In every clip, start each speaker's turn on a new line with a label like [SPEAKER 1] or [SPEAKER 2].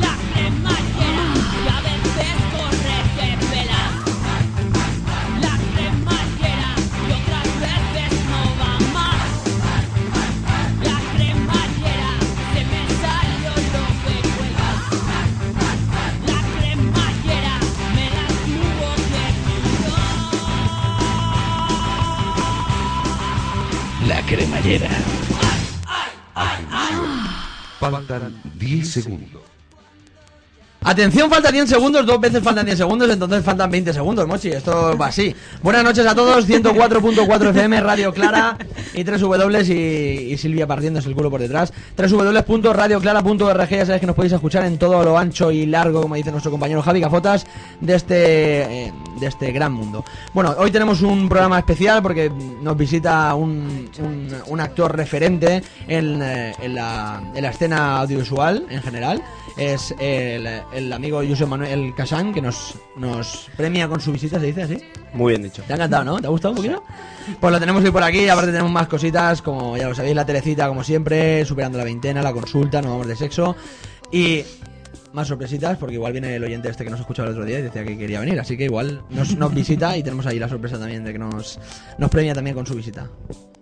[SPEAKER 1] La cremallera, y a veces corre que pela. La cremallera, y otras veces no va más. La cremallera, se me salió lo que cuelga. La cremallera, me la tuvo que
[SPEAKER 2] La cremallera.
[SPEAKER 3] Faltan 10 segundos.
[SPEAKER 2] Atención, faltan 10 segundos, dos veces faltan 10 segundos, entonces faltan 20 segundos, Mochi, esto va así. Buenas noches a todos, 104.4 FM, Radio Clara y 3W y, y Silvia partiéndose el culo por detrás. www.radioclara.org, ya sabéis que nos podéis escuchar en todo lo ancho y largo, como dice nuestro compañero Javi Cafotas, de este, eh, de este gran mundo. Bueno, hoy tenemos un programa especial porque nos visita un, un- un actor referente en, eh, en la, en la escena audiovisual en general es el, el amigo José Manuel Casán que nos, nos premia con su visita, se dice así.
[SPEAKER 4] Muy bien dicho.
[SPEAKER 2] Te ha encantado, ¿no? ¿Te ha gustado un poquito? Pues lo tenemos hoy por aquí, aparte tenemos más cositas, como ya lo sabéis, la telecita como siempre, superando la veintena, la consulta, nos vamos de sexo y más sorpresitas, porque igual viene el oyente este que nos escuchaba el otro día y decía que quería venir, así que igual nos, nos visita y tenemos ahí la sorpresa también de que nos, nos premia también con su visita.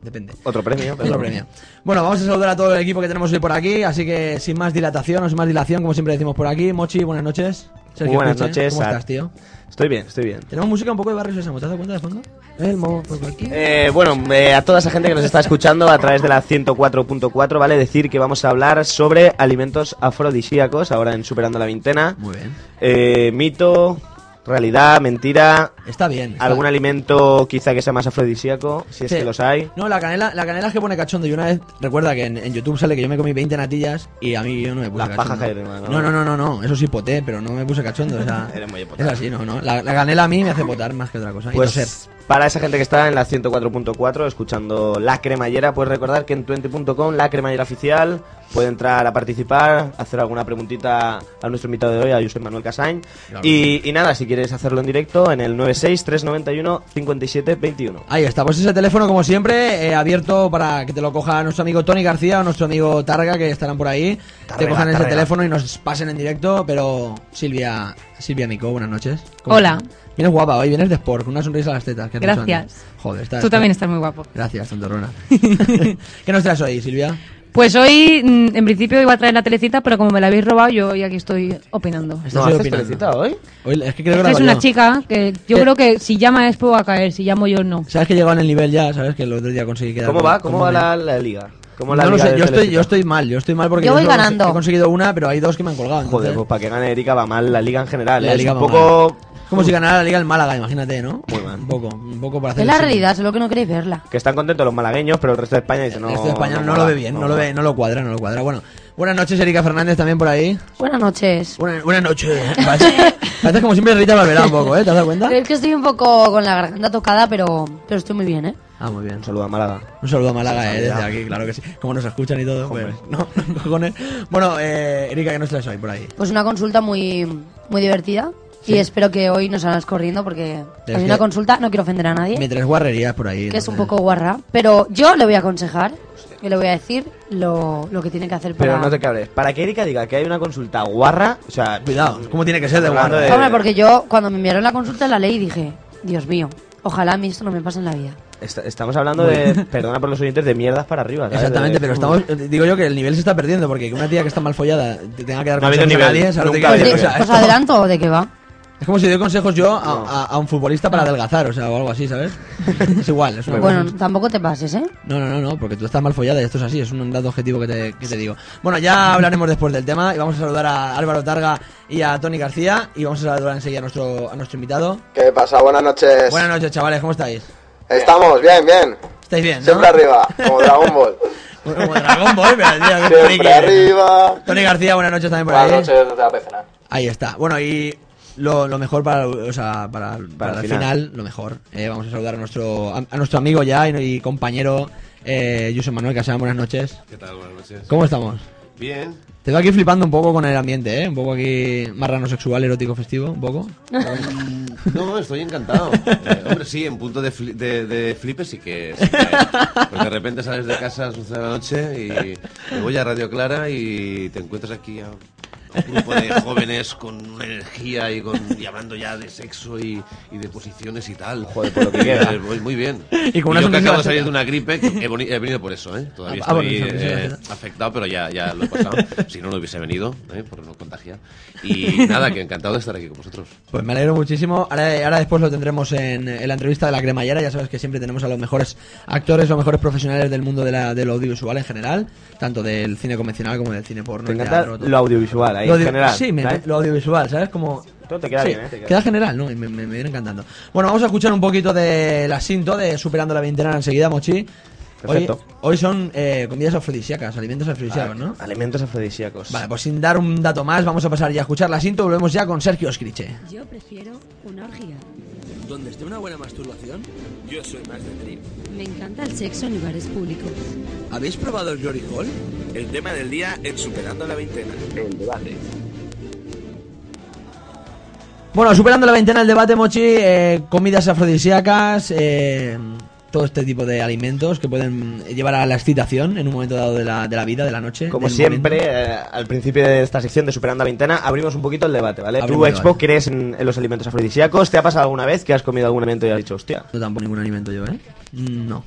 [SPEAKER 2] Depende.
[SPEAKER 4] Otro premio. pero-
[SPEAKER 2] Otro premio. Bueno, vamos a saludar a todo el equipo que tenemos hoy por aquí, así que sin más dilatación, o sin más dilación, como siempre decimos por aquí. Mochi, buenas noches.
[SPEAKER 4] Muy buenas
[SPEAKER 2] Puche,
[SPEAKER 4] noches
[SPEAKER 2] ¿Cómo
[SPEAKER 4] a-
[SPEAKER 2] estás, tío?
[SPEAKER 4] Estoy bien, estoy bien.
[SPEAKER 2] Tenemos música un poco de Barrio Sésamo, ¿te has dado cuenta de fondo? Elmo, por aquí.
[SPEAKER 4] Eh, bueno, eh, a toda esa gente que nos está escuchando a través de la 104.4, vale decir que vamos a hablar sobre alimentos afrodisíacos, ahora en Superando la Vintena.
[SPEAKER 2] Muy bien.
[SPEAKER 4] Eh, mito, realidad, mentira,
[SPEAKER 2] Está bien. está-
[SPEAKER 4] algún alimento quizá que sea más afrodisíaco, si es
[SPEAKER 2] Sí.
[SPEAKER 4] que los hay.
[SPEAKER 2] No, la canela, la canela es que pone cachondo. Y una vez, recuerda que en, en YouTube sale que yo me comí 20 natillas y a mí yo no me puse
[SPEAKER 4] Las
[SPEAKER 2] cachondo.
[SPEAKER 4] pajas cayeron, hermano.
[SPEAKER 2] no, no, no, no, no. Eso sí poté, pero no me puse cachondo. O sea,
[SPEAKER 4] Eres muy
[SPEAKER 2] es
[SPEAKER 4] hipotado.
[SPEAKER 2] así, no, no. La, la canela a mí me hace potar más que otra cosa. y toser.
[SPEAKER 4] Pues para esa gente que está en la 104.4 escuchando La Cremallera, pues recordar que en 20.com, La Cremallera Oficial, puede entrar a participar, hacer alguna preguntita a nuestro invitado de hoy, a Josep Manuel Casain. Y, y nada, si quieres hacerlo en directo, en el 96391-5721.
[SPEAKER 2] Ahí está, pues ese teléfono, como siempre, eh, abierto para que te lo coja nuestro amigo Tony García o nuestro amigo Targa, que estarán por ahí. te
[SPEAKER 4] Tarrega,
[SPEAKER 2] cojan ese
[SPEAKER 4] Tarrega.
[SPEAKER 2] teléfono y nos pasen en directo. Pero Silvia, Silvia Mico, buenas noches. ¿Cómo
[SPEAKER 5] Hola.
[SPEAKER 2] estás? Vienes guapa hoy, vienes de sport, con una sonrisa a las tetas. que has dicho
[SPEAKER 5] Gracias.
[SPEAKER 2] antes. Joder, estás.
[SPEAKER 5] Tú también estás muy guapo.
[SPEAKER 2] Gracias, tontorrona. ¿Qué nos traes hoy, Silvia?
[SPEAKER 5] Pues hoy, mm, en principio, iba a traer la telecita, pero como me la habéis robado, yo hoy aquí estoy opinando.
[SPEAKER 2] Estás
[SPEAKER 4] ¿No
[SPEAKER 2] hoy
[SPEAKER 4] este haces
[SPEAKER 2] Este opinando.
[SPEAKER 4] telecita hoy?
[SPEAKER 2] Hoy- es que creo que
[SPEAKER 5] Esta
[SPEAKER 2] la
[SPEAKER 5] es
[SPEAKER 2] valía.
[SPEAKER 5] una chica que yo
[SPEAKER 2] Eh.
[SPEAKER 5] creo que si llama es puedo caer, si llamo yo no.
[SPEAKER 2] Sabes que he llegado en el nivel ya, sabes que el otro día conseguí quedar.
[SPEAKER 4] ¿Cómo
[SPEAKER 2] con-
[SPEAKER 4] va? ¿Cómo
[SPEAKER 2] con
[SPEAKER 4] va
[SPEAKER 2] Moni.
[SPEAKER 4] la, la liga? ¿Cómo la
[SPEAKER 2] no lo
[SPEAKER 4] liga
[SPEAKER 2] sé,
[SPEAKER 4] de
[SPEAKER 2] yo estoy,
[SPEAKER 4] Telecita?
[SPEAKER 2] yo estoy mal, yo estoy mal porque
[SPEAKER 6] Yo voy
[SPEAKER 2] solo
[SPEAKER 6] ganando.
[SPEAKER 2] He conseguido una, pero hay dos que me han colgado. entonces-
[SPEAKER 4] Joder, pues para que gane Erika va mal la liga en general.
[SPEAKER 2] La
[SPEAKER 4] ¿eh? Es
[SPEAKER 2] liga
[SPEAKER 4] un
[SPEAKER 2] va
[SPEAKER 4] poco...
[SPEAKER 2] Es como si ganara la liga el Málaga, imagínate, ¿no?
[SPEAKER 4] Muy mal.
[SPEAKER 2] Un poco, un poco para hacer.
[SPEAKER 6] Es la
[SPEAKER 2] el símil.
[SPEAKER 6] realidad, solo que no queréis verla.
[SPEAKER 4] Que están contentos los malagueños, pero el resto de España dice
[SPEAKER 2] El
[SPEAKER 4] no.
[SPEAKER 2] resto de España no, lo
[SPEAKER 4] mola,
[SPEAKER 2] ve bien, no, lo
[SPEAKER 4] mola".
[SPEAKER 2] ve, no lo cuadra, no lo cuadra. Bueno, buenas noches, Erika Fernández, también por ahí.
[SPEAKER 6] Buenas noches.
[SPEAKER 2] Buena- Buenas noches. Parece- Pareces como siempre Rita Barberá un poco, ¿eh? ¿Te has dado cuenta?
[SPEAKER 6] Es que estoy un poco con la garganta tocada, pero, pero estoy muy bien, ¿eh?
[SPEAKER 2] Ah, muy bien.
[SPEAKER 4] Un saludo a Málaga.
[SPEAKER 2] Un saludo a Málaga, eh,
[SPEAKER 4] Sensualidad.
[SPEAKER 2] desde aquí, claro que sí. Como nos escuchan y todo, pues,
[SPEAKER 4] Hombre.
[SPEAKER 2] ¿no? Cojones. Bueno, eh, Erika, ¿qué nos traes hoy por ahí?
[SPEAKER 6] Pues una consulta muy, muy divertida. Y espero que hoy nos salgas corriendo porque
[SPEAKER 2] Es
[SPEAKER 6] es
[SPEAKER 2] que-
[SPEAKER 6] una consulta, no quiero ofender a nadie,
[SPEAKER 2] Me traes guarrerías por ahí.
[SPEAKER 6] que es un
[SPEAKER 2] entonces.
[SPEAKER 6] poco guarra. Pero yo le voy a aconsejar, yo le voy a decir lo, lo que tiene que hacer para...
[SPEAKER 4] Pero no te cabres. Para que Erika diga que hay una consulta guarra, o sea,
[SPEAKER 2] Cuidado, ¿cómo tiene que ser de
[SPEAKER 4] Hablando
[SPEAKER 2] guarra?
[SPEAKER 4] de-
[SPEAKER 6] Hombre, porque yo cuando me enviaron la consulta la ley dije, Dios mío, ojalá a mí esto no me pase en la vida.
[SPEAKER 4] est- estamos hablando de, perdona por los oyentes, de mierdas para arriba. ¿sabes?
[SPEAKER 2] Exactamente,
[SPEAKER 4] De-
[SPEAKER 2] pero estamos. Digo yo que el nivel se está perdiendo porque que una tía que está mal follada te tenga que dar
[SPEAKER 4] No ha habido
[SPEAKER 2] consejos a
[SPEAKER 4] nivel,
[SPEAKER 2] nadie. ¿sabes lo que
[SPEAKER 4] nunca
[SPEAKER 2] quiero decir?
[SPEAKER 4] ha habido
[SPEAKER 6] Pues, di-
[SPEAKER 2] O sea,
[SPEAKER 6] pues
[SPEAKER 2] esto-
[SPEAKER 6] adelanto de qué va.
[SPEAKER 2] Es como si doy consejos yo a,
[SPEAKER 4] No.
[SPEAKER 2] a- a un futbolista para adelgazar, o sea, o algo así, ¿sabes? es igual, es una
[SPEAKER 6] Bueno,
[SPEAKER 2] cosa-
[SPEAKER 6] tampoco te pases, ¿eh?
[SPEAKER 2] No, no, no, no, porque tú estás mal follada y esto es así, es un dato objetivo que te, que te digo. Bueno, ya hablaremos después del tema y vamos a saludar a Álvaro Targa y a Tony García y vamos a saludar enseguida a nuestro, a nuestro invitado.
[SPEAKER 7] ¿Qué pasa? Buenas noches.
[SPEAKER 2] Buenas noches, chavales, ¿cómo estáis?
[SPEAKER 7] Estamos, bien, bien.
[SPEAKER 2] ¿Estáis bien, no?
[SPEAKER 7] Siempre arriba, como Dragon Ball.
[SPEAKER 2] Bueno, como Dragon Ball, pero tío, qué friki
[SPEAKER 7] Siempre
[SPEAKER 2] eres.
[SPEAKER 7] arriba.
[SPEAKER 2] Tony García, buenas noches también por ahí.
[SPEAKER 7] desde la PCNA.
[SPEAKER 2] Ahí está. Bueno, y lo, lo mejor para, o sea, para, para,
[SPEAKER 4] Para el
[SPEAKER 2] el final,
[SPEAKER 4] final.
[SPEAKER 2] lo mejor. Eh, vamos a saludar a nuestro, a, a nuestro amigo ya y, y compañero eh, José Manuel Casán. Buenas noches.
[SPEAKER 8] ¿Qué tal? Buenas noches.
[SPEAKER 2] ¿Cómo estamos?
[SPEAKER 8] Bien,
[SPEAKER 2] Te veo aquí flipando un poco con el ambiente, ¿eh? Un poco aquí marrano sexual, erótico, festivo, un poco.
[SPEAKER 8] No, estoy encantado. Eh, hombre, sí, en punto de, fli- de, de flipes sí que, sí que hay. Porque de repente sales de casa a las 11 de la noche y te voy a Radio Clara y te encuentras aquí a a un grupo de jóvenes con una energía y, con, y hablando ya de sexo y, y de posiciones y tal.
[SPEAKER 4] Joder, por lo que queda.
[SPEAKER 8] Eh, voy muy bien.
[SPEAKER 2] Y con una
[SPEAKER 8] yo que acabo
[SPEAKER 2] sonrisa
[SPEAKER 8] de
[SPEAKER 2] vacía.
[SPEAKER 8] salir de una gripe, que he, veni- he venido por eso, ¿eh? Todavía
[SPEAKER 2] Ah, bueno,
[SPEAKER 8] estoy
[SPEAKER 2] sonrisa
[SPEAKER 8] eh,
[SPEAKER 2] vacía.
[SPEAKER 8] afectado, pero ya, ya lo he pasado. Si no, no hubiese venido, ¿eh? Por no contagiar. Y nada, que encantado de estar aquí con vosotros.
[SPEAKER 2] Pues me alegro muchísimo. Ahora, ahora después lo tendremos en, en la entrevista de la cremallera. Ya sabes que siempre tenemos a los mejores actores, los mejores profesionales del mundo de la, del audiovisual en general, tanto del cine convencional como del cine porno.
[SPEAKER 4] Te
[SPEAKER 2] el
[SPEAKER 4] encanta
[SPEAKER 2] teatro, todo.
[SPEAKER 4] lo audiovisual ahí
[SPEAKER 2] Lo
[SPEAKER 4] en
[SPEAKER 2] audio-
[SPEAKER 4] general.
[SPEAKER 2] Sí, me-
[SPEAKER 4] ¿sabes?
[SPEAKER 2] lo audiovisual, ¿sabes? Como...
[SPEAKER 4] Todo te queda
[SPEAKER 2] Sí,
[SPEAKER 4] bien, ¿eh? Te queda
[SPEAKER 2] Queda general, ¿no? Y Me, me- me viene encantando. Bueno, vamos a escuchar un poquito de la Sinto de Superando la Veintena enseguida, Mochi. Hoy,
[SPEAKER 4] Perfecto.
[SPEAKER 2] hoy son eh, comidas afrodisíacas, alimentos afrodisíacos, ¿no?
[SPEAKER 4] Alimentos afrodisíacos.
[SPEAKER 2] Vale, pues sin dar un dato más, vamos a pasar ya a escuchar la Sinto. Volvemos ya con Sergio Escriche.
[SPEAKER 9] Yo prefiero una orgía.
[SPEAKER 10] ¿Dónde esté una buena masturbación? Yo soy más de trip.
[SPEAKER 9] Me encanta el sexo en lugares públicos.
[SPEAKER 10] ¿Habéis probado el Glory Hall? El tema del día en Superando la Veintena. El debate.
[SPEAKER 2] Bueno, superando la veintena el debate, Mochi, eh, comidas afrodisíacas, eh, todo este tipo de alimentos que pueden llevar a la excitación en un momento dado de la, de la vida, de la noche.
[SPEAKER 4] Como
[SPEAKER 2] del
[SPEAKER 4] siempre,
[SPEAKER 2] momento.
[SPEAKER 4] eh, al principio de esta sección de Superando la Ventana, abrimos un poquito el debate, ¿vale?
[SPEAKER 2] Abrimos
[SPEAKER 4] Tú,
[SPEAKER 2] el
[SPEAKER 4] Expo,
[SPEAKER 2] debate.
[SPEAKER 4] crees en, en los alimentos afrodisíacos. ¿Te ha pasado alguna vez que has comido algún alimento y has dicho, hostia?
[SPEAKER 2] No tampoco ningún alimento yo, ¿eh? No.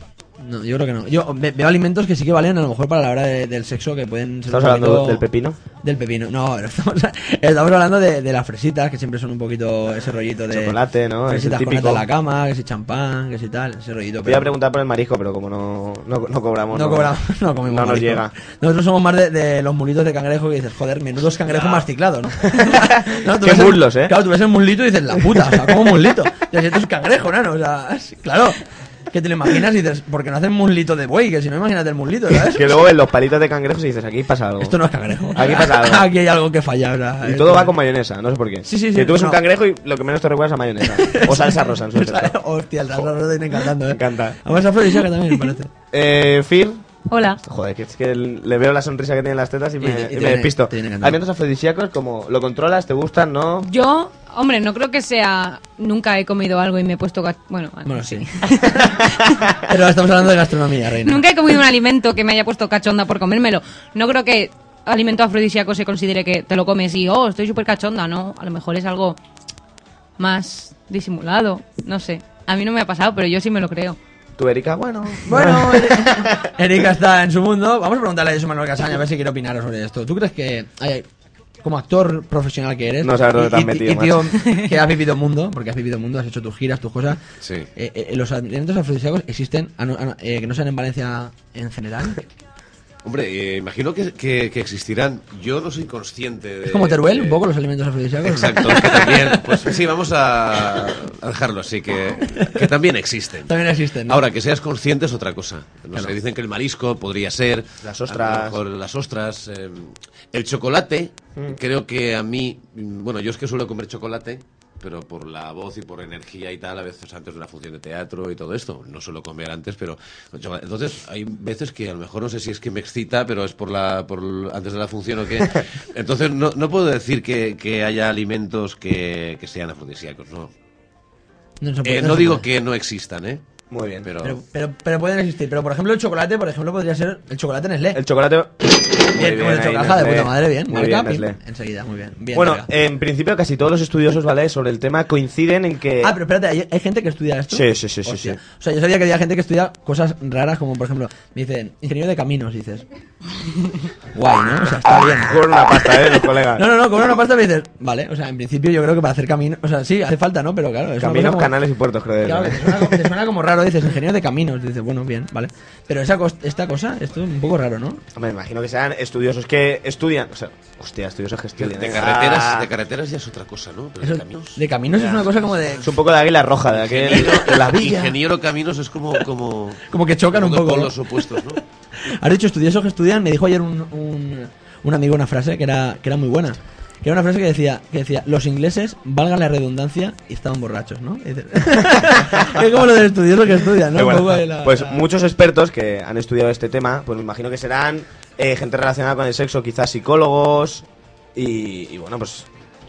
[SPEAKER 2] No, yo creo que no. Yo ve- veo alimentos que sí que valen a lo mejor para la hora de- del sexo, que pueden ser...
[SPEAKER 4] ¿Estamos
[SPEAKER 2] un
[SPEAKER 4] hablando
[SPEAKER 2] poquito-
[SPEAKER 4] del pepino?
[SPEAKER 2] Del pepino, no, pero estamos, estamos hablando de, de las fresitas, que siempre son un poquito ese rollito de...
[SPEAKER 4] Chocolate, ¿no? Es el
[SPEAKER 2] Fresitas con nata
[SPEAKER 4] típico.
[SPEAKER 2] a la cama, que si champán, que si tal, ese rollito.
[SPEAKER 4] Voy a
[SPEAKER 2] pero-
[SPEAKER 4] preguntar por el marisco, pero como no, no, no cobramos.
[SPEAKER 2] No cobramos, no comemos.
[SPEAKER 4] No nos
[SPEAKER 2] marisco.
[SPEAKER 4] llega.
[SPEAKER 2] Nosotros somos más de, de los mulitos de cangrejo que dices, joder, menudos cangrejos masticlados, ¿no? No, tú
[SPEAKER 4] Qué
[SPEAKER 2] ves el-
[SPEAKER 4] muslos, ¿eh?
[SPEAKER 2] Claro, tú ves el muslito y dices, la puta, o sea, como muslito. Y así, esto es cangrejo, nano, o sea, es- claro. Que te lo imaginas y dices, porque no hacen muslito de buey, que si no imagínate el muslito, ¿sabes?
[SPEAKER 4] Que luego ves los palitos de cangrejos y dices, aquí pasa algo.
[SPEAKER 2] Esto no es cangrejo.
[SPEAKER 4] Aquí pasa algo.
[SPEAKER 2] Aquí hay algo que falla, o sea,
[SPEAKER 4] Y todo
[SPEAKER 2] esto-
[SPEAKER 4] va con mayonesa, no sé por qué.
[SPEAKER 2] Sí, sí, sí,
[SPEAKER 4] Que tú ves un
[SPEAKER 2] no.
[SPEAKER 4] cangrejo y lo que menos te recuerdas es a mayonesa. o salsa rosa, en su defecto.
[SPEAKER 2] Hostia, el salsa rosa viene encantando, ¿eh?
[SPEAKER 4] Me encanta.
[SPEAKER 2] Además, afrodisíaca también, me parece.
[SPEAKER 4] Eh, Phil,
[SPEAKER 5] Hola.
[SPEAKER 4] Joder, que es que le veo la sonrisa que tiene en las tetas y me,
[SPEAKER 2] Y te- y te
[SPEAKER 4] y me
[SPEAKER 2] viene-
[SPEAKER 4] despisto.
[SPEAKER 2] te viene encantado.
[SPEAKER 4] Alimentos afrodisíacos, como lo controlas, te gustan, ¿no?
[SPEAKER 5] Yo, hombre, no creo que sea. Nunca he comido algo y me he puesto. ga- Bueno,
[SPEAKER 2] Bueno, sí. Pero estamos hablando de gastronomía, reina.
[SPEAKER 5] Nunca he comido un alimento que me haya puesto cachonda por comérmelo. No creo que alimento afrodisíaco se considere que te lo comes y, oh, estoy súper cachonda, ¿no? A lo mejor es algo más disimulado, no sé. A mí no me ha pasado, pero yo sí me lo creo.
[SPEAKER 4] Tu Erika, bueno.
[SPEAKER 2] Bueno, Erika- Erika está en su mundo. Vamos a preguntarle a Jesús Manuel Casaña a ver si quiere opinar sobre esto. ¿Tú crees que, ay, como actor profesional que eres,
[SPEAKER 4] No sabes dónde
[SPEAKER 2] y-
[SPEAKER 4] te has
[SPEAKER 2] y-
[SPEAKER 4] metido,
[SPEAKER 2] y tío, que has vivido mundo, porque has vivido mundo, has hecho tus giras, tus cosas,
[SPEAKER 8] Sí.
[SPEAKER 2] eh, eh, ¿los alimentos afrodisíacos existen a no- a no- eh, que no sean en Valencia en general?
[SPEAKER 8] Hombre, eh, imagino que, que- que existirán. Yo no soy consciente de.
[SPEAKER 2] ¿Es
[SPEAKER 4] Eh,
[SPEAKER 2] como Teruel,
[SPEAKER 8] de-
[SPEAKER 2] un poco los alimentos afrodisíacos? ¿no?
[SPEAKER 8] Exacto, que también. Pues sí, vamos a, a dejarlo así, que, que también existen.
[SPEAKER 2] También existen. ¿no?
[SPEAKER 8] Ahora, que seas consciente es otra cosa. No
[SPEAKER 2] Claro.
[SPEAKER 8] sé, dicen que el marisco podría ser.
[SPEAKER 4] Las
[SPEAKER 8] a
[SPEAKER 4] ostras.
[SPEAKER 8] lo mejor las ostras. eh, el chocolate, creo que a mí. mm, Bueno, yo es que suelo comer chocolate, pero por la voz y por energía y tal, a veces antes de una función de teatro y todo esto. No suelo comer antes, pero. con chocolate. Entonces, hay veces que a lo mejor no sé si es que me excita, pero es por la por el- antes de la función o qué. Entonces, no, no puedo decir que, que haya alimentos que, que sean afrodisíacos, no.
[SPEAKER 2] No, se puede-
[SPEAKER 8] Eh,
[SPEAKER 2] pues no
[SPEAKER 8] no
[SPEAKER 2] se
[SPEAKER 8] digo
[SPEAKER 2] puede.
[SPEAKER 8] que no existan, ¿eh?
[SPEAKER 4] Muy bien.
[SPEAKER 2] Pero, pero, pero pueden existir. Pero, por ejemplo, el chocolate, por ejemplo, podría ser el chocolate Nestlé.
[SPEAKER 4] El chocolate. Muy
[SPEAKER 2] Bien, el
[SPEAKER 4] ahí,
[SPEAKER 2] chocolate, de
[SPEAKER 4] Nestlé.
[SPEAKER 2] puta madre, bien.
[SPEAKER 4] Muy
[SPEAKER 2] Marca,
[SPEAKER 4] bien,
[SPEAKER 2] pim,
[SPEAKER 4] Nestlé.
[SPEAKER 2] enseguida, muy bien. bien
[SPEAKER 4] Bueno,
[SPEAKER 2] venga.
[SPEAKER 4] en principio casi todos los estudiosos, ¿vale? Sobre el tema coinciden en que...
[SPEAKER 2] Ah, pero espérate, ¿hay, hay gente que estudia esto?
[SPEAKER 4] Eh, Sí, sí, sí, sí,
[SPEAKER 2] Hostia.
[SPEAKER 4] sí.
[SPEAKER 2] O sea, yo sabía que había gente que estudia cosas raras, como por ejemplo, me dicen, ingeniero de caminos, dices. Guay, ¿no? O sea, está bien.
[SPEAKER 4] Con una pasta, ¿eh? Los colegas.
[SPEAKER 2] No, no, no, con una pasta me dices, vale, o sea, en principio yo creo que para hacer caminos, o sea, sí, hace falta, ¿no? Pero claro, es una cosa
[SPEAKER 4] Caminos,
[SPEAKER 2] como-
[SPEAKER 4] canales y puertos, creo.
[SPEAKER 2] Claro, que
[SPEAKER 4] ¿no?
[SPEAKER 2] te suena, como- te suena como raro, dices, ingeniero de caminos, dices, bueno, bien, vale. Pero esa cos- esta cosa, esto es un poco raro, ¿no?
[SPEAKER 4] Me imagino que sean estudiosos que estudian... O sea, hostia, estudiosos que
[SPEAKER 8] Que
[SPEAKER 4] estudian.
[SPEAKER 8] De
[SPEAKER 4] ¿eh?
[SPEAKER 8] carreteras,
[SPEAKER 4] Ah,
[SPEAKER 8] de carreteras ya es otra cosa, ¿no? Pero
[SPEAKER 2] Eso-
[SPEAKER 8] de caminos.
[SPEAKER 2] de caminos es una cosa como de...
[SPEAKER 4] Es un poco de águila roja, de aquel... de la villa.
[SPEAKER 8] Ingeniero caminos es como. Como,
[SPEAKER 2] Como que chocan un
[SPEAKER 8] dos
[SPEAKER 2] poco, ¿no?
[SPEAKER 8] polos opuestos, ¿no?
[SPEAKER 2] Has dicho estudiosos que estudian. Me dijo ayer un, un, un amigo una frase que era, que era muy buena. Que era una frase que decía, que decía, los ingleses, valga la redundancia, y estaban borrachos, ¿no? Y dices- es como lo del estudioso que estudian, ¿no?
[SPEAKER 4] Eh,
[SPEAKER 2] Un
[SPEAKER 4] bueno,
[SPEAKER 2] poco de la-
[SPEAKER 4] pues
[SPEAKER 2] la-
[SPEAKER 4] muchos expertos que han estudiado este tema, pues me imagino que serán eh, gente relacionada con el sexo, quizás psicólogos y, y bueno, pues,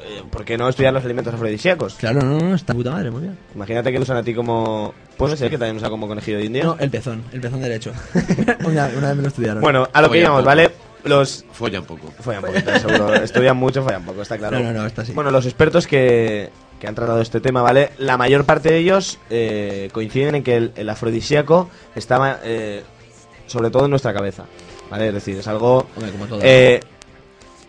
[SPEAKER 4] eh, ¿por qué no estudiar los alimentos afrodisíacos?
[SPEAKER 2] Claro, no, no, está puta madre, muy bien.
[SPEAKER 4] Imagínate que te usan a ti como... ¿Puede ser que también usa como conejillo de india?
[SPEAKER 2] No, el pezón, el pezón derecho. una, una vez me lo estudiaron.
[SPEAKER 4] Bueno, a lo que
[SPEAKER 8] Follan
[SPEAKER 4] íbamos,
[SPEAKER 8] poco.
[SPEAKER 4] ¿vale? Los...
[SPEAKER 8] Follan poco.
[SPEAKER 4] Follan poquito, seguro. Estudian mucho, follan poco, está claro.
[SPEAKER 2] No, no, no, está así.
[SPEAKER 4] Bueno, los expertos que, que han tratado este tema, ¿vale? La mayor parte de ellos eh, coinciden en que el, el afrodisíaco estaba eh, sobre todo en nuestra cabeza, ¿vale? Es decir, es algo...
[SPEAKER 2] Hombre, como todo.
[SPEAKER 4] eh,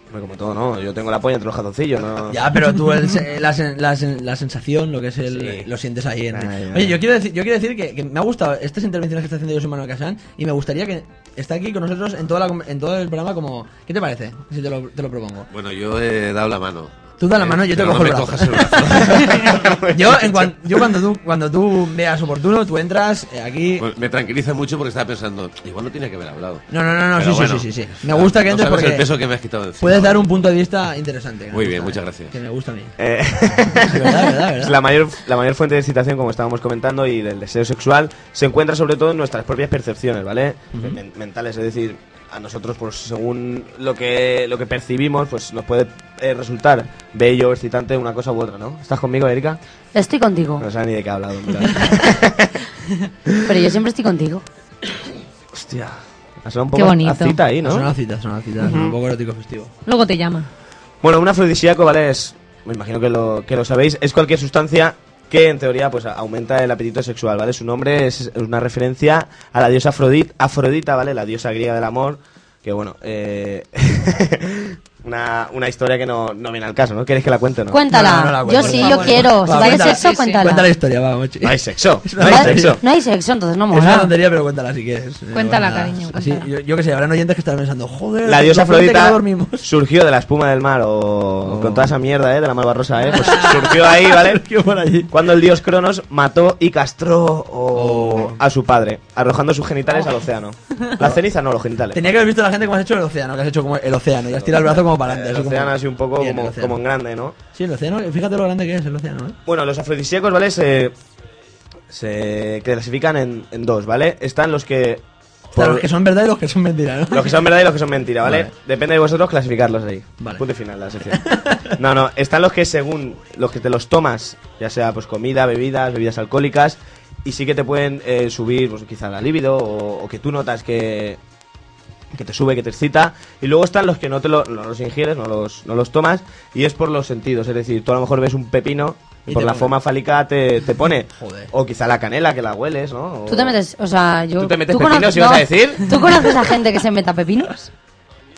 [SPEAKER 4] hombre, como todo, ¿no? Yo tengo la polla entre los jazoncillos, ¿no?
[SPEAKER 2] Ya, pero tú el se- la, sen- la sen- la sensación, lo que es el,
[SPEAKER 4] Sí.
[SPEAKER 2] lo sientes ahí. En...
[SPEAKER 4] Ay,
[SPEAKER 2] Oye,
[SPEAKER 4] ay.
[SPEAKER 2] yo quiero decir, yo quiero decir que, que me ha gustado estas intervenciones que está haciendo José Manuel Casán y me gustaría que esté aquí con nosotros en, toda la com- en todo el programa como... ¿Qué te parece? Si te lo, te lo propongo.
[SPEAKER 8] Bueno, yo he dado la mano.
[SPEAKER 2] Tú da la
[SPEAKER 8] Eh,
[SPEAKER 2] mano, yo te
[SPEAKER 8] pero
[SPEAKER 2] cojo
[SPEAKER 8] no
[SPEAKER 2] el
[SPEAKER 8] me
[SPEAKER 2] brazo.
[SPEAKER 8] cojas el brazo.
[SPEAKER 2] yo, en cuan- yo cuando tú cuando tú veas oportuno, tú entras eh, aquí...
[SPEAKER 8] Bueno, me tranquiliza mucho porque estaba pensando, igual no tenía que haber hablado.
[SPEAKER 2] No, no, no, no, sí,
[SPEAKER 8] Pero
[SPEAKER 2] sí,
[SPEAKER 8] bueno,
[SPEAKER 2] sí, sí, sí. Me gusta que
[SPEAKER 8] no
[SPEAKER 2] entres
[SPEAKER 8] sabes
[SPEAKER 2] porque
[SPEAKER 8] el peso que me has quitado de encima.
[SPEAKER 2] puedes dar un punto de vista interesante. que me
[SPEAKER 8] Muy bien,
[SPEAKER 2] gusta,
[SPEAKER 8] muchas gracias.
[SPEAKER 2] Que me gusta a mí.
[SPEAKER 4] Eh,
[SPEAKER 2] Sí, verdad, verdad,
[SPEAKER 4] Es
[SPEAKER 2] verdad.
[SPEAKER 4] la mayor, la mayor fuente de excitación, como estábamos comentando, y del deseo sexual se encuentra sobre todo en nuestras propias percepciones, ¿vale? Men- Mentales, es decir, a nosotros, pues según lo que, lo que percibimos, pues nos puede eh, resultar bello, excitante, una cosa u otra, ¿no? ¿Estás conmigo, Erika?
[SPEAKER 6] Estoy contigo.
[SPEAKER 4] No sabes ni de qué ha hablado. mira.
[SPEAKER 6] Pero yo siempre estoy contigo.
[SPEAKER 4] Hostia. Ha sonado un
[SPEAKER 5] Qué
[SPEAKER 4] poco a- a
[SPEAKER 5] bonito.
[SPEAKER 4] cita ahí, ¿no?
[SPEAKER 2] Son las citas, son las citas, son un poco erótico festivo.
[SPEAKER 5] Luego te llama.
[SPEAKER 4] Bueno, un afrodisíaco, ¿vale? Es, me imagino que lo, que lo sabéis, es cualquier sustancia que en teoría pues a- aumenta el apetito sexual, ¿vale? Su nombre es una referencia a la diosa Afrodita, Afrodita ¿vale? La diosa griega del amor, que bueno, eh, una, una historia que no, no viene al caso, ¿no? ¿Queréis que la cuente o no?
[SPEAKER 6] Cuéntala.
[SPEAKER 2] No, no la cuento,
[SPEAKER 6] yo
[SPEAKER 2] por
[SPEAKER 6] sí,
[SPEAKER 2] favor.
[SPEAKER 6] yo quiero. Si
[SPEAKER 2] Va,
[SPEAKER 6] va de
[SPEAKER 2] cuéntala.
[SPEAKER 6] sexo,
[SPEAKER 5] Sí, sí.
[SPEAKER 6] cuéntala.
[SPEAKER 2] Cuenta la historia, va, Mochi.
[SPEAKER 4] No hay sexo,
[SPEAKER 2] Es
[SPEAKER 4] no
[SPEAKER 2] una
[SPEAKER 4] hay
[SPEAKER 6] Va-
[SPEAKER 4] sexo.
[SPEAKER 6] No hay sexo, entonces no
[SPEAKER 2] Es una
[SPEAKER 6] mola.
[SPEAKER 2] tontería, pero cuéntala si quieres. Eh,
[SPEAKER 5] Cuéntala,
[SPEAKER 2] bueno,
[SPEAKER 5] cariño,
[SPEAKER 2] Así,
[SPEAKER 5] cuéntala.
[SPEAKER 2] yo, yo que sé, habrán oyentes que estarán pensando, joder,
[SPEAKER 4] La diosa
[SPEAKER 2] lo fuerte que no
[SPEAKER 4] Afrodita
[SPEAKER 2] dormimos.
[SPEAKER 4] surgió de la espuma del mar, o
[SPEAKER 2] Oh.
[SPEAKER 4] con toda esa mierda, ¿eh? De la malvarrosa, ¿eh? Pues surgió ahí, ¿vale?
[SPEAKER 2] Yo por allí.
[SPEAKER 4] cuando el dios Cronos mató y castró o-
[SPEAKER 2] Oh.
[SPEAKER 4] a su padre, arrojando sus genitales al océano. La ceniza no, los genitales.
[SPEAKER 2] Tenía que haber visto la gente cómo has hecho el océano, que has hecho como el océano, y has tirado el brazo como para adelante.
[SPEAKER 4] El
[SPEAKER 2] eso como-
[SPEAKER 4] océano así un poco
[SPEAKER 2] Bien, el
[SPEAKER 4] como,
[SPEAKER 2] océano.
[SPEAKER 4] como en grande, ¿no?
[SPEAKER 2] Sí, el océano, fíjate lo grande que es el océano, ¿eh?
[SPEAKER 4] Bueno, los afrodisíacos, ¿vale? Se, se clasifican en, en dos, ¿vale? Están los que...
[SPEAKER 2] Están
[SPEAKER 4] por-
[SPEAKER 2] los que son verdad y los que son mentira, ¿no?
[SPEAKER 4] los que son verdad y los que son mentira, ¿vale?
[SPEAKER 2] Vale.
[SPEAKER 4] Depende de vosotros clasificarlos ahí.
[SPEAKER 2] Vale.
[SPEAKER 4] Punto y final la sección. No, no, están los que según los que te los tomas, ya sea pues comida, bebidas, bebidas alcohólicas, y sí que te pueden eh, subir pues quizá la libido o, o que tú notas que, que te sube, que te excita. Y luego están los que no te lo- no los ingieres, no los, no los tomas, y es por los sentidos. Es decir, tú a lo mejor ves un pepino y
[SPEAKER 2] Y
[SPEAKER 4] por
[SPEAKER 2] te
[SPEAKER 4] la
[SPEAKER 2] pone.
[SPEAKER 4] forma fálica te, te pone.
[SPEAKER 2] Joder.
[SPEAKER 4] O quizá la canela que la hueles, ¿no? O-
[SPEAKER 6] Tú te metes, o sea, yo.
[SPEAKER 4] ¿Tú te metes pepinos, ibas a decir?
[SPEAKER 6] ¿Tú conoces a gente que se meta pepinos?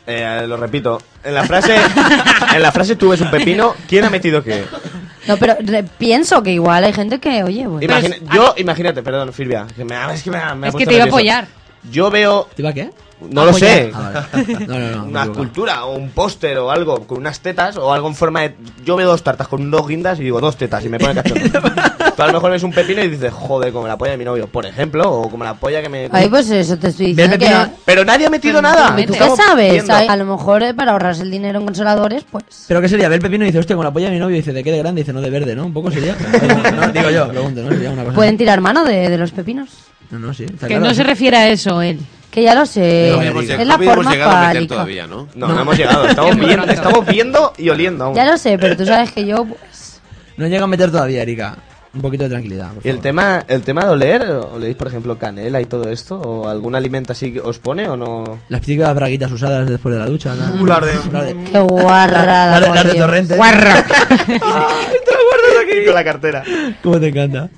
[SPEAKER 4] Eh, lo repito, en la frase en la frase tú ves un pepino, ¿quién ha metido qué?
[SPEAKER 6] No, pero re- pienso que igual hay gente que, oye, pues, bueno.
[SPEAKER 4] Imagina- yo, imagínate, perdón, Silvia, que me, es que me, me ha
[SPEAKER 5] Es que
[SPEAKER 4] puesto
[SPEAKER 5] te iba a
[SPEAKER 4] nervioso.
[SPEAKER 5] apoyar.
[SPEAKER 4] Yo veo,
[SPEAKER 2] ¿Te iba a qué?
[SPEAKER 4] no lo sé,
[SPEAKER 2] Ah, vale. No, no, no. me
[SPEAKER 4] una
[SPEAKER 2] equivoco.
[SPEAKER 4] escultura o un póster o algo con unas tetas o algo en forma de... Yo veo dos tartas con dos guindas y digo dos tetas y me pone cachondo. Tú a lo mejor ves un pepino y dices, joder, como la polla de mi novio, por ejemplo, o como la polla que me...
[SPEAKER 6] Ay, pues eso te estoy
[SPEAKER 2] Ve el
[SPEAKER 6] diciendo.
[SPEAKER 2] pepino-
[SPEAKER 6] Que,
[SPEAKER 4] Pero nadie ha metido
[SPEAKER 5] Pero
[SPEAKER 4] nada.
[SPEAKER 5] tú
[SPEAKER 6] ¿Tú qué
[SPEAKER 5] estamos
[SPEAKER 6] sabes?
[SPEAKER 4] viendo.
[SPEAKER 6] A, a lo mejor eh, para ahorrarse el dinero en consoladores, pues.
[SPEAKER 2] Pero ¿qué sería? Ve el pepino y dice, hostia, con la polla de mi novio, y dice, ¿de qué de grande? Y dice, no, de verde, ¿no? Un poco sería. No, digo yo, pregunto, ¿no? Sería una cosa.
[SPEAKER 6] Pueden tirar mano de, de los pepinos.
[SPEAKER 2] No, no, sí. está
[SPEAKER 5] Que
[SPEAKER 2] claro,
[SPEAKER 5] no se
[SPEAKER 2] sí.
[SPEAKER 5] refiere a eso él.
[SPEAKER 6] Que ya lo sé.
[SPEAKER 8] No
[SPEAKER 2] me
[SPEAKER 8] habíamos
[SPEAKER 2] digas.
[SPEAKER 8] llegado-
[SPEAKER 6] es
[SPEAKER 8] no
[SPEAKER 6] la
[SPEAKER 8] habíamos
[SPEAKER 6] forma
[SPEAKER 8] llegado a meter
[SPEAKER 6] fálica.
[SPEAKER 8] todavía, ¿no?
[SPEAKER 4] No, no, hemos llegado. Estamos
[SPEAKER 5] Es muy
[SPEAKER 4] viendo,
[SPEAKER 5] pronto.
[SPEAKER 4] estamos viendo y oliendo aún.
[SPEAKER 6] Ya lo sé, pero tú sabes que yo. Pues,
[SPEAKER 2] No llega a meter todavía, Erika. Un poquito de tranquilidad. por
[SPEAKER 4] ¿Y el
[SPEAKER 2] favor.
[SPEAKER 4] tema, el tema de oler? ¿Oléis, por ejemplo, canela y todo esto? ¿O algún alimento así que os pone o no?
[SPEAKER 2] Las típicas braguitas usadas después de la ducha. ¿no?
[SPEAKER 4] las de-
[SPEAKER 2] Las de-
[SPEAKER 6] qué guarrada.
[SPEAKER 2] las de- las de
[SPEAKER 6] por Dios.
[SPEAKER 2] torrente.
[SPEAKER 6] Guarra.
[SPEAKER 4] Con la cartera.
[SPEAKER 2] ¿Cómo te encanta?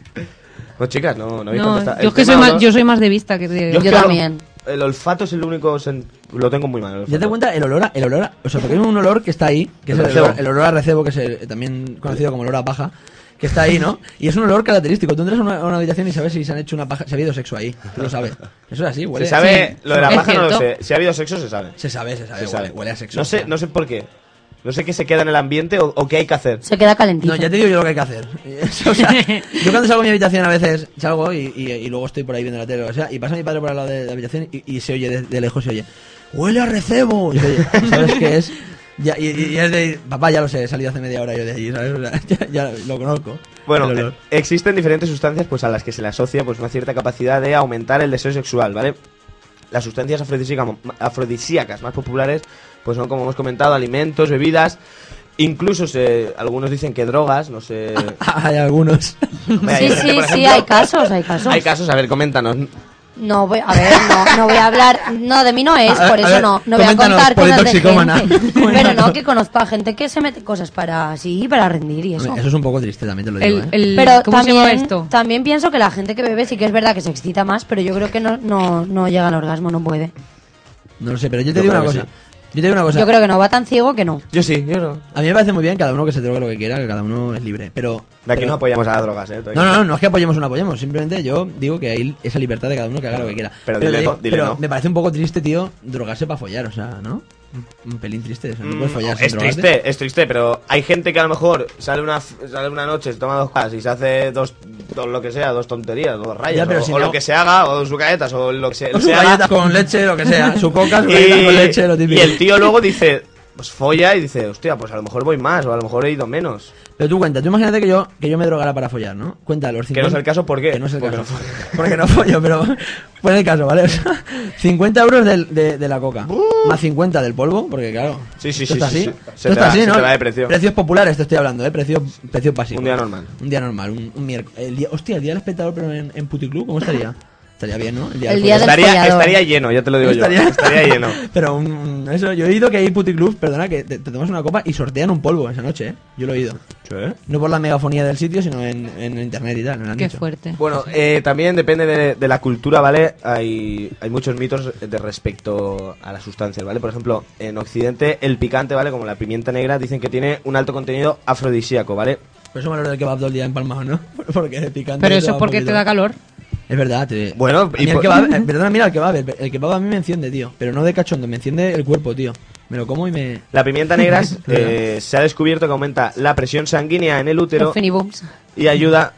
[SPEAKER 4] No, chicas, no, no habéis
[SPEAKER 5] No,
[SPEAKER 4] contestado.
[SPEAKER 5] yo
[SPEAKER 4] El
[SPEAKER 5] es que
[SPEAKER 4] tema
[SPEAKER 5] soy más,
[SPEAKER 4] olor-
[SPEAKER 5] yo soy más de vista que de...
[SPEAKER 4] yo es
[SPEAKER 6] Yo
[SPEAKER 4] que lo-
[SPEAKER 6] también.
[SPEAKER 4] El olfato es el único... sen- Lo tengo muy mal. el olfato.
[SPEAKER 2] Ya te cuenta el olor a, el olor a- o sea, porque hay un olor que está ahí, que es
[SPEAKER 4] El
[SPEAKER 2] el
[SPEAKER 4] recebo.
[SPEAKER 2] olor, el olor a recebo, que es el- también conocido como olor a paja, que está ahí, ¿no? Y es un olor característico. Tú entras a una, a una habitación y sabes si se han hecho una paja, si ha habido sexo ahí. Tú lo sabes. Eso es así,
[SPEAKER 4] Se
[SPEAKER 2] huele.
[SPEAKER 4] sabe...
[SPEAKER 5] Sí,
[SPEAKER 4] Lo de la
[SPEAKER 5] es
[SPEAKER 4] paja no lo sé.
[SPEAKER 5] cierto.
[SPEAKER 4] Si ha habido sexo, se sabe.
[SPEAKER 2] Se sabe, se sabe,
[SPEAKER 4] Se
[SPEAKER 2] huele,
[SPEAKER 4] sabe.
[SPEAKER 2] huele a sexo.
[SPEAKER 4] No sé, no sé por qué. No sé qué se queda en el ambiente o, o qué hay que hacer.
[SPEAKER 6] Se queda calentito.
[SPEAKER 2] No, ya te digo yo lo que hay que hacer. O sea, yo cuando salgo de mi habitación a veces salgo y, y- y luego estoy por ahí viendo la tele o sea, y pasa mi padre por al lado de la habitación y, y se oye de, de lejos, se oye, huele a recebo. Y se oye, ¿sabes qué es? Ya, y, y- y es de, papá, ya lo sé, he salido hace media hora yo de allí, ¿sabes? O sea, ya, ya lo conozco.
[SPEAKER 4] Bueno,
[SPEAKER 2] El
[SPEAKER 4] eh,
[SPEAKER 2] olor.
[SPEAKER 4] existen diferentes sustancias pues a las que se le asocia pues una cierta capacidad de aumentar el deseo sexual, ¿vale? las sustancias afrodisíaca- afrodisíacas más populares pues son, como hemos comentado, alimentos, bebidas. Incluso se- algunos dicen que drogas, no sé.
[SPEAKER 2] Hay algunos.
[SPEAKER 4] Hombre, hay
[SPEAKER 6] Sí,
[SPEAKER 4] gente,
[SPEAKER 6] sí,
[SPEAKER 4] por
[SPEAKER 6] sí,
[SPEAKER 4] ejemplo-
[SPEAKER 6] hay casos, hay casos.
[SPEAKER 4] Hay casos, a ver, coméntanos.
[SPEAKER 6] No voy, a ver, no, no voy a hablar, no, de mí no es,
[SPEAKER 2] A- a
[SPEAKER 6] por eso
[SPEAKER 2] ver,
[SPEAKER 6] no, no voy a
[SPEAKER 2] coméntanos,
[SPEAKER 6] contar cosas de
[SPEAKER 2] politoxicómana.
[SPEAKER 6] gente. Pero
[SPEAKER 2] Coméntanos.
[SPEAKER 6] no, que conozco a gente que se mete cosas para así, para rendir y eso.
[SPEAKER 2] Eso es un poco triste, también te lo digo.
[SPEAKER 5] El-
[SPEAKER 2] ¿eh?
[SPEAKER 5] el-
[SPEAKER 6] Pero
[SPEAKER 5] ¿Cómo se
[SPEAKER 6] también,
[SPEAKER 5] llama esto?
[SPEAKER 6] también pienso que la gente que bebe sí que es verdad que se excita más, pero yo creo que no, no, no llega al orgasmo, no puede.
[SPEAKER 2] No lo sé, pero yo te
[SPEAKER 4] Yo
[SPEAKER 2] digo una
[SPEAKER 4] creo que
[SPEAKER 2] cosa. Yo te digo una cosa.
[SPEAKER 6] yo creo que no, va tan ciego que no.
[SPEAKER 4] Yo sí, yo no.
[SPEAKER 2] A mí me parece muy bien cada uno que se drogue lo que quiera, que cada uno es libre. Pero.
[SPEAKER 4] De aquí
[SPEAKER 2] pero-
[SPEAKER 4] no apoyamos a las drogas, ¿eh?
[SPEAKER 2] No, no, no, no es que apoyemos o no apoyemos. Simplemente yo digo que hay esa libertad de cada uno que haga lo que quiera.
[SPEAKER 4] Pero dile
[SPEAKER 2] te
[SPEAKER 4] no, dile
[SPEAKER 2] pero
[SPEAKER 4] no.
[SPEAKER 2] me parece un poco triste, tío, drogarse para follar, o sea, ¿no? Un- Un pelín triste eso. No puedes follar sin
[SPEAKER 4] Mm, es
[SPEAKER 2] drogarte.
[SPEAKER 4] triste, es triste, pero hay gente que a lo mejor sale una, sale una noche, se toma dos cajas y se hace dos, dos lo que sea, dos tonterías, dos rayas,
[SPEAKER 2] Ya, pero
[SPEAKER 4] o,
[SPEAKER 2] si
[SPEAKER 4] o
[SPEAKER 2] no-
[SPEAKER 4] lo que se haga, o dos sucaetas, o lo que se,
[SPEAKER 2] O
[SPEAKER 4] se
[SPEAKER 2] su
[SPEAKER 4] haga.
[SPEAKER 2] galleta con leche, lo que sea. Su coca, su galleta con leche, lo típico.
[SPEAKER 4] y el tío luego dice, pues folla y dice, hostia, pues a lo mejor voy más, o a lo mejor he ido menos.
[SPEAKER 2] Pero tú cuenta, tú imagínate que yo, que yo me drogara para follar, ¿no? Cuenta los 50...
[SPEAKER 4] Que no es el caso, ¿por qué?
[SPEAKER 2] Que no es el
[SPEAKER 4] Porque
[SPEAKER 2] caso.
[SPEAKER 4] no follo.
[SPEAKER 2] Porque no follo, pero pon el caso, ¿vale? O sea, 50 euros del- de, de la coca, más 50 del polvo, porque claro...
[SPEAKER 4] Sí, sí,
[SPEAKER 2] esto
[SPEAKER 4] sí,
[SPEAKER 2] está
[SPEAKER 4] sí,
[SPEAKER 2] así.
[SPEAKER 4] sí.
[SPEAKER 2] Esto
[SPEAKER 4] Se te
[SPEAKER 2] está
[SPEAKER 4] va-
[SPEAKER 2] así,
[SPEAKER 4] se
[SPEAKER 2] ¿no?
[SPEAKER 4] te va de precio.
[SPEAKER 2] Precios populares te estoy hablando, ¿eh? Precios, precios básicos.
[SPEAKER 4] Un día normal.
[SPEAKER 2] Un día normal, un, un miércoles. El día, hostia, el día del espectador, pero en, en Puticlub, ¿cómo estaría? Estaría bien, ¿no?
[SPEAKER 6] El día
[SPEAKER 2] follar.
[SPEAKER 6] del
[SPEAKER 4] Estaría,
[SPEAKER 6] follador.
[SPEAKER 4] estaría lleno, ya te lo digo yo. Estaría lleno.
[SPEAKER 2] Pero un- un- eso, yo he oído que hay puticlubs, perdona, que te, te tomas una copa y sortean un polvo esa noche, ¿eh? Yo lo he oído. No por la megafonía del sitio, sino en, en internet y tal. me lo han
[SPEAKER 5] Qué
[SPEAKER 2] dicho.
[SPEAKER 5] fuerte.
[SPEAKER 4] Bueno, eh, también depende de, de la cultura, ¿vale? Hay, hay muchos mitos de respecto a las sustancias, ¿vale? Por ejemplo, en Occidente el picante, ¿vale? Como la pimienta negra, dicen que tiene un alto contenido afrodisíaco, ¿vale?
[SPEAKER 2] Por eso me lo del kebab todo el día empalmado, ¿no? Porque es picante.
[SPEAKER 5] Pero
[SPEAKER 2] y
[SPEAKER 5] eso
[SPEAKER 2] va
[SPEAKER 5] es porque
[SPEAKER 2] poquito.
[SPEAKER 5] te da calor.
[SPEAKER 2] Es verdad, te...
[SPEAKER 4] Bueno,
[SPEAKER 2] A mí
[SPEAKER 4] y
[SPEAKER 2] el
[SPEAKER 4] por-
[SPEAKER 2] kebab, eh, perdona, mira el kebab, el, el kebab a mí me enciende, tío. Pero no de cachondo, me enciende el cuerpo, tío. Me lo como y me...
[SPEAKER 4] La pimienta negra eh, se ha descubierto que aumenta la presión sanguínea en el útero
[SPEAKER 5] Los fenibums.
[SPEAKER 4] y ayuda...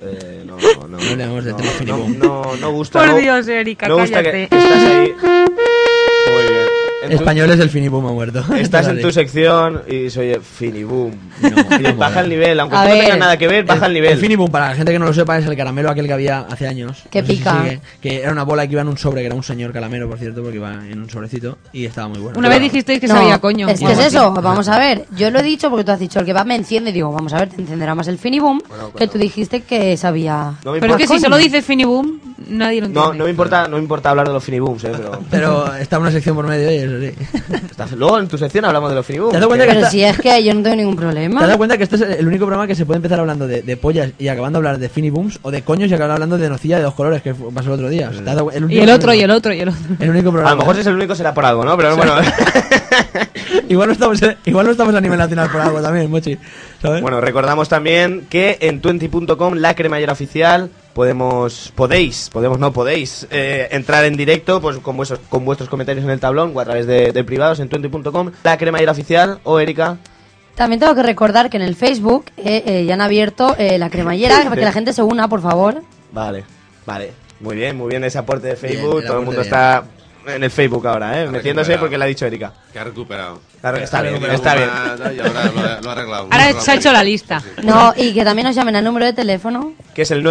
[SPEAKER 4] Eh, no, no, no,
[SPEAKER 2] hablemos del tema
[SPEAKER 4] no,
[SPEAKER 2] finibum.
[SPEAKER 4] no, no gusta.
[SPEAKER 5] Por
[SPEAKER 4] no-
[SPEAKER 5] Dios, Erika,
[SPEAKER 4] no gusta que
[SPEAKER 5] cállate.
[SPEAKER 4] que estás ahí. Muy bien. En tu-
[SPEAKER 2] Español es el finibum ha muerto.
[SPEAKER 4] Estás en
[SPEAKER 2] Vale.
[SPEAKER 4] tu sección y soy el Finiboom.
[SPEAKER 2] No, Eh,
[SPEAKER 4] Y baja
[SPEAKER 2] mola.
[SPEAKER 4] el nivel, aunque
[SPEAKER 6] A
[SPEAKER 4] tú no
[SPEAKER 6] ver.
[SPEAKER 4] tenga nada que ver, baja el, nivel.
[SPEAKER 2] Finibum, para la gente que no lo sepa, es el caramelo aquel que había hace años.
[SPEAKER 6] Que
[SPEAKER 2] No sé si
[SPEAKER 6] pica.
[SPEAKER 2] sigue, que era una bola que iba en un sobre, que era un señor caramelo, por cierto, porque iba en un sobrecito y estaba muy bueno.
[SPEAKER 5] Una vez dijisteis que
[SPEAKER 6] No,
[SPEAKER 5] sabía coño.
[SPEAKER 6] Es que
[SPEAKER 2] Y bueno,
[SPEAKER 6] es
[SPEAKER 2] pues
[SPEAKER 6] eso,
[SPEAKER 2] sí.
[SPEAKER 6] vamos a ver. Yo lo he dicho porque tú has dicho el que va me enciende. Digo, vamos a ver, te encenderá más el finibum que tú dijiste que sabía.
[SPEAKER 4] No me
[SPEAKER 5] Pero es
[SPEAKER 4] importa,
[SPEAKER 5] que si
[SPEAKER 6] coño.
[SPEAKER 5] solo dices fenibum, nadie lo
[SPEAKER 4] no,
[SPEAKER 5] entiende.
[SPEAKER 4] no me importa, no me importa hablar de los Finibooms, eh, pero.
[SPEAKER 2] Pero está una sección por medio y eso sí.
[SPEAKER 4] Estás- Luego en tu sección hablamos de los Finibooms.
[SPEAKER 2] ¿Te has dado cuenta que
[SPEAKER 6] Pero
[SPEAKER 2] está-
[SPEAKER 6] si es que yo no tengo ningún
[SPEAKER 2] ¿Te has
[SPEAKER 6] problema.
[SPEAKER 2] dado cuenta que este es el único programa que se puede empezar hablando de, de pollas y acabando de hablar de finibooms o de coños y acabando hablando de nocilla de dos colores que fu- pasó el otro día? O sea, ¿te has dado-
[SPEAKER 5] Y el otro, y el otro, y el otro.
[SPEAKER 2] El único programa. ¿eh?
[SPEAKER 4] A lo mejor si es el único será por algo, ¿no? Pero bueno.
[SPEAKER 2] igual, no estamos, igual no estamos a nivel nacional por algo también, Mochi. ¿Sabes?
[SPEAKER 4] bueno, recordamos también que en 20.com, la cremallera oficial, podemos, podéis, podemos, no podéis, eh, entrar en directo pues con vuestros, con vuestros comentarios en el tablón o a través de, de privados en 20.com, la cremallera oficial o Erika.
[SPEAKER 6] También tengo que recordar que en el Facebook eh, eh, ya han abierto eh, la cremallera para que la gente se una, por favor.
[SPEAKER 4] Vale, vale. Muy bien, muy bien ese aporte de Facebook.
[SPEAKER 2] Bien, el
[SPEAKER 4] Todo el mundo
[SPEAKER 2] aporte
[SPEAKER 4] está en el Facebook ahora, ¿eh? Metiéndose
[SPEAKER 8] recuperado.
[SPEAKER 4] porque lo ha dicho Erika.
[SPEAKER 8] Que ha recuperado.
[SPEAKER 4] Claro,
[SPEAKER 8] Que
[SPEAKER 4] está
[SPEAKER 8] ha
[SPEAKER 4] bien,
[SPEAKER 8] recuperado
[SPEAKER 4] está
[SPEAKER 8] una- Y ahora lo ha, lo ha arreglado.
[SPEAKER 5] Ahora se ha hecho la lista.
[SPEAKER 6] No, y que también nos llamen al número de teléfono.
[SPEAKER 4] Que es el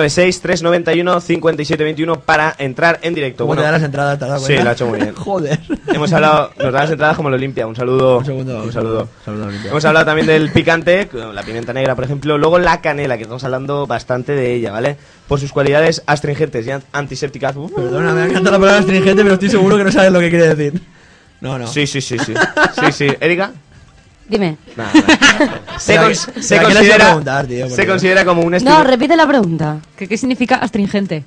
[SPEAKER 4] 963915721 para entrar en directo.
[SPEAKER 2] Como te
[SPEAKER 4] Bueno,
[SPEAKER 2] da las entradas, ¿te has dado
[SPEAKER 4] Sí,
[SPEAKER 2] cuenta?
[SPEAKER 4] lo ha hecho muy bien.
[SPEAKER 2] Joder.
[SPEAKER 4] hemos hablado, nos da las entradas como lo limpia. Un saludo.
[SPEAKER 2] Un segundo.
[SPEAKER 4] un saludo.
[SPEAKER 2] saludo a Olimpia.
[SPEAKER 4] Hemos hablado también del picante, con la pimienta negra, por ejemplo. Luego la canela, que estamos hablando bastante de ella, ¿vale? Por sus cualidades astringentes y an- antisépticas. Uh,
[SPEAKER 2] Perdona, me ha encantado la palabra astringente, pero estoy seguro que no sabes lo que quiere decir. No, no.
[SPEAKER 4] Sí, sí, sí, sí. Sí, sí. ¿Erika?
[SPEAKER 6] Dime.
[SPEAKER 4] Nada, nada. Se,
[SPEAKER 2] Pero
[SPEAKER 4] cons-
[SPEAKER 2] que-
[SPEAKER 4] se
[SPEAKER 2] pero que le has ido a
[SPEAKER 4] considera,
[SPEAKER 2] preguntar, tío, por
[SPEAKER 4] se
[SPEAKER 2] Dios.
[SPEAKER 4] considera como un
[SPEAKER 6] No,
[SPEAKER 4] estilo.
[SPEAKER 6] repite la pregunta.
[SPEAKER 5] ¿Qué, qué significa astringente?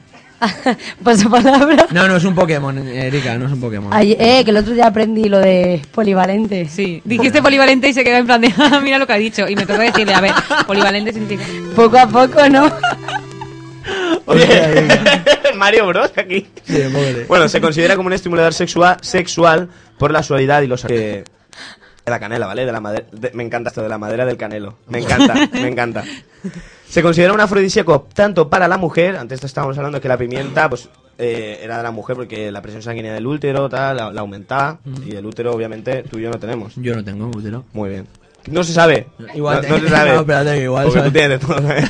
[SPEAKER 6] Pasapalabra.
[SPEAKER 2] No, no es un Pokémon, Erika, no es un Pokémon.
[SPEAKER 6] Ay, eh, que el otro día aprendí lo de polivalente.
[SPEAKER 5] Sí. Dijiste polivalente y se quedó en plan de, "Ah, mira lo que ha dicho. Y me toca decirle, a ver, polivalente significa.
[SPEAKER 6] Poco a poco, ¿no?
[SPEAKER 4] Oye, Mario Bros. aquí.
[SPEAKER 2] Sí, un poco de-
[SPEAKER 4] Bueno, se considera como un estimulador sexual, sexual por la suavidad y los. De la canela, ¿vale? De la madera, de- me encanta esto, de la madera del canelo. Me encanta, me encanta. Se considera un afrodisíaco tanto para la mujer, antes esto estábamos hablando que la pimienta, pues. eh, era de la mujer porque la presión sanguínea del útero tal, la, la aumentaba y el útero obviamente tú y yo no tenemos.
[SPEAKER 2] Yo no tengo útero.
[SPEAKER 4] Muy bien. No se sabe.
[SPEAKER 2] Igual
[SPEAKER 4] no, no
[SPEAKER 2] te-
[SPEAKER 4] se sabe.
[SPEAKER 2] no, espérate, que igual
[SPEAKER 4] Porque tú
[SPEAKER 2] sabe.
[SPEAKER 4] tienes de todo, ¿sabes?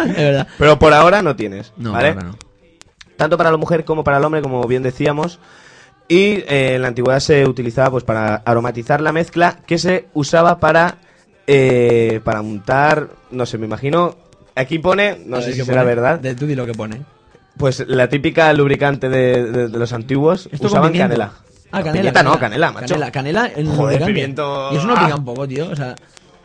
[SPEAKER 2] Es verdad.
[SPEAKER 4] Pero por ahora no tienes.
[SPEAKER 2] No,
[SPEAKER 4] ¿vale?
[SPEAKER 2] claro que no.
[SPEAKER 4] Tanto para la mujer como para el hombre, como bien decíamos. Y eh, en la antigüedad se utilizaba pues para aromatizar la mezcla que se usaba para, eh, para untar, no sé, me imagino. Aquí pone, no
[SPEAKER 2] A
[SPEAKER 4] sé
[SPEAKER 2] ver
[SPEAKER 4] si
[SPEAKER 2] qué
[SPEAKER 4] será
[SPEAKER 2] pone.
[SPEAKER 4] verdad,
[SPEAKER 2] De, tú di lo que pone.
[SPEAKER 4] pues la típica lubricante de, de- de los antiguos
[SPEAKER 2] Esto
[SPEAKER 4] usaban
[SPEAKER 2] con pimiento.
[SPEAKER 4] canela.
[SPEAKER 2] Ah,
[SPEAKER 4] No,
[SPEAKER 2] canela.
[SPEAKER 4] pimienta no, canela, macho.
[SPEAKER 2] Canela, canela en
[SPEAKER 4] Joder,
[SPEAKER 2] lubricante.
[SPEAKER 4] pimiento.
[SPEAKER 2] Y eso no
[SPEAKER 4] Ah.
[SPEAKER 2] pica un poco, tío. O sea,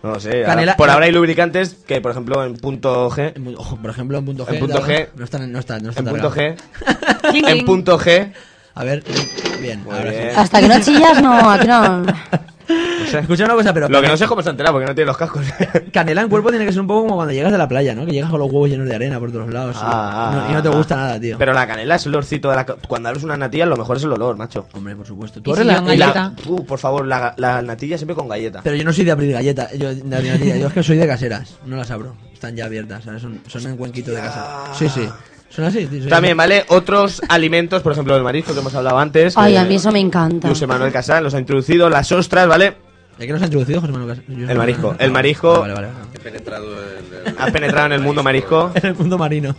[SPEAKER 4] No lo sé. ahora-
[SPEAKER 2] Canela-
[SPEAKER 4] por ahora hay lubricantes que, por ejemplo, en punto G.
[SPEAKER 2] en punto- ojo, por ejemplo, en punto G.
[SPEAKER 4] En punto
[SPEAKER 2] tal,
[SPEAKER 4] G.
[SPEAKER 2] No está, no está, no está
[SPEAKER 4] En punto
[SPEAKER 2] cargado.
[SPEAKER 4] G. En punto G.
[SPEAKER 2] A ver, bien,
[SPEAKER 4] Muy
[SPEAKER 2] ahora sí.
[SPEAKER 4] bien.
[SPEAKER 6] Hasta que no chillas, no, aquí no.
[SPEAKER 4] No sé.
[SPEAKER 2] Escucha una cosa, pero.
[SPEAKER 4] Lo que no sé es cómo se ha enterado porque no tiene los cascos.
[SPEAKER 2] Canela en cuerpo tiene que ser un poco como cuando llegas de la playa, ¿no? Que llegas con los huevos llenos de arena por todos lados.
[SPEAKER 4] Ah,
[SPEAKER 2] y, Pues no, y no te gusta nada, tío.
[SPEAKER 4] Pero la canela es el olorcito de la. ca- Cuando abres una natilla, lo mejor es el olor, macho.
[SPEAKER 2] Hombre, por supuesto.
[SPEAKER 5] Y
[SPEAKER 2] Tú eres
[SPEAKER 5] si
[SPEAKER 2] la-
[SPEAKER 5] yo en
[SPEAKER 4] Y la-
[SPEAKER 5] galleta.
[SPEAKER 4] Uh, por favor, la, la natilla siempre con galleta.
[SPEAKER 2] Pero yo no soy de abrir galletas. Yo, de abrir galletas. yo es que soy de caseras. No las abro. Están ya abiertas. ¿sabes? Son, son en cuenquito de casa. Sí, sí. Son así. tío, soy-
[SPEAKER 4] También, ¿vale? Otros alimentos, por ejemplo, el marisco que hemos hablado antes.
[SPEAKER 6] Ay,
[SPEAKER 4] que
[SPEAKER 6] a mí eso me encanta.
[SPEAKER 4] José Manuel Casán los ha introducido, las ostras, ¿vale?
[SPEAKER 2] ¿De qué nos ha introducido José Manuel Cas- yo-
[SPEAKER 4] El marisco, el marisco.
[SPEAKER 2] Ah, Vale, vale.
[SPEAKER 8] He penetrado en el-
[SPEAKER 4] Ha penetrado en el mundo marisco,
[SPEAKER 2] En el mundo marino.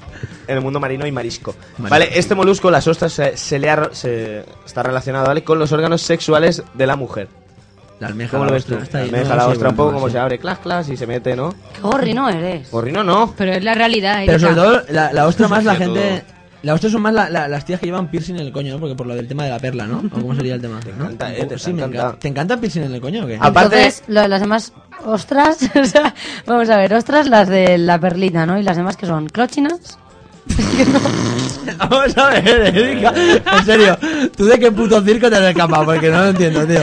[SPEAKER 4] en el mundo marino y marisco.
[SPEAKER 2] Marisco.
[SPEAKER 4] Vale, este molusco, las ostras, se, se le ha- se- está relacionado, ¿vale? Con los órganos sexuales de la mujer.
[SPEAKER 2] La almeja.
[SPEAKER 4] ¿Cómo
[SPEAKER 2] la
[SPEAKER 4] lo ves tú?
[SPEAKER 2] ostra, está
[SPEAKER 4] Me
[SPEAKER 2] ahí.
[SPEAKER 4] deja
[SPEAKER 2] No,
[SPEAKER 4] la
[SPEAKER 2] sí,
[SPEAKER 4] ostra un
[SPEAKER 2] bueno,
[SPEAKER 4] poco como
[SPEAKER 2] sí.
[SPEAKER 4] se abre, clas, clas y se mete, ¿no?
[SPEAKER 6] Qué gorrino eres.
[SPEAKER 4] Gorrino no.
[SPEAKER 5] Pero es la realidad,
[SPEAKER 2] Pero sobre
[SPEAKER 5] Erika.
[SPEAKER 2] todo, la, la ostra más la
[SPEAKER 8] Surgía
[SPEAKER 2] gente.
[SPEAKER 8] todo.
[SPEAKER 2] La ostra son más la- la- las tías que llevan piercing en el coño, ¿no? Porque por lo del tema de la perla, ¿no? ¿O cómo sería el tema? Te
[SPEAKER 4] encanta, eh, te
[SPEAKER 2] sí, me
[SPEAKER 4] encanta.
[SPEAKER 2] encanta. ¿Te encanta piercing en el coño o qué?
[SPEAKER 4] Ah, Aparte-
[SPEAKER 6] Entonces, lo de las demás ostras, o sea, vamos a ver, ostras las de la perlita, ¿no? Y las demás que son clochinas.
[SPEAKER 2] Vamos a ver, Erika. En serio, ¿tú de qué puto circo te has escapado? Porque no lo entiendo, tío.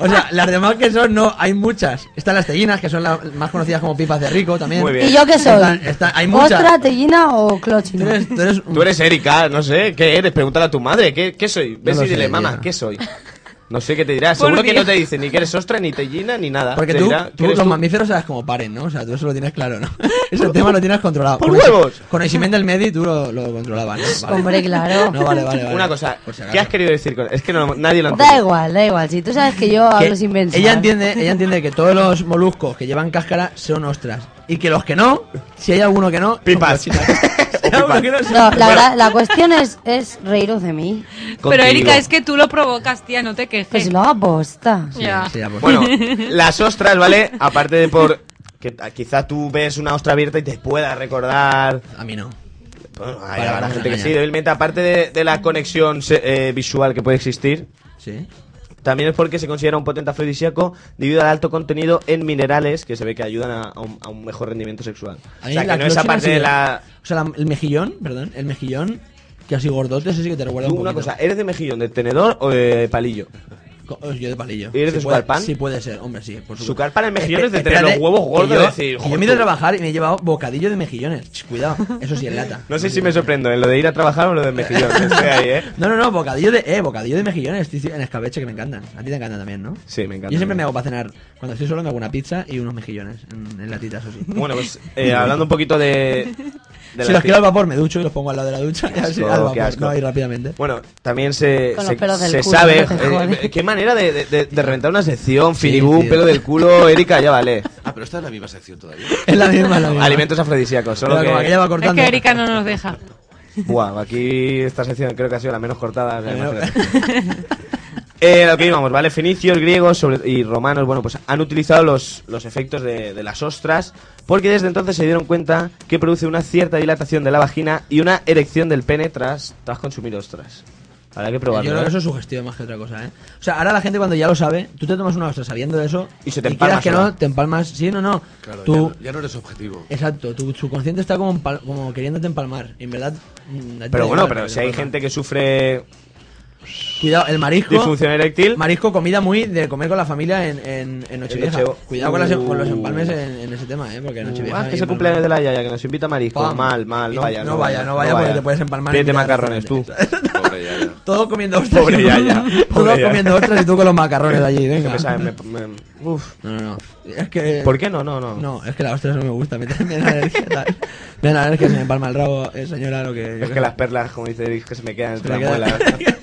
[SPEAKER 2] O sea, las demás que son, no, hay muchas. Están las tellinas, que son las más conocidas como pipas de rico también.
[SPEAKER 4] Muy bien.
[SPEAKER 6] ¿Y yo qué soy?
[SPEAKER 2] Están- están- hay muchas.
[SPEAKER 6] ¿Ostra, tellina o
[SPEAKER 2] Tú
[SPEAKER 6] clochina?
[SPEAKER 2] eres, tú eres un-
[SPEAKER 4] Tú eres Erika, no sé, ¿qué eres? Pregúntale a tu madre, ¿qué, qué soy? Ves
[SPEAKER 2] lo
[SPEAKER 4] y
[SPEAKER 2] sé,
[SPEAKER 4] dile, mamá,
[SPEAKER 2] tío.
[SPEAKER 4] ¿qué soy? No sé qué te dirá,
[SPEAKER 5] Por
[SPEAKER 4] seguro que
[SPEAKER 5] Dios.
[SPEAKER 4] no te dice ni que eres ostra, ni tellina, ni nada.
[SPEAKER 2] Porque
[SPEAKER 4] Te
[SPEAKER 2] tú,
[SPEAKER 4] dirá,
[SPEAKER 2] tú
[SPEAKER 4] ¿qué eres
[SPEAKER 2] los mamíferos sabes como paren, ¿no? O sea, tú eso lo tienes claro, ¿no? Ese tema lo tienes controlado.
[SPEAKER 4] ¡Por
[SPEAKER 2] Con el-
[SPEAKER 4] huevos!
[SPEAKER 2] Con el Ximen del Medi tú lo, lo controlabas, ¿no? Vale.
[SPEAKER 6] Hombre, claro.
[SPEAKER 2] No, vale, vale, vale.
[SPEAKER 4] Una cosa,
[SPEAKER 2] Por si
[SPEAKER 4] ¿qué has
[SPEAKER 2] acaso.
[SPEAKER 4] querido decir con Es que no- nadie lo
[SPEAKER 6] Da
[SPEAKER 4] entiende.
[SPEAKER 6] igual, da igual. Si tú sabes que yo
[SPEAKER 2] Que
[SPEAKER 6] hablo sin pensar.
[SPEAKER 2] ella entiende ella entiende que todos los moluscos que llevan cáscara son ostras y que los que no si hay alguno que no son
[SPEAKER 4] Pipas.
[SPEAKER 2] cochinas. Si hay alguno que no, son-
[SPEAKER 6] No, la verdad, la cuestión es, es reíros de mí.
[SPEAKER 5] Pero
[SPEAKER 4] Contigo.
[SPEAKER 5] Erika, es que tú lo provocas, tía, no te quejes.
[SPEAKER 6] Pues si lo hago posta.
[SPEAKER 2] Sí,
[SPEAKER 5] Ya.
[SPEAKER 2] sí, ya, pues.
[SPEAKER 4] Bueno, las ostras, ¿vale? Aparte de por... Que ah, quizá tú ves una ostra abierta y te pueda recordar...
[SPEAKER 2] a mí no
[SPEAKER 4] Bueno, hay
[SPEAKER 2] Vale,
[SPEAKER 4] habrá
[SPEAKER 2] vamos a
[SPEAKER 4] gente que sí,
[SPEAKER 2] engañar.
[SPEAKER 4] débilmente. Aparte de, de la conexión se- eh, visual que puede existir,
[SPEAKER 2] sí
[SPEAKER 4] También es porque se considera un potente afrodisíaco debido al alto contenido en minerales que se ve que ayudan a, a un, a un mejor rendimiento sexual.
[SPEAKER 2] A
[SPEAKER 4] O
[SPEAKER 2] mí
[SPEAKER 4] sea,
[SPEAKER 2] la
[SPEAKER 4] que no es
[SPEAKER 2] clochina
[SPEAKER 4] aparte
[SPEAKER 2] sí
[SPEAKER 4] de
[SPEAKER 2] me-
[SPEAKER 4] la...
[SPEAKER 2] o sea la- el mejillón perdón el mejillón que así gordote ese sí que te recuerda
[SPEAKER 4] Tú,
[SPEAKER 2] un
[SPEAKER 4] una
[SPEAKER 2] poquito.
[SPEAKER 4] cosa, ¿eres de mejillón, de tenedor o de palillo?
[SPEAKER 2] Co- oh, yo de palillo
[SPEAKER 4] ¿Y eres
[SPEAKER 2] Sí
[SPEAKER 4] de
[SPEAKER 2] puede-
[SPEAKER 4] Sucarpan?
[SPEAKER 2] sí puede ser hombre sí por supuesto
[SPEAKER 4] Sucarpan en mejillones de
[SPEAKER 2] Espe-
[SPEAKER 4] tener
[SPEAKER 2] espérate,
[SPEAKER 4] los huevos
[SPEAKER 2] que
[SPEAKER 4] gordos
[SPEAKER 2] yo,
[SPEAKER 4] y decir,
[SPEAKER 2] que yo
[SPEAKER 4] "Joder,
[SPEAKER 2] me he ido a
[SPEAKER 4] tú".
[SPEAKER 2] trabajar y me he llevado bocadillo de mejillones Ch, cuidado eso sí en lata
[SPEAKER 4] No sé si me sorprendo en lo de ir a trabajar o lo de mejillón. Estoy ahí, ¿eh?
[SPEAKER 2] No, no, no, bocadillo de, eh, bocadillo de mejillones tío, en escabeche que me encantan. A ti te encantan también, ¿no?
[SPEAKER 4] Sí, me encanta.
[SPEAKER 2] Yo siempre me hago para cenar. Cuando estoy solo me hago una pizza y unos mejillones en, en latitas, eso sí.
[SPEAKER 4] Bueno, pues eh, hablando un poquito de... de
[SPEAKER 2] si
[SPEAKER 4] la-
[SPEAKER 2] los quiero al vapor, me ducho y los pongo al lado de la ducha. y
[SPEAKER 4] Qué
[SPEAKER 2] así,
[SPEAKER 4] asco,
[SPEAKER 2] al
[SPEAKER 4] qué
[SPEAKER 2] vapor,
[SPEAKER 4] asco.
[SPEAKER 2] no, ahí rápidamente.
[SPEAKER 4] Bueno, también se,
[SPEAKER 6] Con los
[SPEAKER 4] se,
[SPEAKER 6] pelos del
[SPEAKER 4] se
[SPEAKER 6] culo,
[SPEAKER 4] sabe...
[SPEAKER 6] no te
[SPEAKER 4] eh,
[SPEAKER 6] jode.
[SPEAKER 4] ¿Qué manera de, de- de- de reventar una sección?
[SPEAKER 2] Sí,
[SPEAKER 4] Firibú,
[SPEAKER 2] tío.
[SPEAKER 4] pelo del culo, Erika, ya vale.
[SPEAKER 8] Ah, pero esta es la misma sección todavía.
[SPEAKER 2] Es la misma, la misma.
[SPEAKER 4] Alimentos afrodisíacos,
[SPEAKER 2] Pero
[SPEAKER 4] solo
[SPEAKER 2] como
[SPEAKER 4] que...
[SPEAKER 2] aquella va
[SPEAKER 5] es
[SPEAKER 2] cortando.
[SPEAKER 5] que Erika no nos deja.
[SPEAKER 4] Buah, aquí esta sección creo que ha sido la menos cortada. o sea, imagínate. Eh, lo que íbamos, ¿vale? Fenicios, griegos sobre- y romanos, bueno, pues han utilizado los, los efectos de, de las ostras porque desde entonces se dieron cuenta que produce una cierta dilatación de la vagina y una erección del pene tras, tras consumir ostras. Habrá que
[SPEAKER 2] Yo
[SPEAKER 4] probarlo.
[SPEAKER 2] creo que
[SPEAKER 4] ¿eh?
[SPEAKER 2] eso es sugestivo más que otra cosa, ¿eh? O sea, ahora la gente cuando ya lo sabe, tú te tomas una ostra sabiendo de eso
[SPEAKER 4] Y se te
[SPEAKER 2] quieras
[SPEAKER 4] empalmas
[SPEAKER 2] que
[SPEAKER 4] sola.
[SPEAKER 2] no, te empalmas. Sí, no, no.
[SPEAKER 8] Claro,
[SPEAKER 2] tú,
[SPEAKER 8] ya, no, ya no eres objetivo.
[SPEAKER 2] Exacto, tu subconsciente está como, empal- como queriéndote empalmar. Y en verdad. mm, a ti te da
[SPEAKER 4] Pero bueno,
[SPEAKER 2] igual,
[SPEAKER 4] pero
[SPEAKER 2] te
[SPEAKER 4] si hay
[SPEAKER 2] empalma.
[SPEAKER 4] gente que sufre
[SPEAKER 2] Cuidado, el marisco.
[SPEAKER 4] disfunción eréctil,
[SPEAKER 2] Marisco, comida muy de comer con la familia en, en, en Nochevieja.
[SPEAKER 4] Nochevo-
[SPEAKER 2] Cuidado con, las-
[SPEAKER 4] Uh.
[SPEAKER 2] con los empalmes en, en ese tema, ¿eh? Porque en Nochevieja.
[SPEAKER 4] Ah,
[SPEAKER 2] hay
[SPEAKER 4] que es el
[SPEAKER 2] empalmes.
[SPEAKER 4] cumpleaños de la Yaya, que nos invita marisco.
[SPEAKER 2] Pam.
[SPEAKER 4] Mal, mal, no
[SPEAKER 2] Y-
[SPEAKER 4] vaya.
[SPEAKER 2] no vaya, no vaya, porque te puedes empalmar en
[SPEAKER 4] Pídete
[SPEAKER 2] mitad del
[SPEAKER 4] macarrones tú.
[SPEAKER 8] Pobre ya, ya.
[SPEAKER 2] Todos comiendo ostras.
[SPEAKER 4] Pobre
[SPEAKER 2] y-
[SPEAKER 4] Yaya,
[SPEAKER 2] Todos
[SPEAKER 4] pobre Yaya.
[SPEAKER 2] comiendo ostras y tú con los macarrones allí,
[SPEAKER 4] Que
[SPEAKER 2] venga.
[SPEAKER 4] me sabe, me- me- uf.
[SPEAKER 2] No, no, no. Es que.
[SPEAKER 4] ¿Por qué no? No, no.
[SPEAKER 2] No, es que las ostras no me gusta. Me da me da alergia tal. Me da alergia, se me empalma el rabo, eh, señora, lo que.
[SPEAKER 4] Es que las perlas, como dice Eric, que se me quedan entre
[SPEAKER 2] me
[SPEAKER 4] las
[SPEAKER 2] quedan.
[SPEAKER 4] muelas.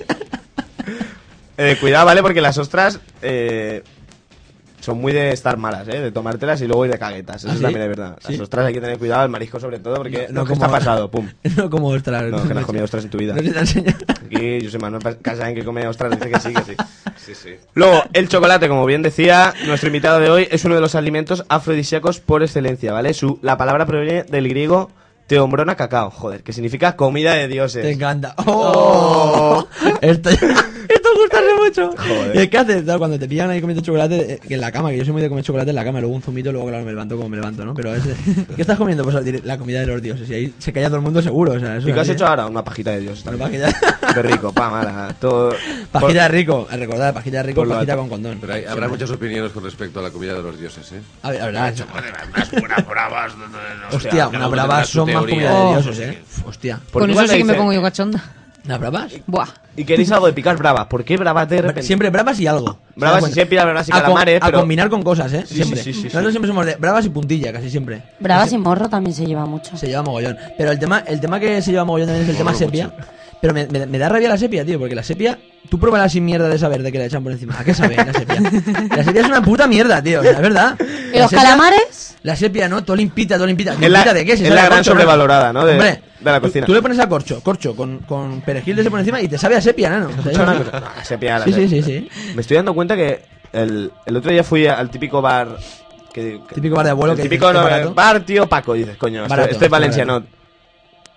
[SPEAKER 4] Eh, cuidado, ¿vale? Porque las ostras eh, son muy de estar malas, ¿eh? De tomártelas y luego ir de caguetas. Eso
[SPEAKER 2] ¿Ah, sí?
[SPEAKER 4] también es verdad. Las
[SPEAKER 2] ¿Sí?
[SPEAKER 4] ostras hay que tener cuidado, el marisco sobre todo, porque no,
[SPEAKER 2] No, no
[SPEAKER 4] que está
[SPEAKER 2] como-
[SPEAKER 4] pasado, pum.
[SPEAKER 2] No como ostras.
[SPEAKER 4] No, que no has comido ostras en tu vida.
[SPEAKER 2] No sé si te han enseñado.
[SPEAKER 4] Aquí José Manuel Pa- Casain, que come ostras, dice que sí, que sí.
[SPEAKER 8] Sí, sí.
[SPEAKER 4] Luego, el chocolate, como bien decía nuestro invitado de hoy, es uno de los alimentos afrodisíacos por excelencia, ¿vale? Su, la palabra proviene del griego teombrona cacao, joder, que significa comida de
[SPEAKER 2] Te
[SPEAKER 4] dioses.
[SPEAKER 2] encanta. ¡Oh! Esto, esto gustarse mucho.
[SPEAKER 4] Joder.
[SPEAKER 2] Y es que haces, claro, cuando te pillan ahí comiendo chocolate eh, que en la cama, que yo soy muy de comer chocolate en la cama, luego un zumito, luego claro, me levanto como me levanto, ¿no? Pero es de- ¿qué estás comiendo? Pues la comida de los dioses. Y ahí se calla todo el mundo seguro. O sea, eso
[SPEAKER 4] ¿Y
[SPEAKER 2] es
[SPEAKER 4] qué has
[SPEAKER 2] así,
[SPEAKER 4] hecho
[SPEAKER 2] ¿eh?
[SPEAKER 4] ahora? Una pajita de dioses.
[SPEAKER 2] Pero
[SPEAKER 4] también.
[SPEAKER 2] pajita,
[SPEAKER 4] Qué rico, pa, mala. Todo,
[SPEAKER 2] pajita rico. Eh, Recordad, pajita rico,
[SPEAKER 4] por lo
[SPEAKER 2] pajita
[SPEAKER 4] alto.
[SPEAKER 2] con condón.
[SPEAKER 8] Pero hay- habrá muchas opiniones con respecto a la comida de los dioses, ¿eh?
[SPEAKER 2] A ver, la verdad,
[SPEAKER 8] Unas buenas bravas. no, no, no, o sea,
[SPEAKER 2] Hostia,
[SPEAKER 8] cada
[SPEAKER 2] unas
[SPEAKER 8] uno
[SPEAKER 2] bravas
[SPEAKER 8] tendrá su
[SPEAKER 2] son más
[SPEAKER 8] teoría.
[SPEAKER 2] comida de
[SPEAKER 8] Oh.
[SPEAKER 2] dioses, eh. Hostia.
[SPEAKER 4] Por
[SPEAKER 5] Con
[SPEAKER 4] tu
[SPEAKER 5] eso
[SPEAKER 4] banda
[SPEAKER 5] sí que me
[SPEAKER 4] dice-
[SPEAKER 5] pongo yo cachonda.
[SPEAKER 2] ¿Las bravas?
[SPEAKER 5] Buah.
[SPEAKER 4] ¿Y queréis algo de picar bravas? ¿Por qué bravas de repente?
[SPEAKER 2] Siempre bravas y algo.
[SPEAKER 4] Bravas
[SPEAKER 2] ¿Se dan
[SPEAKER 4] y siempre,
[SPEAKER 2] cuenta?
[SPEAKER 4] bravas y
[SPEAKER 2] A con-
[SPEAKER 4] calamares,
[SPEAKER 2] A
[SPEAKER 4] pero-
[SPEAKER 2] combinar con cosas, ¿eh?
[SPEAKER 4] Sí, sí,
[SPEAKER 2] Siempre.
[SPEAKER 4] sí, sí, sí.
[SPEAKER 2] Nosotros siempre somos de bravas y puntilla, casi siempre.
[SPEAKER 6] Bravas y morro también se lleva mucho.
[SPEAKER 2] Se lleva mogollón. Pero el tema, el tema que se lleva mogollón también es el tema
[SPEAKER 8] Mola
[SPEAKER 2] sepia. Pero me, me- me da rabia la sepia, tío, porque la sepia, tú pruébala sin mierda de saber de qué la echan por encima. ¿A qué sabe la sepia? La sepia es una puta mierda, tío, la verdad.
[SPEAKER 6] ¿Y
[SPEAKER 2] La
[SPEAKER 6] los
[SPEAKER 2] sepia-
[SPEAKER 6] calamares?
[SPEAKER 2] La sepia, ¿no? Todo limpita, todo limpita.
[SPEAKER 4] Es la-
[SPEAKER 2] ¿Limpita de qué? Si
[SPEAKER 4] es
[SPEAKER 2] sabe a
[SPEAKER 4] la gran
[SPEAKER 2] corcho, ¿no?
[SPEAKER 4] sobrevalorada, ¿no? De-
[SPEAKER 2] Hombre,
[SPEAKER 4] de la
[SPEAKER 2] tú-
[SPEAKER 4] cocina.
[SPEAKER 2] Tú, le pones a corcho, corcho, con, con perejil de ese por encima y te sabe a sepia, nano. O sea,
[SPEAKER 4] Escucha una cosa. Ah, sepia, la
[SPEAKER 2] Sí, sí,
[SPEAKER 4] sepia.
[SPEAKER 2] sí, sí.
[SPEAKER 4] Me estoy dando cuenta que el, el otro día fui al típico bar. Que, que-
[SPEAKER 2] Típico bar de abuelo
[SPEAKER 4] el
[SPEAKER 2] que
[SPEAKER 4] típico
[SPEAKER 2] que es
[SPEAKER 4] no,
[SPEAKER 2] barato.
[SPEAKER 4] bar, tío Paco. Dices, coño, esto-
[SPEAKER 2] Barato,
[SPEAKER 4] esto es
[SPEAKER 2] barato.
[SPEAKER 4] valenciano.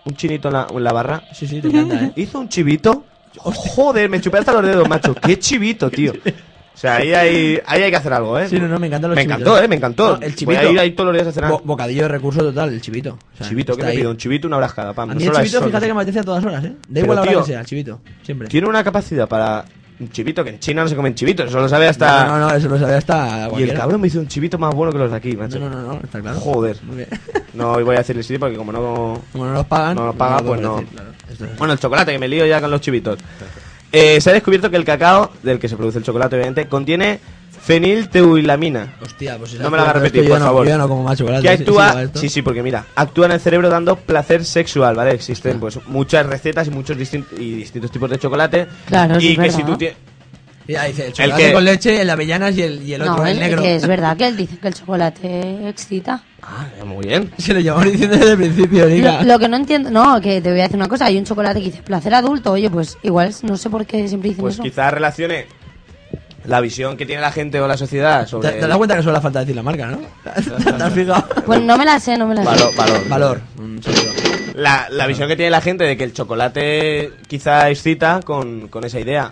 [SPEAKER 4] Un chinito en la, en la barra.
[SPEAKER 2] Sí, sí, te encanta, ¿eh?
[SPEAKER 4] Hizo un chivito. Joder, me chupé hasta los dedos, macho. Qué chivito, tío. O sea, ahí hay, ahí hay que hacer algo, ¿eh?
[SPEAKER 2] Sí, no, no, me encantan los
[SPEAKER 4] Me
[SPEAKER 2] chivitos.
[SPEAKER 4] encantó, ¿eh? Me encantó.
[SPEAKER 2] No, el chivito.
[SPEAKER 4] Voy a ir ahí todos los días a cenar.
[SPEAKER 2] Bo- bocadillo de recurso total, el chivito. O sea,
[SPEAKER 4] chivito, ¿qué
[SPEAKER 2] está
[SPEAKER 4] me
[SPEAKER 2] ahí.
[SPEAKER 4] pido? Un chivito, una brascada, pam.
[SPEAKER 2] A
[SPEAKER 4] No
[SPEAKER 2] mí el
[SPEAKER 4] solo es
[SPEAKER 2] chivito,
[SPEAKER 4] sol,
[SPEAKER 2] fíjate que
[SPEAKER 4] no sé.
[SPEAKER 2] me apetece a todas horas, ¿eh? Da
[SPEAKER 4] Pero,
[SPEAKER 2] igual la hora
[SPEAKER 4] tío,
[SPEAKER 2] que sea, el chivito. Siempre.
[SPEAKER 4] Tiene una capacidad para un chivito que en China no se comen chivitos, eso lo sabe hasta.
[SPEAKER 2] No, no, no, eso lo sabía hasta
[SPEAKER 4] y el
[SPEAKER 2] cualquiera.
[SPEAKER 4] cabrón me hizo un chivito más bueno que los de aquí, macho.
[SPEAKER 2] No, no, no, no, está claro.
[SPEAKER 4] Joder.
[SPEAKER 2] Muy bien.
[SPEAKER 4] No, hoy voy a decirle sí porque como no.
[SPEAKER 2] Como no nos pagan.
[SPEAKER 4] No nos pagan,
[SPEAKER 2] lo
[SPEAKER 4] pues
[SPEAKER 2] puedo
[SPEAKER 4] no.
[SPEAKER 2] decir, claro. Esto es así.
[SPEAKER 4] Bueno, el chocolate, que me lío ya con los chivitos. Eh, se ha descubierto que el cacao, del que se produce el chocolate, obviamente, contiene fenilteuilamina.
[SPEAKER 2] Hostia, pues si
[SPEAKER 4] No
[SPEAKER 2] sabes
[SPEAKER 4] me
[SPEAKER 2] todo
[SPEAKER 4] la hagas
[SPEAKER 2] esto,
[SPEAKER 4] repetir,
[SPEAKER 2] yo
[SPEAKER 4] por
[SPEAKER 2] no-
[SPEAKER 4] favor.
[SPEAKER 2] Yo no como más chocolate.
[SPEAKER 4] que
[SPEAKER 2] ¿sí- sí
[SPEAKER 4] actúa.
[SPEAKER 2] va
[SPEAKER 4] Sí,
[SPEAKER 2] esto?
[SPEAKER 4] sí, porque mira, actúa en el cerebro dando placer sexual, ¿vale? Existen pues muchas recetas y muchos distin- y distintos tipos de chocolate.
[SPEAKER 6] Claro, sí,
[SPEAKER 4] Y
[SPEAKER 6] es
[SPEAKER 4] que si
[SPEAKER 6] verdad.
[SPEAKER 4] tú tienes.
[SPEAKER 2] Ya dice, el chocolate
[SPEAKER 4] que-
[SPEAKER 2] con leche, el avellanas y el, y el otro,
[SPEAKER 6] no,
[SPEAKER 2] el
[SPEAKER 6] es
[SPEAKER 2] negro.
[SPEAKER 6] que es verdad que él dice que el chocolate excita.
[SPEAKER 4] Ah, muy bien.
[SPEAKER 2] Se lo llevamos diciendo desde el principio,
[SPEAKER 6] Lo,
[SPEAKER 2] Liga.
[SPEAKER 6] lo que no entiendo, no, que te voy a decir una cosa, hay un chocolate que dice placer adulto, oye, pues igual no sé por qué siempre dicen
[SPEAKER 4] Pues
[SPEAKER 6] eso.
[SPEAKER 4] quizás relacione la visión que tiene la gente o la sociedad sobre.
[SPEAKER 2] Te, te das cuenta que solo la falta de decir la marca, ¿no? ¿Te has fijado?
[SPEAKER 6] Pues no me la sé, no me la
[SPEAKER 4] Valor,
[SPEAKER 6] sé.
[SPEAKER 4] valor.
[SPEAKER 2] Valor. Mm, seguro.
[SPEAKER 4] La, la visión que tiene la gente de que el chocolate quizá excita con, con esa idea.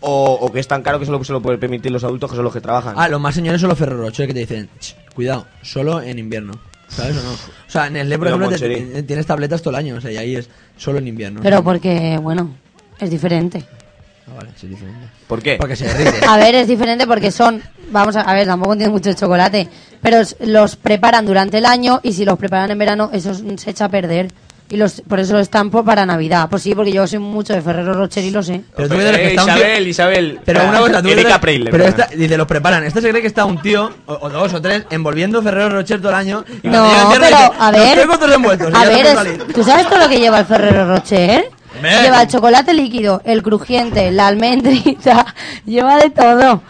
[SPEAKER 4] O, o que es tan caro que solo se lo pueden permitir los adultos que son los que trabajan.
[SPEAKER 2] Ah, los más señores son los Ferrero Rocher que te dicen, "Ch, cuidado, solo en invierno. ¿Sabes o no? O sea, en el por
[SPEAKER 4] Los
[SPEAKER 2] ejemplo, te-
[SPEAKER 4] Moncherín.
[SPEAKER 2] te- tienes tabletas todo el año, o sea, y ahí es solo en invierno.
[SPEAKER 6] Pero porque, bueno, es diferente.
[SPEAKER 2] Ah, vale, sí, diferente.
[SPEAKER 4] ¿Por qué?
[SPEAKER 2] Porque se derrite.
[SPEAKER 6] A ver, es diferente porque son, vamos a, a ver, tampoco tiene mucho chocolate, pero s- los preparan durante el año y si los preparan en verano, eso s- se echa a perder. Y los, por eso lo estampo para Navidad. Pues sí, porque yo soy mucho de Ferrero Rocher y lo sé.
[SPEAKER 2] Pero tú ves los que
[SPEAKER 4] Eh,
[SPEAKER 2] está un tío-
[SPEAKER 4] Isabel, Isabel.
[SPEAKER 2] Pero una cosa, tú
[SPEAKER 4] Ah, Erika
[SPEAKER 2] dices-
[SPEAKER 4] Preil, le
[SPEAKER 2] Pero
[SPEAKER 4] llaman.
[SPEAKER 2] esta, dice, los preparan. Esta se cree que está un tío, o, o dos o tres, envolviendo Ferrero Rocher todo el año. y cuando
[SPEAKER 6] No,
[SPEAKER 2] llega el viernes
[SPEAKER 6] pero
[SPEAKER 2] dice,
[SPEAKER 6] a
[SPEAKER 2] "Los
[SPEAKER 6] ver.
[SPEAKER 2] tengo todos envueltos. y
[SPEAKER 6] A
[SPEAKER 2] ya
[SPEAKER 6] ver,
[SPEAKER 2] tengo que
[SPEAKER 6] es-
[SPEAKER 2] salir".
[SPEAKER 6] ¿tú sabes todo lo que lleva el Ferrero Rocher?
[SPEAKER 2] Hombre.
[SPEAKER 6] Lleva el chocolate líquido, el crujiente, la almendrita, lleva de todo.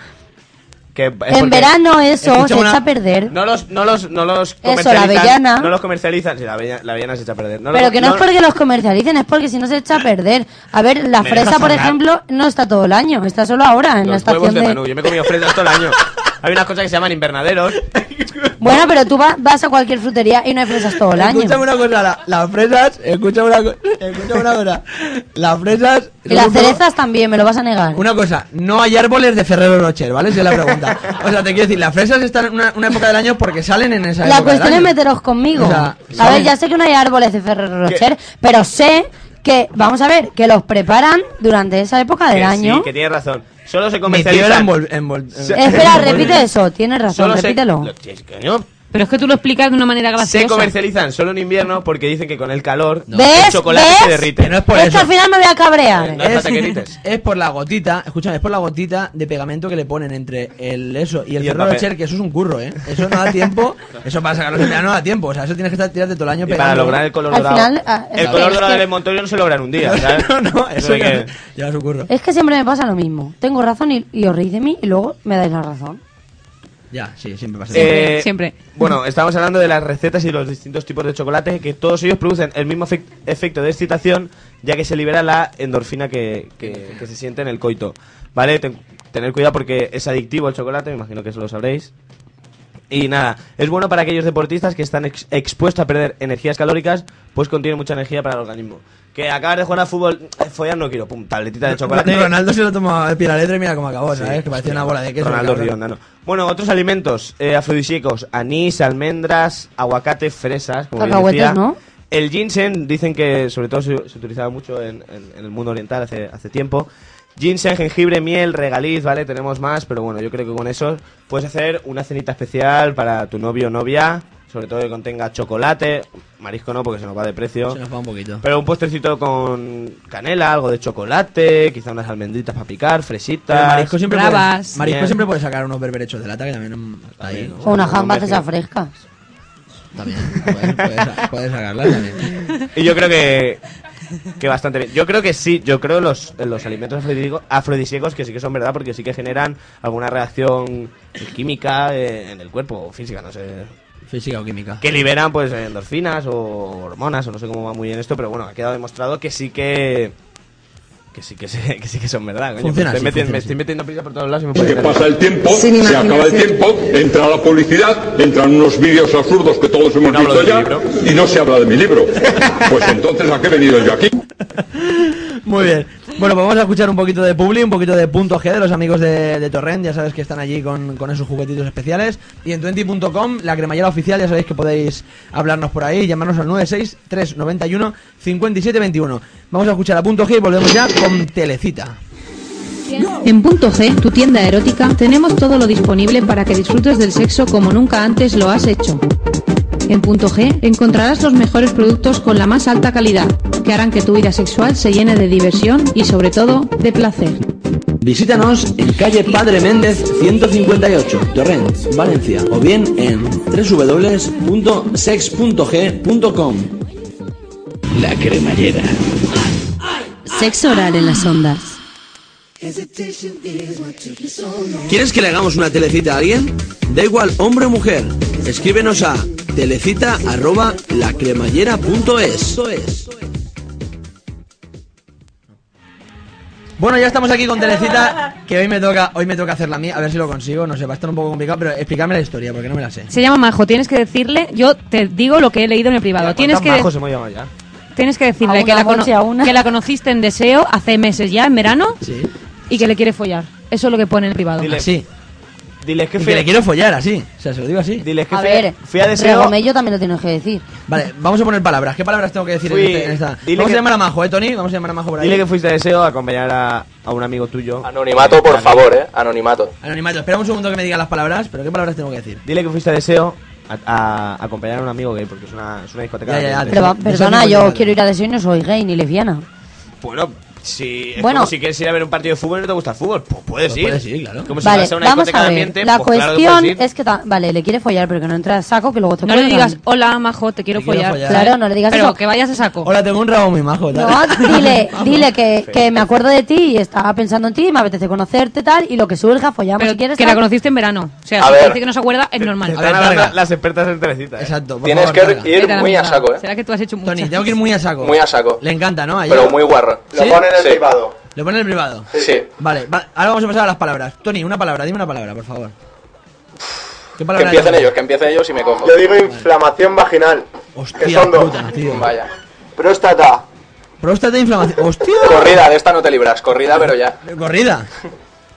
[SPEAKER 4] Que es porque
[SPEAKER 6] En verano eso
[SPEAKER 2] Escucha
[SPEAKER 6] se
[SPEAKER 2] una-
[SPEAKER 6] echa a perder.
[SPEAKER 4] No los, no los, no los
[SPEAKER 6] la
[SPEAKER 4] comercializan.
[SPEAKER 6] avellana.
[SPEAKER 4] No los comercializan. Sí, la avellana, la avellana se echa a perder. No
[SPEAKER 6] Pero
[SPEAKER 4] los-
[SPEAKER 6] que no, es porque los comercialicen, es porque si no se echa a perder. A ver, la
[SPEAKER 4] Me
[SPEAKER 6] fresa,
[SPEAKER 4] dejas
[SPEAKER 6] por
[SPEAKER 4] hablar.
[SPEAKER 6] ejemplo, no está todo el año, está solo ahora en la
[SPEAKER 4] Los
[SPEAKER 6] estación
[SPEAKER 4] huevos de
[SPEAKER 6] de...
[SPEAKER 4] Manu. Yo me he comido fresas todo el año. Hay unas cosas que se llaman invernaderos.
[SPEAKER 6] Bueno, pero tú va- vas a cualquier frutería y no hay fresas todo el año.
[SPEAKER 2] Escúchame una cosa, la- las fresas, escúchame una, co- escúchame una cosa, las fresas...
[SPEAKER 6] Y las
[SPEAKER 2] son un poco-
[SPEAKER 6] cerezas también, me lo vas a negar.
[SPEAKER 2] Una cosa, no hay árboles de Ferrero Rocher, ¿vale? Esa es la pregunta. O sea, te quiero decir, las fresas están en una, una época del año porque salen en esa
[SPEAKER 6] La
[SPEAKER 2] época del
[SPEAKER 6] cuestión es
[SPEAKER 2] año.
[SPEAKER 6] meteros conmigo.
[SPEAKER 2] O sea,
[SPEAKER 6] a
[SPEAKER 2] ¿sabes?
[SPEAKER 6] ver, ya sé que no hay árboles de Ferrero
[SPEAKER 4] Que-
[SPEAKER 6] Rocher, pero sé que, vamos a ver, que los preparan durante esa época del
[SPEAKER 4] que
[SPEAKER 6] año.
[SPEAKER 4] Sí, que tienes razón. Solo se
[SPEAKER 2] Mi tío era
[SPEAKER 4] comercializan.
[SPEAKER 2] envol- envol-
[SPEAKER 4] Se-
[SPEAKER 6] Espera,
[SPEAKER 4] Solo se-
[SPEAKER 6] repite eso, tienes razón,
[SPEAKER 4] Solo se-
[SPEAKER 6] repítelo.
[SPEAKER 4] Lo- sí, coño.
[SPEAKER 5] Pero es que tú lo explicas de una manera
[SPEAKER 4] Se
[SPEAKER 5] graciosa.
[SPEAKER 4] comercializan solo en invierno porque dicen que con el calor
[SPEAKER 6] ¿Ves?
[SPEAKER 4] el chocolate
[SPEAKER 6] ¿Ves?
[SPEAKER 4] se derrite.
[SPEAKER 2] Que no es por
[SPEAKER 6] Es
[SPEAKER 2] eso.
[SPEAKER 6] que al final me voy a cabrear.
[SPEAKER 4] No es taquerites.
[SPEAKER 2] es por la gotita, escúchame, es por la gotita de pegamento que le ponen entre el eso y el
[SPEAKER 4] Y el
[SPEAKER 2] Ferrero
[SPEAKER 4] papel.
[SPEAKER 2] Rocher, que eso es un curro, ¿eh? Eso no da tiempo, eso para sacarlo en verano no da tiempo, o sea, eso tienes que estar tirando todo el año
[SPEAKER 4] Y para
[SPEAKER 2] pegando.
[SPEAKER 4] lograr el color
[SPEAKER 6] Al
[SPEAKER 4] dorado.
[SPEAKER 6] final, ah,
[SPEAKER 4] el
[SPEAKER 6] es
[SPEAKER 4] color
[SPEAKER 6] que-
[SPEAKER 4] dorado
[SPEAKER 6] es que-
[SPEAKER 4] del Montorio no se logra en un día, ¿sabes?
[SPEAKER 2] No, no, eso
[SPEAKER 4] de
[SPEAKER 2] ya,
[SPEAKER 4] que-
[SPEAKER 2] ya es
[SPEAKER 6] Eh.
[SPEAKER 2] un curro.
[SPEAKER 6] Es que siempre me pasa lo mismo. Tengo razón y, y os reís de mí y luego me dais la razón.
[SPEAKER 2] Ya, sí, siempre pasa.
[SPEAKER 4] Eh,
[SPEAKER 5] Siempre, siempre.
[SPEAKER 4] Bueno, estamos hablando de las recetas y los distintos tipos de chocolate que todos ellos producen el mismo efec- efecto de excitación ya que se libera la endorfina que, que- que se siente en el coito. ¿Vale? Ten- tener cuidado porque es adictivo el chocolate, me imagino que eso lo sabréis. Y nada, es bueno para aquellos deportistas que están ex- expuestos a perder energías calóricas, pues contiene mucha energía para el organismo. Que acabas de jugar a fútbol, eh, follar no quiero, pum, tabletita de chocolate.
[SPEAKER 2] Ronaldo se lo tomó al pie de la letra y mira cómo acabó, ¿sabes?
[SPEAKER 4] Sí,
[SPEAKER 2] que parecía
[SPEAKER 4] sí.
[SPEAKER 2] una bola de queso.
[SPEAKER 4] Ronaldo
[SPEAKER 2] cabrón.
[SPEAKER 4] Rionda, no. Bueno, otros alimentos eh, afrodisíacos: anís, almendras, aguacate, fresas. Como bien
[SPEAKER 6] Cacahuetes,
[SPEAKER 4] decía.
[SPEAKER 6] ¿no?
[SPEAKER 4] El ginseng dicen que, sobre todo, se, se utilizaba mucho en, en- en el mundo oriental hace, hace tiempo. Ginseng, jengibre, miel, regaliz, ¿vale? Tenemos más, pero bueno, yo creo que con eso puedes hacer una cenita especial para tu novio o novia, sobre todo que contenga chocolate, marisco no, porque se nos va de precio.
[SPEAKER 2] Se nos va un poquito.
[SPEAKER 4] Pero un postrecito con canela, algo de chocolate, quizá unas almendritas para picar, fresitas.
[SPEAKER 2] Pero marisco siempre,
[SPEAKER 5] Bravas.
[SPEAKER 2] puede, marisco
[SPEAKER 4] Bien.
[SPEAKER 2] siempre puede sacar unos berberechos de lata que también ahí, ¿no?
[SPEAKER 6] O una
[SPEAKER 4] Un
[SPEAKER 6] jamba de
[SPEAKER 4] vecino.
[SPEAKER 6] esas frescas.
[SPEAKER 2] También puedes, puedes- puedes sacarlas también.
[SPEAKER 4] Y yo creo que, que bastante bien. Yo creo que sí, yo creo los, los alimentos afrodisíaco- afrodisíacos que sí que son verdad porque sí que generan alguna reacción química eh, en el cuerpo o física, no sé.
[SPEAKER 2] Física o química.
[SPEAKER 4] Que liberan pues endorfinas o hormonas o no sé cómo va muy bien esto, pero bueno, ha quedado demostrado que sí que... Que sí que, se- que sí que son verdad. coño.
[SPEAKER 2] Funciona
[SPEAKER 4] me, estoy
[SPEAKER 2] así, funciona
[SPEAKER 4] metiendo, me
[SPEAKER 2] así.
[SPEAKER 4] estoy metiendo prisa por todos lados y me
[SPEAKER 11] Es
[SPEAKER 4] puede
[SPEAKER 11] que
[SPEAKER 4] tener-
[SPEAKER 11] pasa el tiempo,
[SPEAKER 9] Sin
[SPEAKER 11] se acaba el
[SPEAKER 9] imaginación.
[SPEAKER 11] tiempo, entra la publicidad, entran unos vídeos absurdos que todos hemos
[SPEAKER 4] No hablo
[SPEAKER 11] visto
[SPEAKER 4] de mi
[SPEAKER 11] ya
[SPEAKER 4] libro.
[SPEAKER 11] y no se habla de mi libro. Pues entonces, ¿a qué he venido yo aquí?
[SPEAKER 2] Muy bien. Bueno, pues vamos a escuchar un poquito de Publi, un poquito de Punto G de los amigos de, de Torrent. Ya sabes que están allí con, con esos juguetitos especiales. Y en 20.com, la cremallera oficial, ya sabéis que podéis hablarnos por ahí. Llamarnos al 96391-5721. Vamos a escuchar a Punto G y volvemos ya con Telecita.
[SPEAKER 9] En Punto G, tu tienda erótica, tenemos todo lo disponible para que disfrutes del sexo como nunca antes lo has hecho. En Punto G encontrarás los mejores productos con la más alta calidad, que harán que tu vida sexual se llene de diversión y sobre todo de placer.
[SPEAKER 12] Visítanos en calle Padre Méndez 158, Torrent, Valencia, o bien en www.sex.g.com. La cremallera.
[SPEAKER 9] Sexo oral en las ondas.
[SPEAKER 12] ¿Quieres que le hagamos una telecita a alguien? Da igual, hombre o mujer. Escríbenos a telecita arroba lacremallera.es.
[SPEAKER 2] Bueno, ya estamos aquí con Telecita, que hoy me toca hoy me toca hacer la mía. A ver si lo consigo. No sé, va a estar un poco complicado, pero explícame la historia, porque no me la sé.
[SPEAKER 5] Se llama Majo, tienes que decirle, yo te digo lo que he leído en el privado, tienes
[SPEAKER 4] ¿Cuántas
[SPEAKER 5] que,
[SPEAKER 4] majos hemos llamado ya?
[SPEAKER 5] tienes que
[SPEAKER 6] A
[SPEAKER 5] decirle
[SPEAKER 6] una
[SPEAKER 5] que la, cono-
[SPEAKER 6] Monse, a una.
[SPEAKER 5] que la conociste en deseo hace meses ya, en verano,
[SPEAKER 2] Sí.
[SPEAKER 5] y que le quiere follar. Eso es lo que pone en el privado.
[SPEAKER 4] Dile-
[SPEAKER 2] Así.
[SPEAKER 4] Diles que
[SPEAKER 2] Y
[SPEAKER 4] fui,
[SPEAKER 2] que le quiero follar, así. O sea, se lo digo así.
[SPEAKER 4] diles que
[SPEAKER 6] A
[SPEAKER 4] fui,
[SPEAKER 6] ver,
[SPEAKER 4] fui a deseo.
[SPEAKER 6] Regomello también lo tienes que decir.
[SPEAKER 2] Vale, vamos a poner palabras. ¿Qué palabras tengo que decir en,
[SPEAKER 4] Fui-
[SPEAKER 2] este- en esta?
[SPEAKER 4] dile
[SPEAKER 2] Vamos
[SPEAKER 4] que-
[SPEAKER 2] a llamar a Majo, ¿eh, Tony? Vamos a llamar a Majo por ahí.
[SPEAKER 4] Dile que fuiste a deseo a acompañar a, a un amigo tuyo.
[SPEAKER 7] Anonimato, por
[SPEAKER 4] Anonimato.
[SPEAKER 7] favor, eh. Anonimato.
[SPEAKER 2] Anonimato, espera un segundo que me digan las palabras, pero ¿qué palabras tengo que decir?
[SPEAKER 4] Dile que fuiste a deseo a, a acompañar a un amigo gay, porque es una, es una discoteca.
[SPEAKER 2] Ya, ya, ya,
[SPEAKER 4] de
[SPEAKER 6] Pero va-
[SPEAKER 2] Yo soy
[SPEAKER 6] perdona,
[SPEAKER 2] muy
[SPEAKER 6] yo
[SPEAKER 2] liberal.
[SPEAKER 6] quiero ir a deseo y no soy gay ni lesbiana.
[SPEAKER 4] Bueno, si, es
[SPEAKER 6] Bueno.
[SPEAKER 4] como si quieres ir a ver un partido de fútbol y no te gusta el fútbol, pues puedes
[SPEAKER 2] Pues
[SPEAKER 4] ir.
[SPEAKER 2] puedes ir, claro.
[SPEAKER 4] Como si
[SPEAKER 6] vale,
[SPEAKER 4] vas a una
[SPEAKER 6] vamos
[SPEAKER 4] discoteca
[SPEAKER 6] a
[SPEAKER 4] de
[SPEAKER 6] ver.
[SPEAKER 4] ambiente,
[SPEAKER 6] la
[SPEAKER 4] pues claro que
[SPEAKER 6] cuestión
[SPEAKER 4] puedes ir.
[SPEAKER 6] es que, ta- vale, le quiere follar, pero que no entra a saco, que luego te
[SPEAKER 5] No le
[SPEAKER 6] cuelgan.
[SPEAKER 5] digas, hola Majo, te quiero
[SPEAKER 2] Te quiero
[SPEAKER 5] follar.
[SPEAKER 2] follar.
[SPEAKER 5] ¿sabes?
[SPEAKER 6] Claro, no le digas
[SPEAKER 5] Pero
[SPEAKER 6] eso.
[SPEAKER 5] que vayas a saco.
[SPEAKER 2] Hola, tengo un rabo muy majo, tal.
[SPEAKER 6] No, dile, dile que, que me acuerdo de ti y estaba pensando en ti, me apetece conocerte tal, y lo que surja, follamos
[SPEAKER 5] Pero
[SPEAKER 6] si quieres.
[SPEAKER 5] que
[SPEAKER 6] tal.
[SPEAKER 5] la conociste en verano. O sea,
[SPEAKER 7] A
[SPEAKER 5] si
[SPEAKER 7] ver.
[SPEAKER 5] dice que no se acuerda, es normal.
[SPEAKER 2] A
[SPEAKER 4] Están
[SPEAKER 2] ver,
[SPEAKER 4] hablando
[SPEAKER 2] larga.
[SPEAKER 4] las expertas en Telecita. ¿eh?
[SPEAKER 2] Exacto. por
[SPEAKER 7] Tienes
[SPEAKER 2] favor,
[SPEAKER 7] que
[SPEAKER 2] larga.
[SPEAKER 7] ir
[SPEAKER 5] Vete la
[SPEAKER 7] muy a
[SPEAKER 5] mierda.
[SPEAKER 7] saco, eh.
[SPEAKER 5] Será que tú has hecho mucho.
[SPEAKER 2] Tony, tengo que ir muy a saco.
[SPEAKER 7] Muy a saco.
[SPEAKER 2] Le encanta, ¿no? A ella.
[SPEAKER 7] Pero muy guarro.
[SPEAKER 2] ¿Sí?
[SPEAKER 7] Lo pone en el
[SPEAKER 4] Sí.
[SPEAKER 7] privado.
[SPEAKER 2] Lo pone en el privado.
[SPEAKER 7] Sí.
[SPEAKER 2] Vale, va- ahora vamos a pasar a las palabras. Tony, una palabra, dime una palabra, por favor. ¿Qué
[SPEAKER 7] Que
[SPEAKER 2] palabra
[SPEAKER 7] empiecen
[SPEAKER 2] era?
[SPEAKER 7] ellos, que empiecen ellos y me cojo.
[SPEAKER 11] digo inflamación vaginal.
[SPEAKER 2] Hostia puta, tío.
[SPEAKER 7] Vaya.
[SPEAKER 11] Próstata.
[SPEAKER 2] Próstata de inflamación. Hostia.
[SPEAKER 7] Corrida, de esta no te libras. Corrida, pero ya.
[SPEAKER 2] Corrida.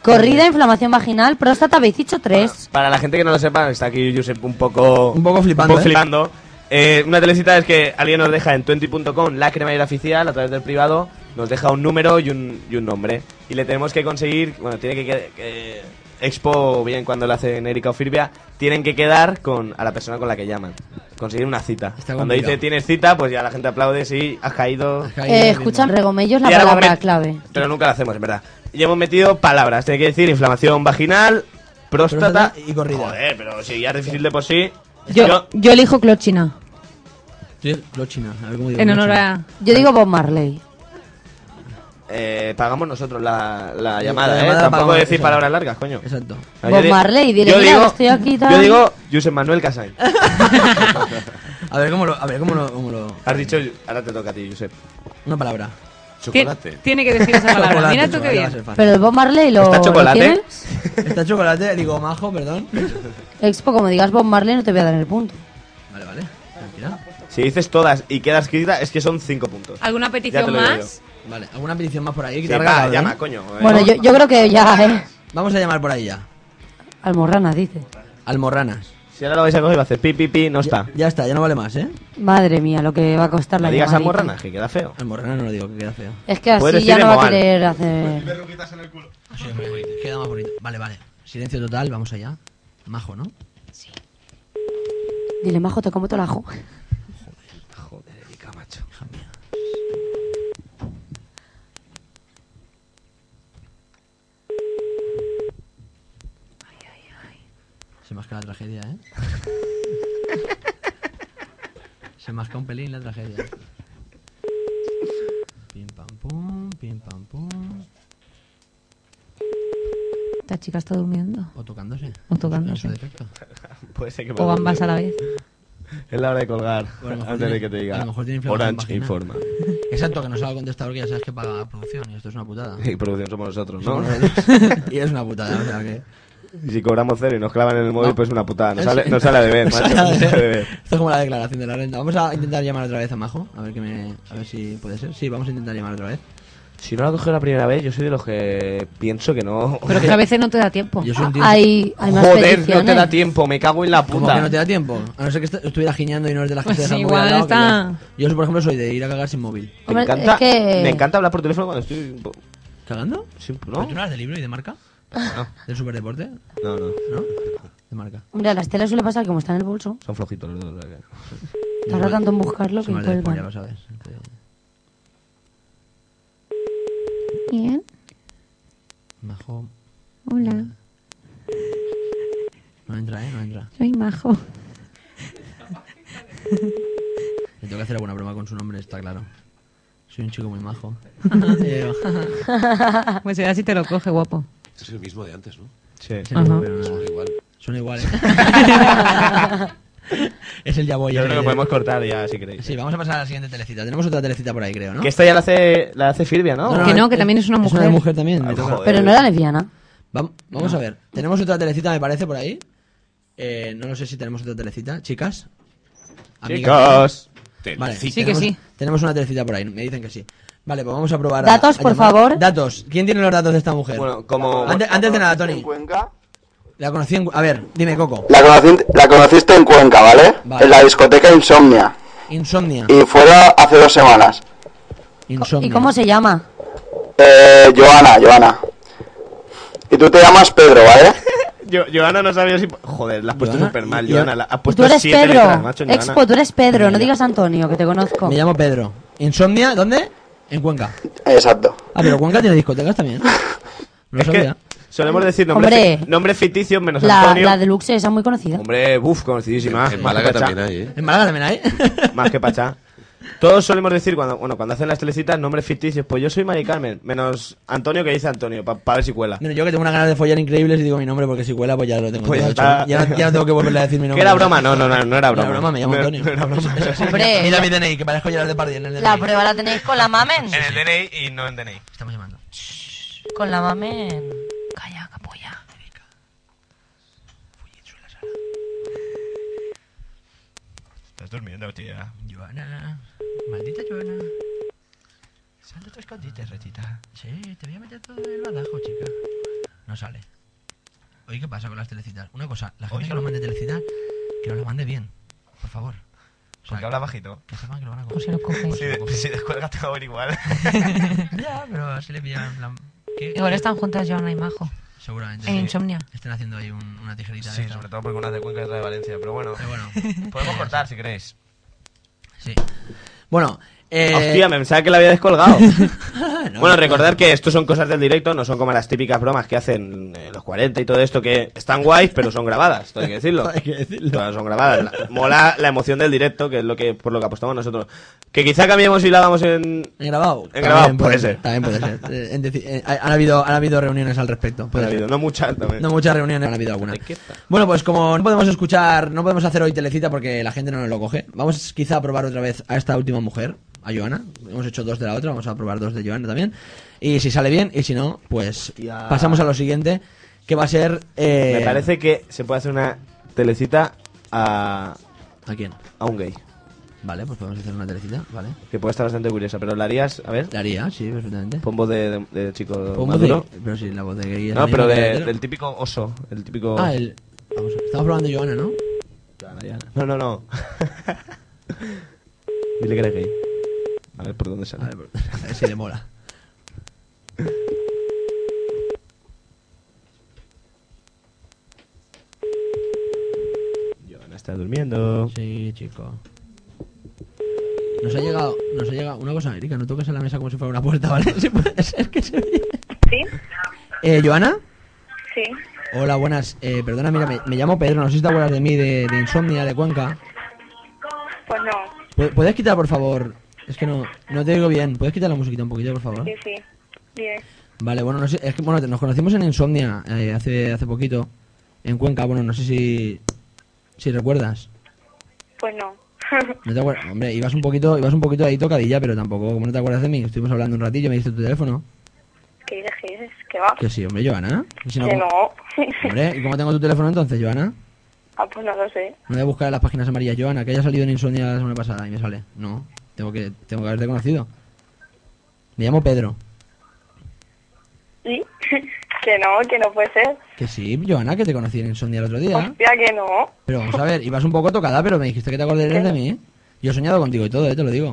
[SPEAKER 6] Corrida, inflamación vaginal, próstata, habéis dicho tres.
[SPEAKER 4] Para la gente que no lo sepa, está aquí Josep un poco...
[SPEAKER 2] Un poco flipando, ¿eh?
[SPEAKER 4] flipando. Eh, una telecita es que alguien nos deja en 20.com la cremallera oficial a través del privado, nos deja un número y un, y un nombre. Y le tenemos que conseguir, bueno, tiene que, que- que Expo, o bien cuando lo hacen Erika o Firvia, tienen que quedar con a la persona con la que llaman. Conseguir una cita.
[SPEAKER 2] Está
[SPEAKER 4] cuando
[SPEAKER 2] complicado.
[SPEAKER 4] dice tienes cita, pues ya la gente aplaude, sí, has caído.
[SPEAKER 2] Ahí,
[SPEAKER 6] Eh,
[SPEAKER 2] ahí,
[SPEAKER 6] escucha,
[SPEAKER 2] ahí.
[SPEAKER 6] regomello es la
[SPEAKER 4] Y ahora
[SPEAKER 6] palabra
[SPEAKER 4] hemos met-
[SPEAKER 6] clave.
[SPEAKER 4] Pero nunca la hacemos, en verdad. Y hemos metido palabras. Tiene que decir inflamación vaginal, próstata
[SPEAKER 2] Próstata y corrida.
[SPEAKER 4] Joder, pero si ya es difícil de por sí.
[SPEAKER 5] Yo, yo elijo Clochina.
[SPEAKER 2] Sí, Clochina, a ver cómo digo.
[SPEAKER 5] En honor
[SPEAKER 2] Clochina.
[SPEAKER 5] a.
[SPEAKER 6] Yo digo Bob Marley.
[SPEAKER 4] eh, pagamos nosotros la,
[SPEAKER 2] la
[SPEAKER 4] la llamada, ¿eh?
[SPEAKER 2] llamada la
[SPEAKER 4] Tampoco
[SPEAKER 2] pagamos,
[SPEAKER 4] decir
[SPEAKER 2] eso.
[SPEAKER 4] palabras largas, coño.
[SPEAKER 2] Exacto.
[SPEAKER 4] Yo
[SPEAKER 6] Bob
[SPEAKER 4] di-
[SPEAKER 6] Marley, dile,
[SPEAKER 4] yo
[SPEAKER 6] mira,
[SPEAKER 4] digo,
[SPEAKER 6] estoy aquí, tal.
[SPEAKER 4] Yo digo, Josep Manuel Casany.
[SPEAKER 2] A ver cómo lo. A ver cómo lo. cómo lo-
[SPEAKER 4] Has dicho, ahora te toca a ti, Josep.
[SPEAKER 2] Una palabra.
[SPEAKER 5] Tien- Tiene que decir esa palabra.
[SPEAKER 2] Chocolate,
[SPEAKER 5] Mira tú qué
[SPEAKER 2] chocolate, va a
[SPEAKER 5] bien.
[SPEAKER 2] ser fácil.
[SPEAKER 6] Pero el Bob Marley lo.
[SPEAKER 4] ¿Está
[SPEAKER 6] ¿lo
[SPEAKER 4] chocolate?
[SPEAKER 6] tienes?
[SPEAKER 2] Está chocolate, digo majo, perdón.
[SPEAKER 6] Expo, como digas Bob Marley, no te voy a dar el punto.
[SPEAKER 2] Vale, vale. Tranquila.
[SPEAKER 4] Si dices todas y queda escrita, es que son cinco puntos.
[SPEAKER 5] ¿Alguna
[SPEAKER 4] Ya te
[SPEAKER 5] petición
[SPEAKER 4] lo digo
[SPEAKER 5] más?
[SPEAKER 2] Vale, ¿alguna petición más por ahí?
[SPEAKER 4] yo.
[SPEAKER 2] Que
[SPEAKER 4] Sí,
[SPEAKER 2] te ha
[SPEAKER 4] va,
[SPEAKER 2] regalado,
[SPEAKER 4] llama,
[SPEAKER 2] ¿eh?
[SPEAKER 4] coño. eh.
[SPEAKER 6] Bueno, yo, yo creo que ya, ¿eh?
[SPEAKER 2] Vamos a llamar por ahí ya.
[SPEAKER 6] Almorrana, dice.
[SPEAKER 2] Almorranas.
[SPEAKER 4] Si ahora lo vais a coger, va a hacer pi, pi, pi, no está.
[SPEAKER 2] Ya está, ya no vale más, ¿eh?
[SPEAKER 6] Madre mía, lo que va a costar la
[SPEAKER 4] No digas
[SPEAKER 6] llamadita.
[SPEAKER 4] almorrana, que queda feo.
[SPEAKER 2] Almorranas no lo digo, que queda feo.
[SPEAKER 6] Es que
[SPEAKER 4] Puedes
[SPEAKER 6] así ya
[SPEAKER 4] decir
[SPEAKER 6] no va a
[SPEAKER 4] Emoan.
[SPEAKER 6] querer hacer.
[SPEAKER 2] Sí, hombre, bonito. Queda más bonito. Vale, vale. Silencio total, vamos allá. Majo, ¿no?
[SPEAKER 6] Dile, majo, te como todo el ajo.
[SPEAKER 2] Hija mía. Se masca la tragedia, ¿eh? Se masca un pelín la tragedia. Pim pam pum, pim pam pum.
[SPEAKER 9] Esta chica está durmiendo.
[SPEAKER 2] O tocándose.
[SPEAKER 9] O tocándose.
[SPEAKER 2] En su defecto.
[SPEAKER 4] Puede ser que me
[SPEAKER 9] O
[SPEAKER 4] olvide.
[SPEAKER 9] ambas a la vez.
[SPEAKER 4] Es la hora de colgar.
[SPEAKER 2] O a lo mejor
[SPEAKER 4] Antes de
[SPEAKER 2] tiene-
[SPEAKER 4] que te
[SPEAKER 2] a
[SPEAKER 4] diga.
[SPEAKER 2] lo mejor tiene inflamación
[SPEAKER 4] Orange
[SPEAKER 2] vaginal.
[SPEAKER 4] informa.
[SPEAKER 2] Exacto, que nos haga el contestador que ya sabes que paga producción y esto es una putada.
[SPEAKER 4] Y producción somos nosotros, ¿no?
[SPEAKER 2] Somos y es una putada, o sea que.
[SPEAKER 4] Y si cobramos cero y nos clavan en el móvil,
[SPEAKER 2] No.
[SPEAKER 4] pues es una putada. Nos
[SPEAKER 2] Sí.
[SPEAKER 4] sale, nos sale a deber,
[SPEAKER 2] Nos
[SPEAKER 4] macho.
[SPEAKER 2] sale a
[SPEAKER 4] Nos sale a
[SPEAKER 2] deber.
[SPEAKER 4] deber.
[SPEAKER 2] Esto es como la declaración de la renta. Vamos a intentar llamar otra vez a Majo, a ver, que me, a ver si puede ser. Sí, vamos a intentar llamar otra vez.
[SPEAKER 4] Si no la coge la primera vez, yo soy de los que pienso que no.
[SPEAKER 5] Pero que a veces no te da tiempo.
[SPEAKER 2] Yo soy un tío.
[SPEAKER 6] Hay, hay más
[SPEAKER 4] Joder, no
[SPEAKER 6] peticiones.
[SPEAKER 4] te da tiempo, me cago en la
[SPEAKER 2] ¿Cómo
[SPEAKER 4] puta.
[SPEAKER 2] que no te da tiempo? A no ser que est- estuviera giñando y no es de la gente
[SPEAKER 5] Pues
[SPEAKER 2] de Hamburgo
[SPEAKER 5] igual
[SPEAKER 2] al lado, que
[SPEAKER 5] está-
[SPEAKER 2] ya- Yo, por ejemplo, soy de ir a cagar sin móvil.
[SPEAKER 4] Me
[SPEAKER 6] Hombre,
[SPEAKER 4] encanta,
[SPEAKER 6] es que-
[SPEAKER 4] me encanta hablar por teléfono cuando estoy. un po-
[SPEAKER 2] ¿Cagando?
[SPEAKER 4] sí,
[SPEAKER 2] ¿Pero
[SPEAKER 4] ¿No?
[SPEAKER 2] ¿Tú no eras de libro y de marca? ¿Del superdeporte?
[SPEAKER 4] No, no.
[SPEAKER 2] ¿No? De marca.
[SPEAKER 6] Mira, a las telas suele pasar que como está en el bolso.
[SPEAKER 4] Son flojitos los dos. la verdad.
[SPEAKER 6] Tarda tanto en buscarlo
[SPEAKER 2] Se
[SPEAKER 6] que
[SPEAKER 2] me hace después,
[SPEAKER 6] cuelga.
[SPEAKER 2] ya lo sabes.
[SPEAKER 9] Bien.
[SPEAKER 2] Majo.
[SPEAKER 9] Hola,
[SPEAKER 2] No entra, ¿eh? No entra.
[SPEAKER 9] soy Majo.
[SPEAKER 2] Le tengo que hacer alguna broma con su nombre, está claro. Soy un chico muy majo. Eh,
[SPEAKER 5] Pues será si te lo coge, guapo.
[SPEAKER 8] Es el mismo de antes, ¿no?
[SPEAKER 4] Sí.
[SPEAKER 5] Ajá.
[SPEAKER 2] Pero nada.
[SPEAKER 8] Suena igual.
[SPEAKER 2] Son iguales. es el ya voy.
[SPEAKER 4] Yo
[SPEAKER 2] es
[SPEAKER 4] creo
[SPEAKER 2] el ya-
[SPEAKER 4] que podemos cortar ya, si queréis.
[SPEAKER 2] Sí, vamos a pasar a la siguiente telecita. Tenemos otra telecita por ahí, creo, ¿no?
[SPEAKER 4] Que esta ya la hace, la hace Silvia, ¿no?
[SPEAKER 5] Que no, que también es una
[SPEAKER 2] Es una
[SPEAKER 5] mujer.
[SPEAKER 2] mujer también. me
[SPEAKER 4] Ah,
[SPEAKER 2] toca.
[SPEAKER 4] joder.
[SPEAKER 6] Pero no era lesbiana.
[SPEAKER 2] Vam- Vamos a ver. Tenemos otra telecita, me parece, por ahí. Eh, no lo sé si tenemos otra telecita. Chicas. Amigas.
[SPEAKER 4] Chicos.
[SPEAKER 2] Vale,
[SPEAKER 8] Telecita.
[SPEAKER 5] Sí que
[SPEAKER 2] tenemos-
[SPEAKER 5] sí.
[SPEAKER 2] Tenemos una telecita por ahí. Me dicen que sí. Vale, pues vamos a probar. a-
[SPEAKER 6] Datos,
[SPEAKER 2] a
[SPEAKER 6] por
[SPEAKER 2] llamar.
[SPEAKER 6] favor.
[SPEAKER 2] Datos. ¿Quién tiene los datos de esta mujer?
[SPEAKER 4] Bueno, como.
[SPEAKER 2] antes, antes de nada, Tony. La conocí en. A ver, dime, Coco.
[SPEAKER 13] La, conocí- la conociste en Cuenca, ¿vale?
[SPEAKER 2] Vale.
[SPEAKER 13] En la discoteca Insomnia.
[SPEAKER 2] Insomnia.
[SPEAKER 13] Y fuera hace dos semanas.
[SPEAKER 2] Insomnia.
[SPEAKER 6] ¿Y cómo se llama?
[SPEAKER 13] Eh, Joana, Joana. Y tú te llamas Pedro, ¿vale?
[SPEAKER 4] Yo, Joana no sabía si. Joder, la has puesto
[SPEAKER 2] Joana,
[SPEAKER 4] súper mal,
[SPEAKER 2] y- y-
[SPEAKER 4] Joana. La, has puesto
[SPEAKER 6] Tú eres
[SPEAKER 4] siete
[SPEAKER 6] Pedro.
[SPEAKER 4] letras, macho, Joana.
[SPEAKER 6] Expo, tú eres Pedro. No digas Antonio, que te conozco.
[SPEAKER 2] Me llamo Pedro. Insomnia, ¿dónde? En Cuenca.
[SPEAKER 13] Exacto.
[SPEAKER 2] Ah, pero Cuenca tiene discotecas también. No
[SPEAKER 4] Es
[SPEAKER 2] sabía.
[SPEAKER 4] que solemos decir nombres,
[SPEAKER 6] Hombre.
[SPEAKER 4] fi- nombres ficticios menos
[SPEAKER 6] La,
[SPEAKER 4] Antonio.
[SPEAKER 6] la deluxe esa es muy conocida.
[SPEAKER 4] Hombre, buf, conocidísima.
[SPEAKER 8] En
[SPEAKER 4] Más que
[SPEAKER 8] Málaga
[SPEAKER 4] Pachá.
[SPEAKER 8] también hay, ¿eh?
[SPEAKER 2] En Málaga también hay.
[SPEAKER 4] Más que Pachá. Todos solemos decir, cuando, bueno, cuando hacen las telecitas, nombres ficticios. Pues yo soy Mari Carmen, menos Antonio que dice Antonio, para ver si cuela.
[SPEAKER 2] Bueno, yo que tengo unas ganas de follar increíbles y digo mi nombre porque si cuela, pues ya lo tengo
[SPEAKER 4] Pues
[SPEAKER 2] todo
[SPEAKER 4] ya está.
[SPEAKER 2] hecho. Ya, no- ya no tengo que volverle a decir mi
[SPEAKER 4] ¿Que
[SPEAKER 2] nombre.
[SPEAKER 4] era broma? No, no, no, no era
[SPEAKER 2] No
[SPEAKER 4] broma.
[SPEAKER 2] era broma, me llamo
[SPEAKER 4] No-
[SPEAKER 2] Antonio.
[SPEAKER 4] no era broma.
[SPEAKER 2] Es así,
[SPEAKER 6] Hombre.
[SPEAKER 2] mira- Mira mi DNI, que parezco Gerard Depardieu en el DNI.
[SPEAKER 6] La prueba la tenéis con la mamen.
[SPEAKER 4] En el DNI y no en DNI.
[SPEAKER 2] Estamos llamando.
[SPEAKER 6] Con la mamen.
[SPEAKER 5] Calla, capolla.
[SPEAKER 4] Estás durmiendo, tía.
[SPEAKER 2] Joana. Maldita Joana. Sal de tu escondite, retita. Sí, te voy a meter todo en el badajo, chica. No sale. Oye, ¿qué pasa con las telecitas? Una cosa, la gente que nos mande telecitas, que nos las mande bien, por favor. O sea,
[SPEAKER 4] bajito.
[SPEAKER 2] que sepan que lo van a coger.
[SPEAKER 5] Pues se lo coge.
[SPEAKER 2] Sí, de- si
[SPEAKER 4] descuelgas te va a ver igual.
[SPEAKER 2] ya, pero así le pillan en plan... ¿qué?
[SPEAKER 5] Igual están juntas Joana y Majo.
[SPEAKER 2] Seguramente.
[SPEAKER 5] En
[SPEAKER 2] sí.
[SPEAKER 5] Insomnia.
[SPEAKER 2] Estén haciendo ahí un- una tijerita. de estas.
[SPEAKER 4] todo porque una es de Cuenca y otra de Valencia. Pero bueno,
[SPEAKER 2] Pero bueno.
[SPEAKER 4] podemos cortar si queréis.
[SPEAKER 2] Sí. Bueno, Eh,
[SPEAKER 4] Hostia, me pensaba que la había descolgado. bueno, recordar que esto son cosas del directo, no son como las típicas bromas que hacen eh, los 40 y todo esto, que están guays, pero son grabadas, esto hay que decirlo.
[SPEAKER 2] Hay que decirlo.
[SPEAKER 4] Todas son grabadas. La- mola la emoción del directo, que es lo que por lo que apostamos nosotros. Que quizá cambiemos y la vamos en...
[SPEAKER 2] ¿En grabado?
[SPEAKER 4] En grabado,
[SPEAKER 2] También
[SPEAKER 4] puede ser.
[SPEAKER 2] También puede ser. Eh, en deci- eh, han, habido, han habido reuniones al respecto. puede
[SPEAKER 4] Ha habido,
[SPEAKER 2] ser.
[SPEAKER 4] no muchas también.
[SPEAKER 2] No muchas reuniones, han habido algunas. Bueno, pues como no podemos escuchar, no podemos hacer hoy telecita porque la gente no nos lo coge, vamos quizá a probar otra vez a esta última mujer, a Joana. Hemos hecho dos de la otra, vamos a probar dos de Joana también. Y si sale bien, y si no, pues
[SPEAKER 4] Hostia.
[SPEAKER 2] pasamos a lo siguiente, que va a ser... eh,
[SPEAKER 4] Me parece que se puede hacer una telecita a...
[SPEAKER 2] ¿A quién?
[SPEAKER 4] A un gay.
[SPEAKER 2] Vale, pues podemos hacer una telecita, vale.
[SPEAKER 4] Que puede estar bastante curiosa, pero la harías, a ver.
[SPEAKER 2] La haría, sí, perfectamente.
[SPEAKER 4] Pon voz de, de- de chico
[SPEAKER 2] Pon voz de-
[SPEAKER 4] maduro.
[SPEAKER 2] pero sí, la voz de gay es la
[SPEAKER 4] No,
[SPEAKER 2] misma
[SPEAKER 4] pero
[SPEAKER 2] que
[SPEAKER 4] de-
[SPEAKER 2] la hetero.
[SPEAKER 4] del típico oso. El típico...
[SPEAKER 2] Ah, el... Vamos, a ver, estamos probando Joana, ¿no?
[SPEAKER 4] No, no, no. Dile que eres gay. A ver por dónde sale.
[SPEAKER 2] A ver, por- a ver si le mola.
[SPEAKER 4] Joana está durmiendo.
[SPEAKER 2] Sí, chico. Nos ha llegado, nos ha llegado una cosa, Erika, no toques en la mesa como si fuera una puerta, ¿vale? Si puede ser que se oye.
[SPEAKER 14] ¿Sí?
[SPEAKER 2] Eh, Joana,
[SPEAKER 14] Sí.
[SPEAKER 2] hola, buenas. Eh, perdona, mira, me, me llamo Pedro, no sé si te acuerdas de mí, de, de Insomnia, de Cuenca.
[SPEAKER 14] Pues no.
[SPEAKER 2] Pu- ¿Puedes quitar, por favor? Es que no, no te digo bien. ¿Puedes quitar la musiquita un poquito, por favor?
[SPEAKER 14] Sí, sí. Bien.
[SPEAKER 2] Vale, bueno, no sé, es que bueno, te- nos conocimos en Insomnia eh, hace, hace poquito, en Cuenca, bueno, no sé si, si recuerdas.
[SPEAKER 14] Pues no.
[SPEAKER 2] No te acuerdas, hombre, ibas un poquito, ibas un poquito ahí tocadilla, pero tampoco, como no te acuerdas de mí, estuvimos hablando un ratillo, me diste tu teléfono.
[SPEAKER 14] ¿Qué dices? ¿Qué dices? ¿Qué va?
[SPEAKER 2] Que sí, hombre, Joana. Y si no,
[SPEAKER 14] que
[SPEAKER 2] ¿cómo-
[SPEAKER 14] no.
[SPEAKER 2] Hombre, ¿y cómo tengo tu teléfono entonces, Joana?
[SPEAKER 14] ah, pues no lo sé.
[SPEAKER 2] No voy a buscar en las páginas amarillas, Joana, que haya salido en Insomnia la semana pasada y me sale. No, tengo que, tengo que haberte conocido. Me llamo Pedro.
[SPEAKER 14] ¿Y? que no, que no puede ser.
[SPEAKER 2] Que sí, Joana, que te conocí en Insomnia el otro día.
[SPEAKER 14] Hostia, que no.
[SPEAKER 2] Pero vamos a ver, ibas un poco tocada, pero me dijiste que te acordarías de mí. Yo he soñado contigo y todo, eh, te lo digo.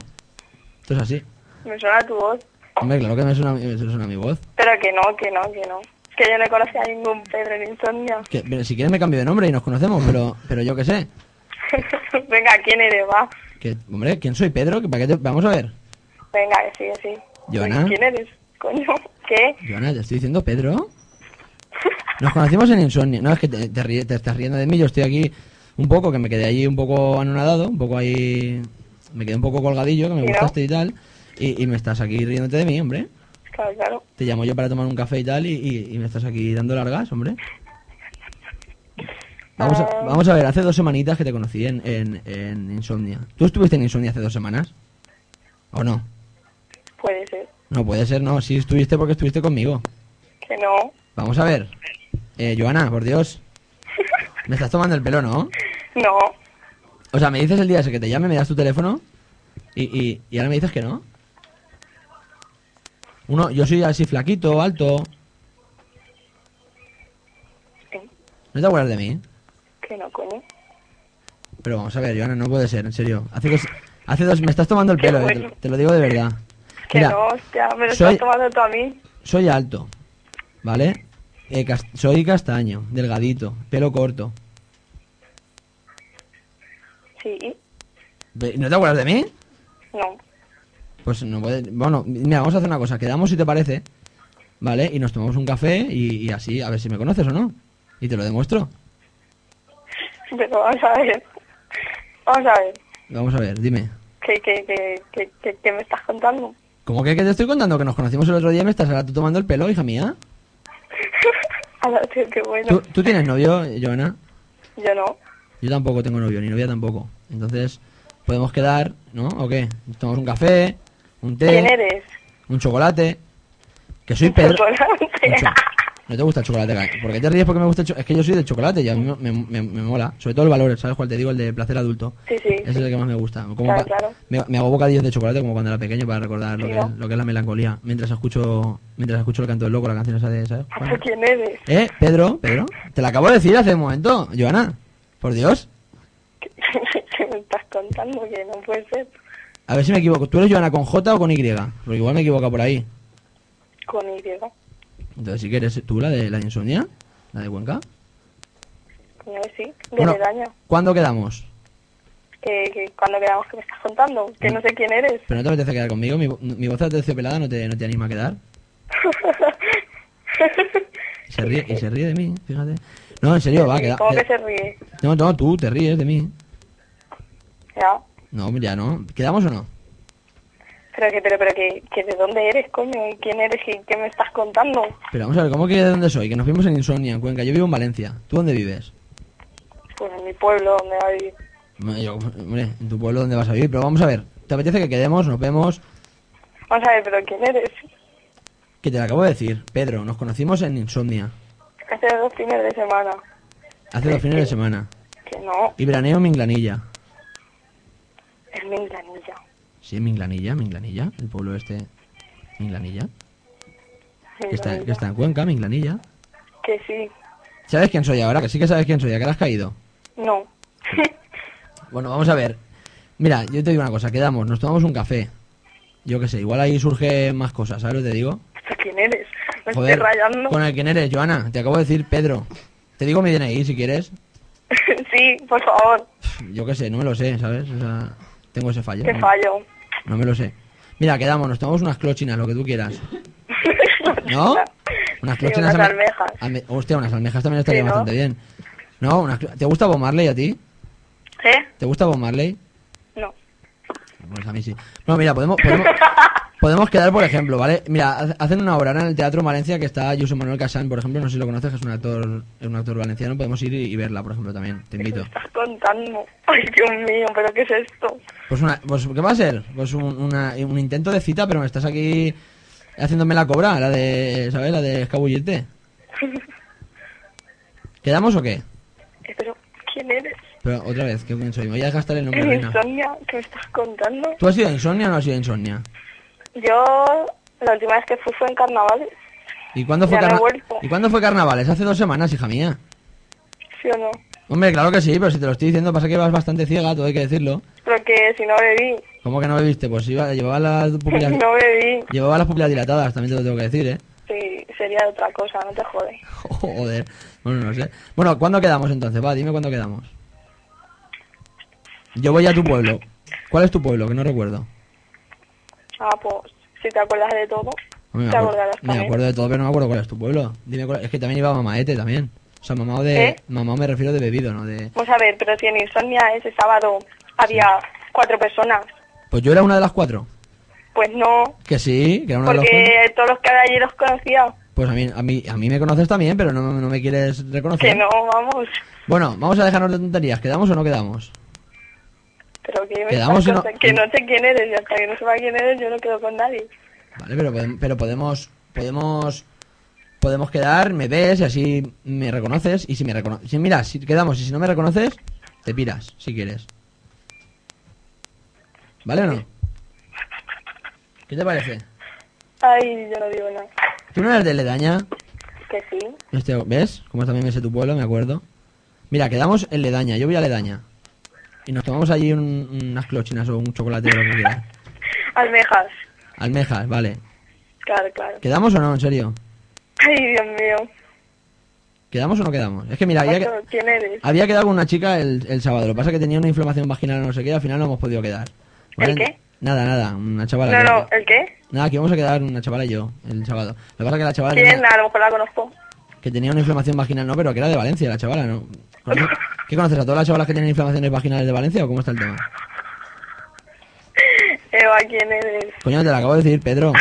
[SPEAKER 2] Esto es así.
[SPEAKER 14] Me suena tu voz.
[SPEAKER 2] Hombre, claro que me suena, me suena mi voz.
[SPEAKER 14] Pero que no, que no, que no. Que yo no conocía a ningún Pedro en Insomnia.
[SPEAKER 2] Que, pero si quieres me cambio de nombre y nos conocemos, pero, pero yo qué sé.
[SPEAKER 14] Venga, ¿quién eres? Va.
[SPEAKER 2] Que, hombre, ¿quién soy Pedro? Que para qué te- Vamos a ver.
[SPEAKER 14] Venga, que sí, que sí.
[SPEAKER 2] Joana.
[SPEAKER 14] ¿Quién eres? Coño, ¿qué?
[SPEAKER 2] Joana, te estoy diciendo Pedro. Nos conocimos en Insomnia. No, es que te, te ríe- te estás riendo de mí. Yo estoy aquí un poco, que me quedé allí un poco anonadado, un poco ahí. Me quedé un poco colgadillo, que me
[SPEAKER 14] Mira.
[SPEAKER 2] gustaste y tal. Y, y me estás aquí riéndote de mí, hombre.
[SPEAKER 14] Claro, claro.
[SPEAKER 2] Te llamo yo para tomar un café y tal, y, y- y me estás aquí dando largas, hombre. Vamos a, vamos a ver, hace dos semanitas que te conocí en, en, en Insomnia. ¿Tú estuviste en Insomnia hace dos semanas? ¿O no?
[SPEAKER 14] Puede ser.
[SPEAKER 2] No puede ser, no. Sí estuviste porque estuviste conmigo.
[SPEAKER 14] Que no.
[SPEAKER 2] Vamos a ver. Eh, Joana, por Dios. Me estás tomando el pelo, ¿no?
[SPEAKER 14] No.
[SPEAKER 2] O sea, me dices el día ese que te llame, me das tu teléfono y, y, y ahora me dices que no. Uno, yo soy así flaquito, alto. ¿No te acuerdas de mí?
[SPEAKER 14] Que no, coño.
[SPEAKER 2] Pero vamos a ver, Joana, no puede ser, en serio. Hace dos, hace dos me estás tomando el pelo, eh, te, lo- te lo digo de verdad.
[SPEAKER 14] Que
[SPEAKER 2] Mira,
[SPEAKER 14] no, hostia, me lo
[SPEAKER 2] soy-
[SPEAKER 14] estás tomando tú a mí.
[SPEAKER 2] soy alto, ¿vale? Eh, cas- soy castaño, delgadito, pelo corto.
[SPEAKER 14] Sí,
[SPEAKER 2] Ve- ¿No te acuerdas de mí?
[SPEAKER 14] no.
[SPEAKER 2] Pues no puede. Bueno, mira, vamos a hacer una cosa. Quedamos si te parece, ¿vale? Y nos tomamos un café y, y así, a ver si me conoces o no. Y te lo demuestro.
[SPEAKER 14] Pero vamos a ver. Vamos a ver.
[SPEAKER 2] Vamos a ver, dime.
[SPEAKER 14] ¿Qué, qué, qué, qué, qué- qué me estás contando?
[SPEAKER 2] ¿Cómo que, que te estoy contando que nos conocimos el otro día y me estás ahora tú tomando el pelo, hija mía?
[SPEAKER 14] A la tío, qué
[SPEAKER 2] ¿Tú,
[SPEAKER 14] bueno.
[SPEAKER 2] tú tienes novio, Joana?
[SPEAKER 14] Yo no.
[SPEAKER 2] Yo tampoco tengo novio, ni novia tampoco. Entonces, podemos quedar, ¿no? ¿O qué? Nos tomamos un café, un té,
[SPEAKER 14] ¿Quién eres?
[SPEAKER 2] un chocolate. Que soy Pedro.
[SPEAKER 14] Chocolate.
[SPEAKER 2] Mucho. No te gusta el chocolate, Gael? ¿por qué te ríes? Porque me gusta el cho- Es que yo soy de chocolate y a mí me, me- me mola. Sobre todo el valor, ¿sabes cuál te digo? El de placer adulto.
[SPEAKER 14] Sí, sí.
[SPEAKER 2] Ese es el que más me gusta. Como
[SPEAKER 14] Claro,
[SPEAKER 2] pa-
[SPEAKER 14] claro.
[SPEAKER 2] Me, me hago bocadillos de chocolate como cuando era pequeño para recordar lo,
[SPEAKER 14] Sí,
[SPEAKER 2] que,
[SPEAKER 14] ¿no?
[SPEAKER 2] es- lo que es la melancolía. Mientras escucho mientras escucho el canto del loco, la canción esa de, ¿sabes?
[SPEAKER 14] ¿Pero quién eres?
[SPEAKER 2] Eh, Pedro, Pedro, te la acabo de decir hace un momento, Joana. Por Dios.
[SPEAKER 14] ¿Qué me estás contando? Que no puede ser.
[SPEAKER 2] A ver si me equivoco. ¿Tú eres Joana con J o con Y? Porque igual me equivoco por ahí.
[SPEAKER 14] Con Y. Con
[SPEAKER 2] Entonces, si quieres, tú la de la de insomnia, la de Cuenca.
[SPEAKER 14] Y sí. De
[SPEAKER 2] Bueno.
[SPEAKER 14] daño.
[SPEAKER 2] ¿Cuándo quedamos?
[SPEAKER 14] que, que cuando quedamos que me estás contando, que no sé quién eres.
[SPEAKER 2] Pero no te apetece quedar conmigo, mi, vo- mi voz terciopelada no te, no te anima a quedar. Y se, ríe, y se ríe de mí, fíjate. No, en serio, va, queda.
[SPEAKER 14] ¿Cómo que
[SPEAKER 2] queda-
[SPEAKER 14] se ríe?
[SPEAKER 2] No, no, tú te ríes de mí.
[SPEAKER 14] Ya.
[SPEAKER 2] No, hombre, ya no. ¿Quedamos o no?
[SPEAKER 14] Pero que, pero, pero que, que de dónde eres, coño, y quién eres y qué me estás contando.
[SPEAKER 2] Pero vamos a ver, ¿cómo que de dónde soy? Que nos vimos en Insomnia, en Cuenca. Yo vivo en Valencia. ¿Tú dónde vives?
[SPEAKER 14] Pues en mi pueblo donde va a vivir.
[SPEAKER 2] Bueno, yo, hombre, en tu pueblo dónde vas a vivir. Pero vamos a ver, ¿te apetece que quedemos, nos vemos?
[SPEAKER 14] Vamos a ver, pero quién eres.
[SPEAKER 2] Que te lo acabo de decir, Pedro, nos conocimos en Insomnia.
[SPEAKER 14] Hace dos fines de semana.
[SPEAKER 2] Hace dos fines de semana.
[SPEAKER 14] Que no,
[SPEAKER 2] Y veraneo en Minglanilla.
[SPEAKER 14] es mi granilla.
[SPEAKER 2] Sí, Minglanilla, Minglanilla, el pueblo este. Minglanilla. Que está, que está en Cuenca, Minglanilla.
[SPEAKER 14] Que sí,
[SPEAKER 2] ¿Sabes quién soy ahora? Que sí que sabes quién soy, ¿a qué le has caído?
[SPEAKER 14] no.
[SPEAKER 2] Bueno, vamos a ver. Mira, yo te digo una cosa, quedamos, nos tomamos un café. Yo qué sé, igual ahí surge más cosas, ¿sabes lo que te digo?
[SPEAKER 14] ¿Pero quién eres? Me
[SPEAKER 2] Joder,
[SPEAKER 14] estoy rayando.
[SPEAKER 2] con el quién eres, Joana, te acabo de decir Pedro. Te digo mi DNI si quieres.
[SPEAKER 14] sí, por favor,
[SPEAKER 2] Yo qué sé, no me lo sé, ¿sabes? O sea, tengo ese fallo.
[SPEAKER 14] que
[SPEAKER 2] No-
[SPEAKER 14] fallo.
[SPEAKER 2] No me lo sé. Mira, quedamos, nos tomamos unas clochinas, lo que tú quieras. ¿No? Unas
[SPEAKER 14] Sí, unas
[SPEAKER 2] alme-
[SPEAKER 14] almejas.
[SPEAKER 2] alme- Hostia, unas almejas también estarían
[SPEAKER 14] Sí, ¿no?
[SPEAKER 2] bastante bien. No, unas clo- ¿te gusta Bob Marley a ti?
[SPEAKER 14] ¿Eh?
[SPEAKER 2] ¿Te gusta Bob Marley?
[SPEAKER 14] No.
[SPEAKER 2] Pues a mí sí. No, mira, podemos, podemos, podemos quedar, por ejemplo, ¿vale? Mira, ha- hacen una obra ahora en el Teatro Valencia que está José Manuel Casán, por ejemplo, no sé si lo conoces, que es un actor, es un actor valenciano, podemos ir y, y verla, por ejemplo, también, te invito.
[SPEAKER 14] Estás contando. Ay, Dios mío, pero ¿qué es esto?
[SPEAKER 2] Pues, una, pues ¿qué va a ser? Pues un, una- un intento de cita, pero me estás aquí haciéndome la cobra, la de, ¿sabes? La de escabullirte. ¿Quedamos o qué?
[SPEAKER 14] Eh, pero, ¿quién eres?
[SPEAKER 2] Pero otra vez, que pienso, me voy a gastar el nombre,
[SPEAKER 14] ¿Es
[SPEAKER 2] reina.
[SPEAKER 14] insomnia? ¿Qué me estás contando?
[SPEAKER 2] ¿Tú has sido insomnia o no has sido insomnia?
[SPEAKER 14] Yo, la última vez que fui fue en carnavales,
[SPEAKER 2] ¿Y cuándo fue,
[SPEAKER 14] Ya no he
[SPEAKER 2] carna-
[SPEAKER 14] vuelto.
[SPEAKER 2] ¿Y cuándo fue carnavales? Hace dos semanas, hija mía.
[SPEAKER 14] ¿sí o no?
[SPEAKER 2] Hombre, claro que sí, pero si te lo estoy diciendo, pasa que vas bastante ciega, todo hay que decirlo.
[SPEAKER 14] Pero que si no bebí,
[SPEAKER 2] ¿Cómo que no bebiste? Pues iba, llevaba las pupilas...
[SPEAKER 14] no bebí,
[SPEAKER 2] Llevaba las pupilas dilatadas, también te lo tengo que decir, ¿eh?
[SPEAKER 14] sí, sería de otra cosa, no te jodes.
[SPEAKER 2] Joder, bueno, no sé. Bueno, ¿cuándo quedamos entonces? Va, dime cuándo quedamos. Yo voy a tu pueblo. ¿Cuál es tu pueblo? Que no recuerdo.
[SPEAKER 14] Ah, pues, si te acuerdas de todo,
[SPEAKER 2] Hombre,
[SPEAKER 14] te
[SPEAKER 2] me, acuerdo,
[SPEAKER 14] acordarás
[SPEAKER 2] me
[SPEAKER 14] también.
[SPEAKER 2] acuerdo de todo, pero no me acuerdo cuál es tu pueblo. Dime cuál- es que también iba mamaete también. O sea, mamado de...
[SPEAKER 14] ¿Eh?
[SPEAKER 2] Mamado me refiero de bebido, ¿no? De...
[SPEAKER 14] Vamos Pues a ver, pero si en insomnia ese sábado había cuatro personas,
[SPEAKER 2] Pues yo era una de las cuatro.
[SPEAKER 14] pues no,
[SPEAKER 2] Que sí, que era una de las cuatro.
[SPEAKER 14] porque todos los que allí los conocía,
[SPEAKER 2] Pues a mí, a, mí, a mí me conoces también, pero no, no me quieres reconocer.
[SPEAKER 14] que no, vamos,
[SPEAKER 2] Bueno, vamos a dejarnos de tonterías. ¿Quedamos o no quedamos?
[SPEAKER 14] pero que me
[SPEAKER 2] Quedamos y
[SPEAKER 14] estás
[SPEAKER 2] no-
[SPEAKER 14] contando- que no sé quién eres, y hasta que no sepa quién eres, yo no quedo con nadie.
[SPEAKER 2] Vale, pero, podem- pero podemos, podemos, podemos quedar, me ves y así me reconoces. Y si me reconoces, mira, si quedamos y si no me reconoces, te piras, si quieres. ¿Vale o no? ¿Qué te parece?
[SPEAKER 14] Ay, yo no digo nada,
[SPEAKER 2] ¿Tú no eres de Ledaña?
[SPEAKER 14] que sí,
[SPEAKER 2] Este, ¿Ves? Como también me sé tu pueblo, me acuerdo. Mira, quedamos en Ledaña, yo voy a Ledaña. Y nos tomamos allí un- unas clochinas o un chocolate o lo que quieras.
[SPEAKER 14] almejas,
[SPEAKER 2] Almejas, vale.
[SPEAKER 14] claro, claro.
[SPEAKER 2] ¿Quedamos o no, en serio?
[SPEAKER 14] Ay, Dios mío,
[SPEAKER 2] ¿Quedamos o no quedamos? Es que mira, había Ah, que...
[SPEAKER 14] Macho, ¿quién eres?
[SPEAKER 2] Había quedado con una chica el, el sábado, lo que pasa es que tenía una inflamación vaginal o no sé qué, y al final no hemos podido quedar.
[SPEAKER 14] ¿El qué?
[SPEAKER 2] Nada, nada, una chavala.
[SPEAKER 14] No, eh.
[SPEAKER 2] que-
[SPEAKER 14] no, ¿el qué?
[SPEAKER 2] Nada, que vamos a quedar una chavala y yo el sábado. Lo que pasa es que la chavala
[SPEAKER 14] ¿Quién?
[SPEAKER 2] tenía,
[SPEAKER 14] A lo mejor la conozco.
[SPEAKER 2] que tenía una inflamación vaginal, no, pero que era de Valencia la chavala, ¿no? ¿Conoces- ¿Qué conoces a todas las chavalas que tienen inflamaciones vaginales de Valencia o cómo está el tema?
[SPEAKER 14] Eva, ¿quién eres?
[SPEAKER 2] Coño, te lo acabo de decir, Pedro.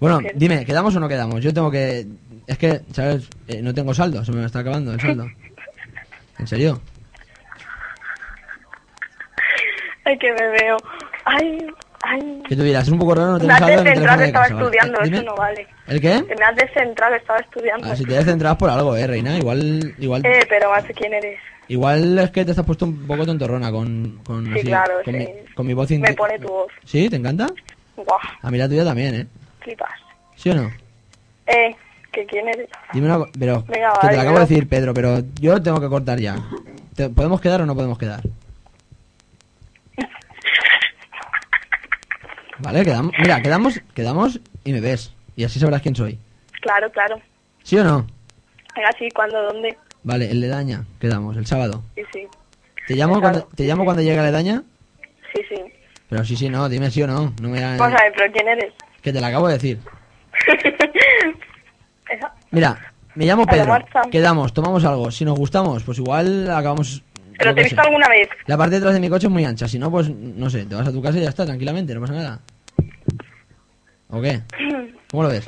[SPEAKER 2] Bueno, dime, ¿quedamos o no quedamos? Yo tengo que... Es que, ¿sabes? Eh, no tengo saldo, se me está acabando el saldo. ¿En serio?
[SPEAKER 14] Ay, que me veo. Ay, ay.
[SPEAKER 2] Que tú dirás, es un poco raro, no tengo
[SPEAKER 14] Me has
[SPEAKER 2] saldo en el teléfono
[SPEAKER 14] descentrado,
[SPEAKER 2] de
[SPEAKER 14] estaba
[SPEAKER 2] casa. ¿vale?
[SPEAKER 14] estudiando,
[SPEAKER 2] Eh, dime.
[SPEAKER 14] eso no vale.
[SPEAKER 2] ¿El qué?
[SPEAKER 14] Que Me has descentrado, estaba estudiando.
[SPEAKER 2] Ah, si te descentras por algo, eh, reina. Igual, igual,
[SPEAKER 14] Eh, pero macho, ¿quién eres?
[SPEAKER 2] igual es que te has puesto un poco tontorrona con, con,
[SPEAKER 14] Sí, claro,
[SPEAKER 2] con,
[SPEAKER 14] sí.
[SPEAKER 2] mi, con mi voz.
[SPEAKER 14] Me
[SPEAKER 2] inti-
[SPEAKER 14] pone tu voz.
[SPEAKER 2] ¿Sí? ¿Te encanta?
[SPEAKER 14] Guau,
[SPEAKER 2] A mí la tuya también, eh.
[SPEAKER 14] flipas.
[SPEAKER 2] ¿Sí o no?
[SPEAKER 14] Eh, que quién eres?
[SPEAKER 2] Dime una co- Pero,
[SPEAKER 14] Venga,
[SPEAKER 2] que te
[SPEAKER 14] vale,
[SPEAKER 2] lo acabo de
[SPEAKER 14] yo-
[SPEAKER 2] decir, Pedro, pero yo tengo que cortar ya. Te- ¿Podemos quedar o no podemos quedar? Vale, quedamos. Mira, quedamos, quedamos y me ves. Y así sabrás quién soy.
[SPEAKER 14] Claro, claro.
[SPEAKER 2] ¿Sí o no?
[SPEAKER 14] Venga, sí, ¿cuándo, dónde?
[SPEAKER 2] Vale, el de Daña, quedamos, el sábado.
[SPEAKER 14] Sí, sí.
[SPEAKER 2] ¿Te llamo, cuando, ¿Te llamo cuando llegue la daña?
[SPEAKER 14] Sí,
[SPEAKER 2] Eh.
[SPEAKER 14] sí.
[SPEAKER 2] Pero sí, sí, no, dime sí o no. no me,
[SPEAKER 14] Vamos Pues a ver, pero ¿quién eres?
[SPEAKER 2] que te la acabo de decir.
[SPEAKER 14] Esa-
[SPEAKER 2] Mira, me llamo
[SPEAKER 14] A la
[SPEAKER 2] Pedro.
[SPEAKER 14] marcha.
[SPEAKER 2] Quedamos, tomamos algo. Si nos gustamos, pues igual acabamos.
[SPEAKER 14] ¿Pero
[SPEAKER 2] yo
[SPEAKER 14] te he
[SPEAKER 2] qué
[SPEAKER 14] visto
[SPEAKER 2] sé.
[SPEAKER 14] alguna vez?
[SPEAKER 2] La parte de atrás de mi coche es muy ancha. Si no, pues no sé, te vas a tu casa y ya está, tranquilamente, no pasa nada. ¿O qué? ¿Cómo lo ves?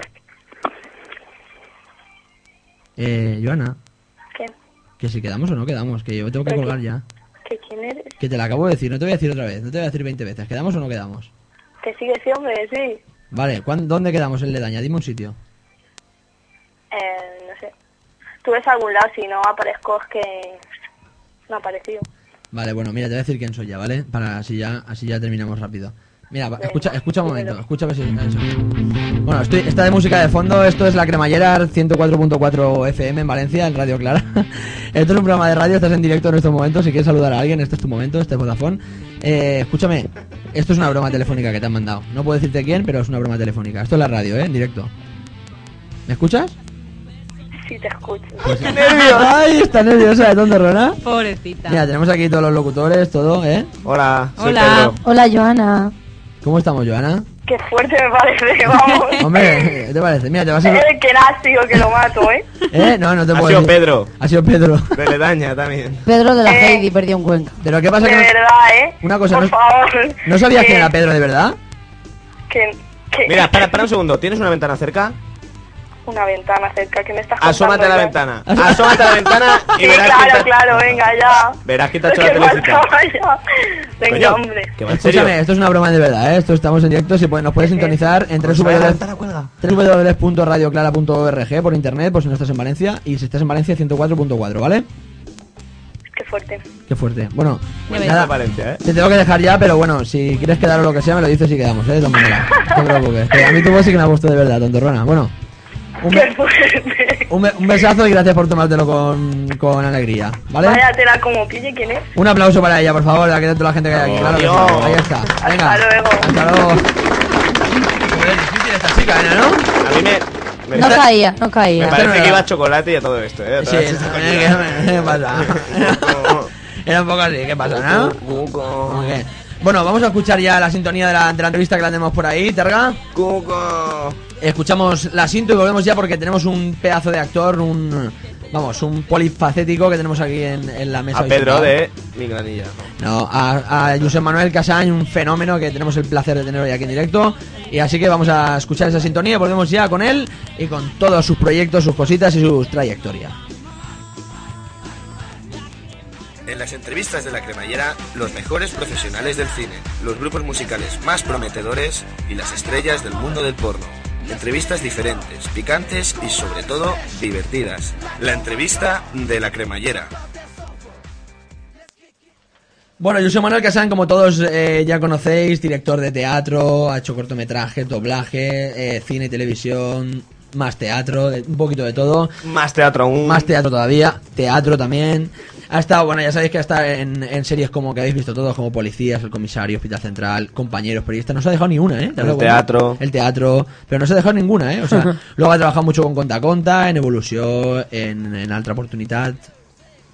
[SPEAKER 2] Eh, Joana,
[SPEAKER 14] ¿Qué?
[SPEAKER 2] que si quedamos o no quedamos, que yo tengo que
[SPEAKER 14] Pero
[SPEAKER 2] colgar ya.
[SPEAKER 14] ¿Que ¿Quién eres?
[SPEAKER 2] Que te la acabo de decir, no te voy a decir otra vez, no te voy a decir 20 veces. ¿Quedamos o no quedamos?
[SPEAKER 14] Que sigue ese hombre, sí.
[SPEAKER 2] Vale, ¿cuán- ¿dónde quedamos en Ledaña? Dime un sitio.
[SPEAKER 14] Eh, no sé. Tú ves a algún lado, si no aparezco es que no ha aparecido.
[SPEAKER 2] Vale, bueno, mira, te voy a decir quién soy ya, ¿vale? Para así ya, así ya terminamos rápido. Mira, va,
[SPEAKER 14] Venga,
[SPEAKER 2] escucha, escucha un momento, escucha a ver si... a ver si- Bueno, estoy, está de música de fondo, esto es La Cremallera 104.4 FM en Valencia, en Radio Clara. esto es un programa de radio, estás en directo en estos momentos, si quieres saludar a alguien, este es tu momento, este es Vodafone. Eh, escúchame, esto es una broma telefónica que te han mandado. No puedo decirte quién, pero es una broma telefónica. Esto es la radio, ¿eh? En directo. ¿Me escuchas?
[SPEAKER 14] Sí, te escucho.
[SPEAKER 2] Pues ¡Ay, está nerviosa de tonto, Rona!
[SPEAKER 5] Pobrecita.
[SPEAKER 2] Mira, tenemos aquí todos los locutores, todo, ¿eh?
[SPEAKER 4] Hola,
[SPEAKER 5] soy Hola.
[SPEAKER 6] Hola, Joana.
[SPEAKER 2] ¿Cómo estamos, Joana?
[SPEAKER 14] Qué fuerte me parece, vamos.
[SPEAKER 2] Hombre, ¿qué te parece? Mira, te vas a...
[SPEAKER 14] Eh, qué nástico que lo mato, ¿eh?
[SPEAKER 2] ¿Eh? No, no te
[SPEAKER 4] Ha
[SPEAKER 2] puedo
[SPEAKER 4] sido
[SPEAKER 2] decir.
[SPEAKER 4] Pedro.
[SPEAKER 2] Ha sido Pedro.
[SPEAKER 4] De Ledaña también.
[SPEAKER 6] Pedro de la Heidi perdió un cuenca.
[SPEAKER 2] Pero ¿qué pasa?
[SPEAKER 14] De
[SPEAKER 2] Que no-
[SPEAKER 14] verdad, ¿eh?
[SPEAKER 2] Una cosa,
[SPEAKER 14] Por
[SPEAKER 2] no,
[SPEAKER 14] favor.
[SPEAKER 2] ¿no sabías
[SPEAKER 14] que-
[SPEAKER 2] quién era Pedro de verdad?
[SPEAKER 14] que- que-
[SPEAKER 4] Mira, espera, espera un segundo. ¿Tienes una ventana cerca?
[SPEAKER 14] Una ventana cerca, que me estás
[SPEAKER 4] Asómate a la
[SPEAKER 14] contando,
[SPEAKER 4] ventana. Asómate a la ventana
[SPEAKER 14] ya?
[SPEAKER 4] y verás
[SPEAKER 14] Sí,
[SPEAKER 4] quién
[SPEAKER 14] claro,
[SPEAKER 4] te-
[SPEAKER 14] claro, venga, ya.
[SPEAKER 4] Verás que te ha hecho la
[SPEAKER 14] Que
[SPEAKER 4] telecita.
[SPEAKER 14] faltaba ya. Venga,
[SPEAKER 4] Coño,
[SPEAKER 14] hombre.
[SPEAKER 4] que va en serio.
[SPEAKER 2] Escúchame, esto es una broma de verdad, ¿eh? Esto estamos en directo, si pueden- nos puedes sintonizar en
[SPEAKER 4] Sube Pues la
[SPEAKER 2] www
[SPEAKER 4] ventana, cuelga.
[SPEAKER 2] www.radioclara.org por internet, por si no estás en Valencia, y si estás en Valencia, 104.4, ¿vale?
[SPEAKER 14] Qué fuerte.
[SPEAKER 2] Qué fuerte. Bueno,
[SPEAKER 4] Buena
[SPEAKER 2] nada,
[SPEAKER 4] Valencia, ¿eh?
[SPEAKER 2] te tengo que dejar ya, pero bueno, si quieres quedar o lo que sea, me lo dices y quedamos, ¿eh? De todas maneras, no te preocupes. Que a mí tu voz sí que me ha gustado de verdad, tontorrona. Bueno, un,
[SPEAKER 14] Qué fuerte.
[SPEAKER 2] un be- un besazo y gracias por tomártelo con, con alegría, ¿vale?
[SPEAKER 14] Vaya tela como pille, ¿quién es?
[SPEAKER 2] Un aplauso para ella, por favor, la que toda la gente que hay aquí. Claro que sí.
[SPEAKER 4] Adiós.
[SPEAKER 2] Ahí está. Venga.
[SPEAKER 14] Hasta luego.
[SPEAKER 2] Hasta luego. Joder, difícil esta chica, ¿eh, ¿no?
[SPEAKER 4] A mí me. me-
[SPEAKER 6] No caía, no
[SPEAKER 4] Me
[SPEAKER 6] caía.
[SPEAKER 4] parece
[SPEAKER 2] era-
[SPEAKER 4] que iba a chocolate y a todo esto, ¿eh? A
[SPEAKER 2] Sí,
[SPEAKER 4] todas estas
[SPEAKER 2] no,
[SPEAKER 4] coñas.
[SPEAKER 2] eh, ¿qué pasa? Era un poco así, ¿qué pasa, no? Como que- Bueno, vamos a escuchar ya la sintonía de la, de la entrevista que la tenemos por ahí, Terga.
[SPEAKER 4] Cuco.
[SPEAKER 2] Escuchamos la cinta y volvemos ya porque tenemos un pedazo de actor, un. Vamos, un polifacético que tenemos aquí en, en la mesa.
[SPEAKER 4] A
[SPEAKER 2] hoy
[SPEAKER 4] Pedro
[SPEAKER 2] sentado.
[SPEAKER 4] de Mi Granilla.
[SPEAKER 2] No, a, a Josep Manuel Casañ, un fenómeno que tenemos el placer de tener hoy aquí en directo. Y así que vamos a escuchar esa sintonía, volvemos ya con él y con todos sus proyectos, sus cositas y su trayectoria.
[SPEAKER 10] En las entrevistas de la cremallera, los mejores profesionales del cine, los grupos musicales más prometedores y las estrellas del mundo del porno. Entrevistas diferentes, picantes y sobre todo divertidas. La entrevista de la cremallera.
[SPEAKER 2] Bueno, Josep Manuel Casañ, como todos eh, ya conocéis, director de teatro, ha hecho cortometraje, doblaje, eh, cine y televisión, más teatro, de- un poquito de todo.
[SPEAKER 4] Más teatro aún.
[SPEAKER 2] Más teatro todavía, teatro también. Ha estado, bueno, ya sabéis que ha estado en, en series como que habéis visto todos, como Policías, El Comisario, Hospital Central, Compañeros, Periodistas. No se ha dejado ni una, ¿eh? ¿Te has dado
[SPEAKER 4] El
[SPEAKER 2] cuenta?
[SPEAKER 4] teatro.
[SPEAKER 2] El teatro, pero no se ha dejado ninguna, ¿eh? O sea, luego ha trabajado mucho con Conta Conta, en Evolución, en, en Altra Oportunidad,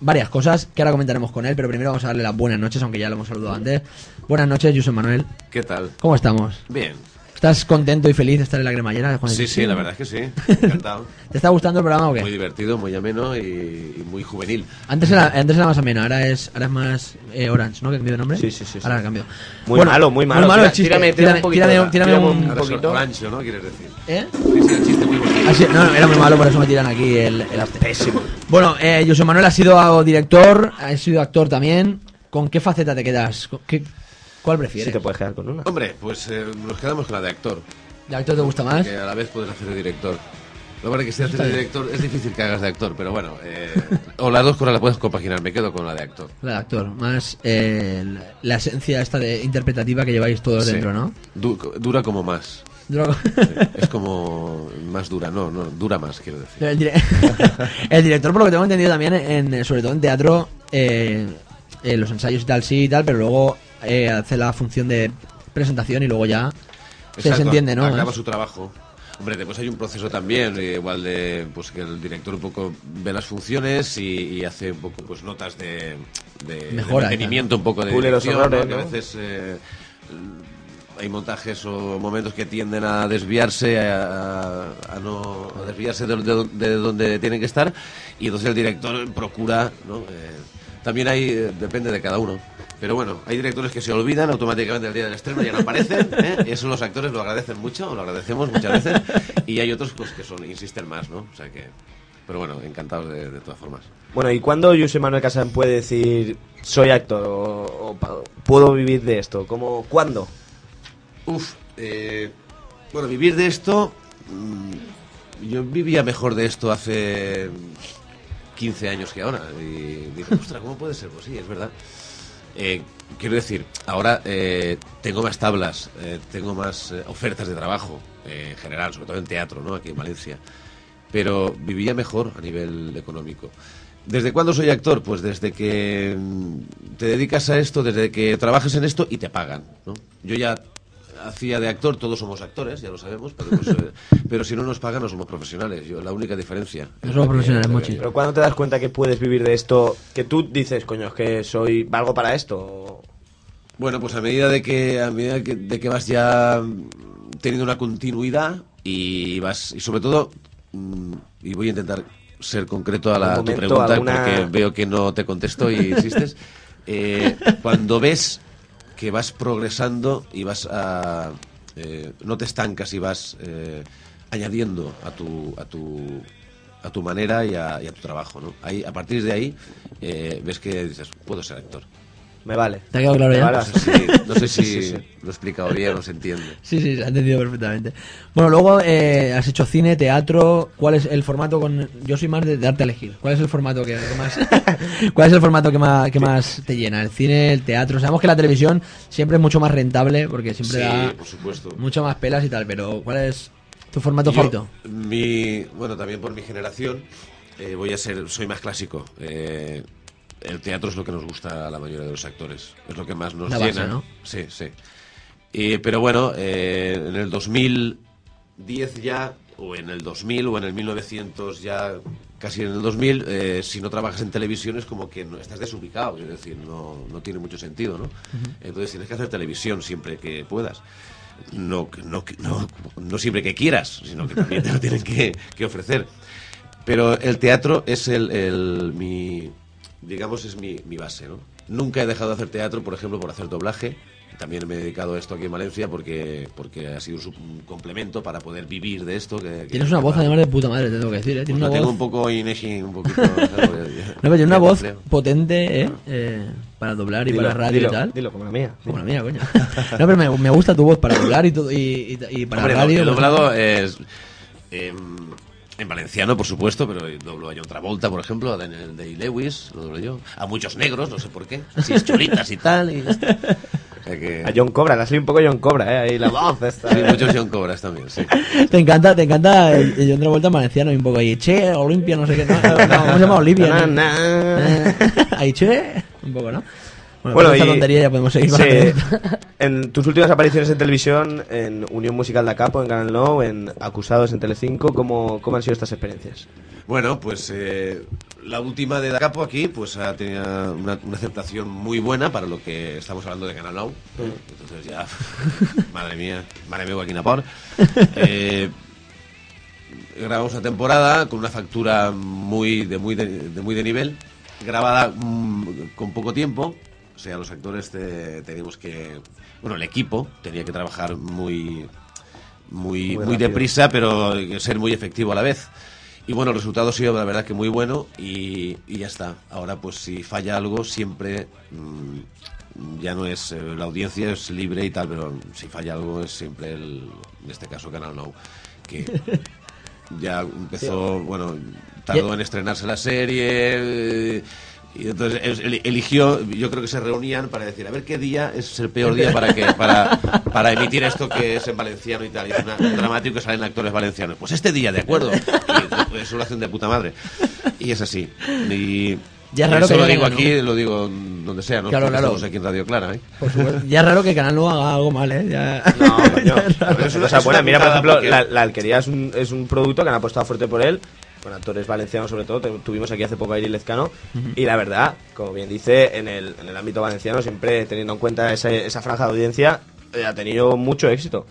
[SPEAKER 2] varias cosas que ahora comentaremos con él, pero primero vamos a darle las buenas noches, aunque ya lo hemos saludado antes. Buenas noches, José Manuel.
[SPEAKER 8] ¿Qué tal?
[SPEAKER 2] ¿Cómo estamos?
[SPEAKER 8] Bien.
[SPEAKER 2] ¿Estás contento y feliz de estar en la cremallera de Juan
[SPEAKER 8] Sí, sí, la verdad es que sí. Encantado.
[SPEAKER 2] ¿Te está gustando el programa o qué?
[SPEAKER 8] Muy divertido, muy ameno y, y muy juvenil.
[SPEAKER 2] Antes era, antes era más ameno, ahora es, ahora es más eh, Orange, ¿no? Que cambió de nombre.
[SPEAKER 4] Sí, sí, sí, sí.
[SPEAKER 2] Ahora ha cambiado.
[SPEAKER 4] Muy malo, muy malo.
[SPEAKER 2] el
[SPEAKER 4] Tira-
[SPEAKER 2] chiste.
[SPEAKER 4] tírame- tírame un
[SPEAKER 2] tírame,
[SPEAKER 4] poquito,
[SPEAKER 2] tírame
[SPEAKER 4] tírame
[SPEAKER 2] un
[SPEAKER 4] un
[SPEAKER 8] Ahora es
[SPEAKER 4] poquito.
[SPEAKER 8] orancho, ¿no? Quieres decir.
[SPEAKER 2] ¿Eh?
[SPEAKER 8] Sí, sí, el chiste muy bonito.
[SPEAKER 2] Así- no, era muy malo, por eso me tiran aquí el, el este.
[SPEAKER 4] Pésimo.
[SPEAKER 2] Bueno, eh, José Manuel ha sido director, ha sido actor también. ¿Con qué faceta te quedas? ¿Con qué- ¿Cuál prefieres?
[SPEAKER 4] Si te puedes quedar con una.
[SPEAKER 8] Hombre, pues eh, nos quedamos con la de actor,
[SPEAKER 2] ¿De actor te gusta más?
[SPEAKER 8] que a la vez puedes hacer de director. Lo malo que si haces de director es difícil que hagas de actor, pero bueno, eh, o las dos cosas las puedes compaginar, me quedo con la de actor.
[SPEAKER 2] La de actor, más eh, la- la esencia esta de interpretativa que lleváis todos
[SPEAKER 8] Sí.
[SPEAKER 2] dentro, ¿no?
[SPEAKER 8] Du- dura como más.
[SPEAKER 2] Drogo-
[SPEAKER 8] Sí, Es como más dura, no, no, dura más, quiero decir.
[SPEAKER 2] El, dire- el director, por lo que tengo entendido también, en, eh, sobre todo en teatro, eh, eh, los ensayos y tal, sí y tal, pero luego eh, hace la función de presentación y luego ya se, se
[SPEAKER 8] Exacto,
[SPEAKER 2] entiende, ¿no?
[SPEAKER 8] Acaba
[SPEAKER 2] Es-
[SPEAKER 8] su trabajo. Hombre, después hay un proceso también, eh, igual de pues que el director un poco ve las funciones y, y hace un poco pues notas de, de,
[SPEAKER 2] Mejora,
[SPEAKER 8] de mantenimiento un poco de
[SPEAKER 4] Pule los
[SPEAKER 8] dirección,
[SPEAKER 4] errores,
[SPEAKER 8] ¿no? Que a
[SPEAKER 4] ¿no?
[SPEAKER 8] veces eh, hay montajes o momentos que tienden a desviarse a, a no a desviarse de, de- de donde tienen que estar y entonces el director procura ¿no? Eh, también hay eh, depende de cada uno pero bueno hay directores que se olvidan automáticamente el día del estreno ya no aparecen ¿eh? eso los actores lo agradecen mucho lo agradecemos muchas veces y hay otros pues, que son insisten más no o sea que pero bueno encantados de- de todas formas
[SPEAKER 4] Bueno, ¿y cuándo José Manuel Casán puede decir soy actor o, o pa- puedo vivir de esto? ¿Cómo, ¿Cuándo?
[SPEAKER 8] Uf, eh, bueno, vivir de esto. mm, Yo vivía mejor de esto hace 15 años que ahora. Y dije, ostras, ¿cómo puede ser? Pues sí, es verdad. Eh, quiero decir, ahora eh, tengo más tablas, eh, tengo más eh, ofertas de trabajo eh, en general, sobre todo en teatro, ¿no? Aquí en Valencia. Pero vivía mejor a nivel económico. ¿Desde cuándo soy actor? Pues desde que mm, te dedicas a esto, desde que trabajas en esto y te pagan. ¿no? Yo ya hacía de actor, todos somos actores, ya lo sabemos, pero, pues, eh, pero si no nos pagan no somos profesionales. Yo, la única diferencia. es la que- la que-
[SPEAKER 4] Pero ¿cuándo te das cuenta que puedes vivir de esto? Que tú dices, coño, es que soy valgo para esto. o-
[SPEAKER 8] Bueno, pues a medida de que a medida que- de que vas ya mm, teniendo una continuidad y vas y sobre todo mm, y voy a intentar ser concreto a la
[SPEAKER 4] Un
[SPEAKER 8] tu
[SPEAKER 4] momento,
[SPEAKER 8] pregunta
[SPEAKER 4] alguna-
[SPEAKER 8] porque veo que no te contesto y insistes. Eh, cuando ves que vas progresando y vas a eh, no te estancas y vas eh, añadiendo a tu a tu a tu manera y a, y a tu trabajo, ¿no? Ahí, a partir de ahí eh, ves que dices puedo ser actor.
[SPEAKER 4] Me vale.
[SPEAKER 2] ¿Te ha quedado claro
[SPEAKER 4] Me
[SPEAKER 2] ya?
[SPEAKER 4] vale
[SPEAKER 8] No sé si,
[SPEAKER 4] bastante.
[SPEAKER 8] no sé si
[SPEAKER 4] Sí, sí, sí.
[SPEAKER 8] lo he explicado bien o se entiende.
[SPEAKER 2] Sí, sí, se ha entendido perfectamente. Bueno, luego eh, has hecho cine, teatro. ¿Cuál es el formato con.? Yo soy más de darte a elegir. ¿Cuál es el formato que, que más. ¿Cuál es el formato que más, que más te llena? ¿El cine, el teatro? Sabemos que la televisión siempre es mucho más rentable porque siempre
[SPEAKER 4] ah,
[SPEAKER 2] da
[SPEAKER 8] por supuesto.
[SPEAKER 2] mucho más pelas y tal, pero ¿cuál es tu formato
[SPEAKER 8] Yo,
[SPEAKER 2] favorito?
[SPEAKER 8] Mi, bueno, también por mi generación, eh, voy a ser, soy más clásico. Eh, el teatro es lo que nos gusta a la mayoría de los actores. Es lo que más nos
[SPEAKER 2] La base,
[SPEAKER 8] llena.
[SPEAKER 2] ¿no?
[SPEAKER 8] Sí, sí. Y- pero bueno, eh, en el 2010 ya, o en el 2000, o en el 1900 ya, casi en el 2000, eh, si no trabajas en televisión es como que no, estás desubicado, es decir, no, no tiene mucho sentido, ¿no? Entonces tienes que hacer televisión siempre que puedas. No, no, no, no siempre que quieras, sino que también te lo tienen que, que ofrecer. Pero el teatro es el, el- mi, digamos, es mi, mi base, ¿no? Nunca he dejado de hacer teatro, por ejemplo, por hacer doblaje. También me he dedicado a esto aquí en Valencia porque, porque ha sido un su- un complemento para poder vivir de esto. que- que-
[SPEAKER 2] Tienes una
[SPEAKER 8] que
[SPEAKER 2] voz,
[SPEAKER 8] para-
[SPEAKER 2] además de puta madre, te tengo que decir, ¿eh?
[SPEAKER 8] Pues
[SPEAKER 2] Tienes
[SPEAKER 8] la
[SPEAKER 2] una
[SPEAKER 8] tengo
[SPEAKER 2] voz.
[SPEAKER 8] un poco Inegi, un poquito... claro, ya- ya-
[SPEAKER 2] No, pero tiene una
[SPEAKER 8] ya
[SPEAKER 2] voz
[SPEAKER 8] creo.
[SPEAKER 2] potente, ¿eh? Eh, para doblar y
[SPEAKER 4] Dilo,
[SPEAKER 2] para radio
[SPEAKER 4] dilo,
[SPEAKER 2] y tal.
[SPEAKER 4] Dilo, como la mía.
[SPEAKER 2] Bueno, mira, coño. No, pero me, me gusta tu voz para doblar y, todo, y, y- y para
[SPEAKER 8] Hombre,
[SPEAKER 2] radio. pues,
[SPEAKER 8] he
[SPEAKER 2] por
[SPEAKER 8] doblado
[SPEAKER 2] ejemplo.
[SPEAKER 8] es, em, en valenciano, por supuesto, pero doblo a John Travolta, por ejemplo, a Daniel Day-Lewis, lo doblo yo. A muchos negros, no sé por qué. Si es cholitas y tal. Y... O sea que-
[SPEAKER 4] A John Cobra, la soy un poco John Cobra, ¿eh? Ahí la voz esta.
[SPEAKER 8] Sí, muchos John Cobras también, sí.
[SPEAKER 2] Te encanta, te encanta el, el John Travolta en valenciano y un poco ahí, che, Olimpia, no sé qué, no, no, ¿cómo se llama Olivia?
[SPEAKER 4] Na,
[SPEAKER 2] ¿no?
[SPEAKER 4] na.
[SPEAKER 2] ahí, che, un poco, ¿no? Bueno,
[SPEAKER 4] Bueno,
[SPEAKER 2] con esta
[SPEAKER 4] y-
[SPEAKER 2] tontería ya podemos seguir. con
[SPEAKER 4] sí.
[SPEAKER 2] la pregunta.
[SPEAKER 4] En tus últimas apariciones en televisión, en Unión Musical de Capo, en Canal No, en Acusados en Telecinco, ¿cómo, cómo han sido estas experiencias?
[SPEAKER 8] Bueno, pues eh, la última de Da Capo aquí pues ha tenido una, una aceptación muy buena para lo que estamos hablando de Canal Now.
[SPEAKER 4] Mm.
[SPEAKER 8] Entonces ya, madre mía, madre mía, Joaquín Apor. Eh, grabamos una temporada con una factura muy de muy de, de muy de nivel, grabada mm, con poco tiempo. O sea, los actores eh, teníamos que, bueno, el equipo tenía que trabajar muy muy, muy,
[SPEAKER 4] Muy rápido.
[SPEAKER 8] deprisa, pero ser muy efectivo a la vez. Y bueno, el resultado ha sido la verdad que muy bueno y, y ya está. Ahora pues si falla algo siempre mm, ya no es eh, la audiencia es libre y tal, pero si falla algo es siempre el en este caso Canal Now que ya empezó, bueno, tardó en estrenarse la serie eh, y entonces es- el- eligió, yo creo que se reunían para decir, a ver qué día es el peor día para que para, para emitir esto que es en valenciano y tal, y es una- un dramático que salen actores valencianos. Pues este día, de acuerdo. Y eso lo hacen de puta madre. Y es así. Y
[SPEAKER 2] Ya es raro
[SPEAKER 8] eso
[SPEAKER 2] que
[SPEAKER 8] lo
[SPEAKER 2] no
[SPEAKER 8] digo
[SPEAKER 2] hagan,
[SPEAKER 8] aquí, lo digo en donde sea, ¿no?
[SPEAKER 2] Claro,
[SPEAKER 8] Porque
[SPEAKER 2] claro.
[SPEAKER 8] Estamos aquí en Radio Clara, ¿eh?
[SPEAKER 2] Por supuesto, ya es raro que el Canal no haga algo mal, ¿eh? Ya...
[SPEAKER 4] No, coño.
[SPEAKER 2] Ya es raro.
[SPEAKER 8] Pero es una-
[SPEAKER 4] O sea,
[SPEAKER 8] es
[SPEAKER 4] bueno,
[SPEAKER 8] una
[SPEAKER 4] mira, por
[SPEAKER 8] putada
[SPEAKER 4] ejemplo,
[SPEAKER 8] porque-
[SPEAKER 4] la, la alquería es un, es un producto que han apostado fuerte por él, con actores valencianos sobre todo. Te- Tuvimos aquí hace poco a Iri Lezcano y la verdad, como bien dice, en el, en el ámbito valenciano, siempre teniendo en cuenta esa, esa franja de audiencia, eh, ha tenido mucho éxito.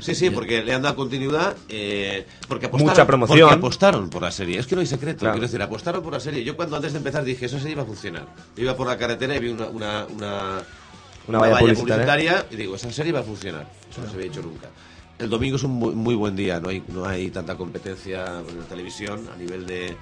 [SPEAKER 8] Sí, sí, porque le han dado continuidad, eh, porque apostaron,
[SPEAKER 4] Mucha promoción.
[SPEAKER 8] porque apostaron por la serie. Es que no hay secreto,
[SPEAKER 4] Claro.
[SPEAKER 8] quiero decir, apostaron por la serie. Yo cuando antes de empezar dije, esa serie iba a funcionar. Iba por la carretera y vi una, una, una,
[SPEAKER 4] Una valla publicitaria.
[SPEAKER 8] publicitaria y digo, esa serie va a funcionar. Eso no se había hecho nunca. El domingo es un muy, muy buen día, no hay, no hay tanta competencia en la televisión a nivel de...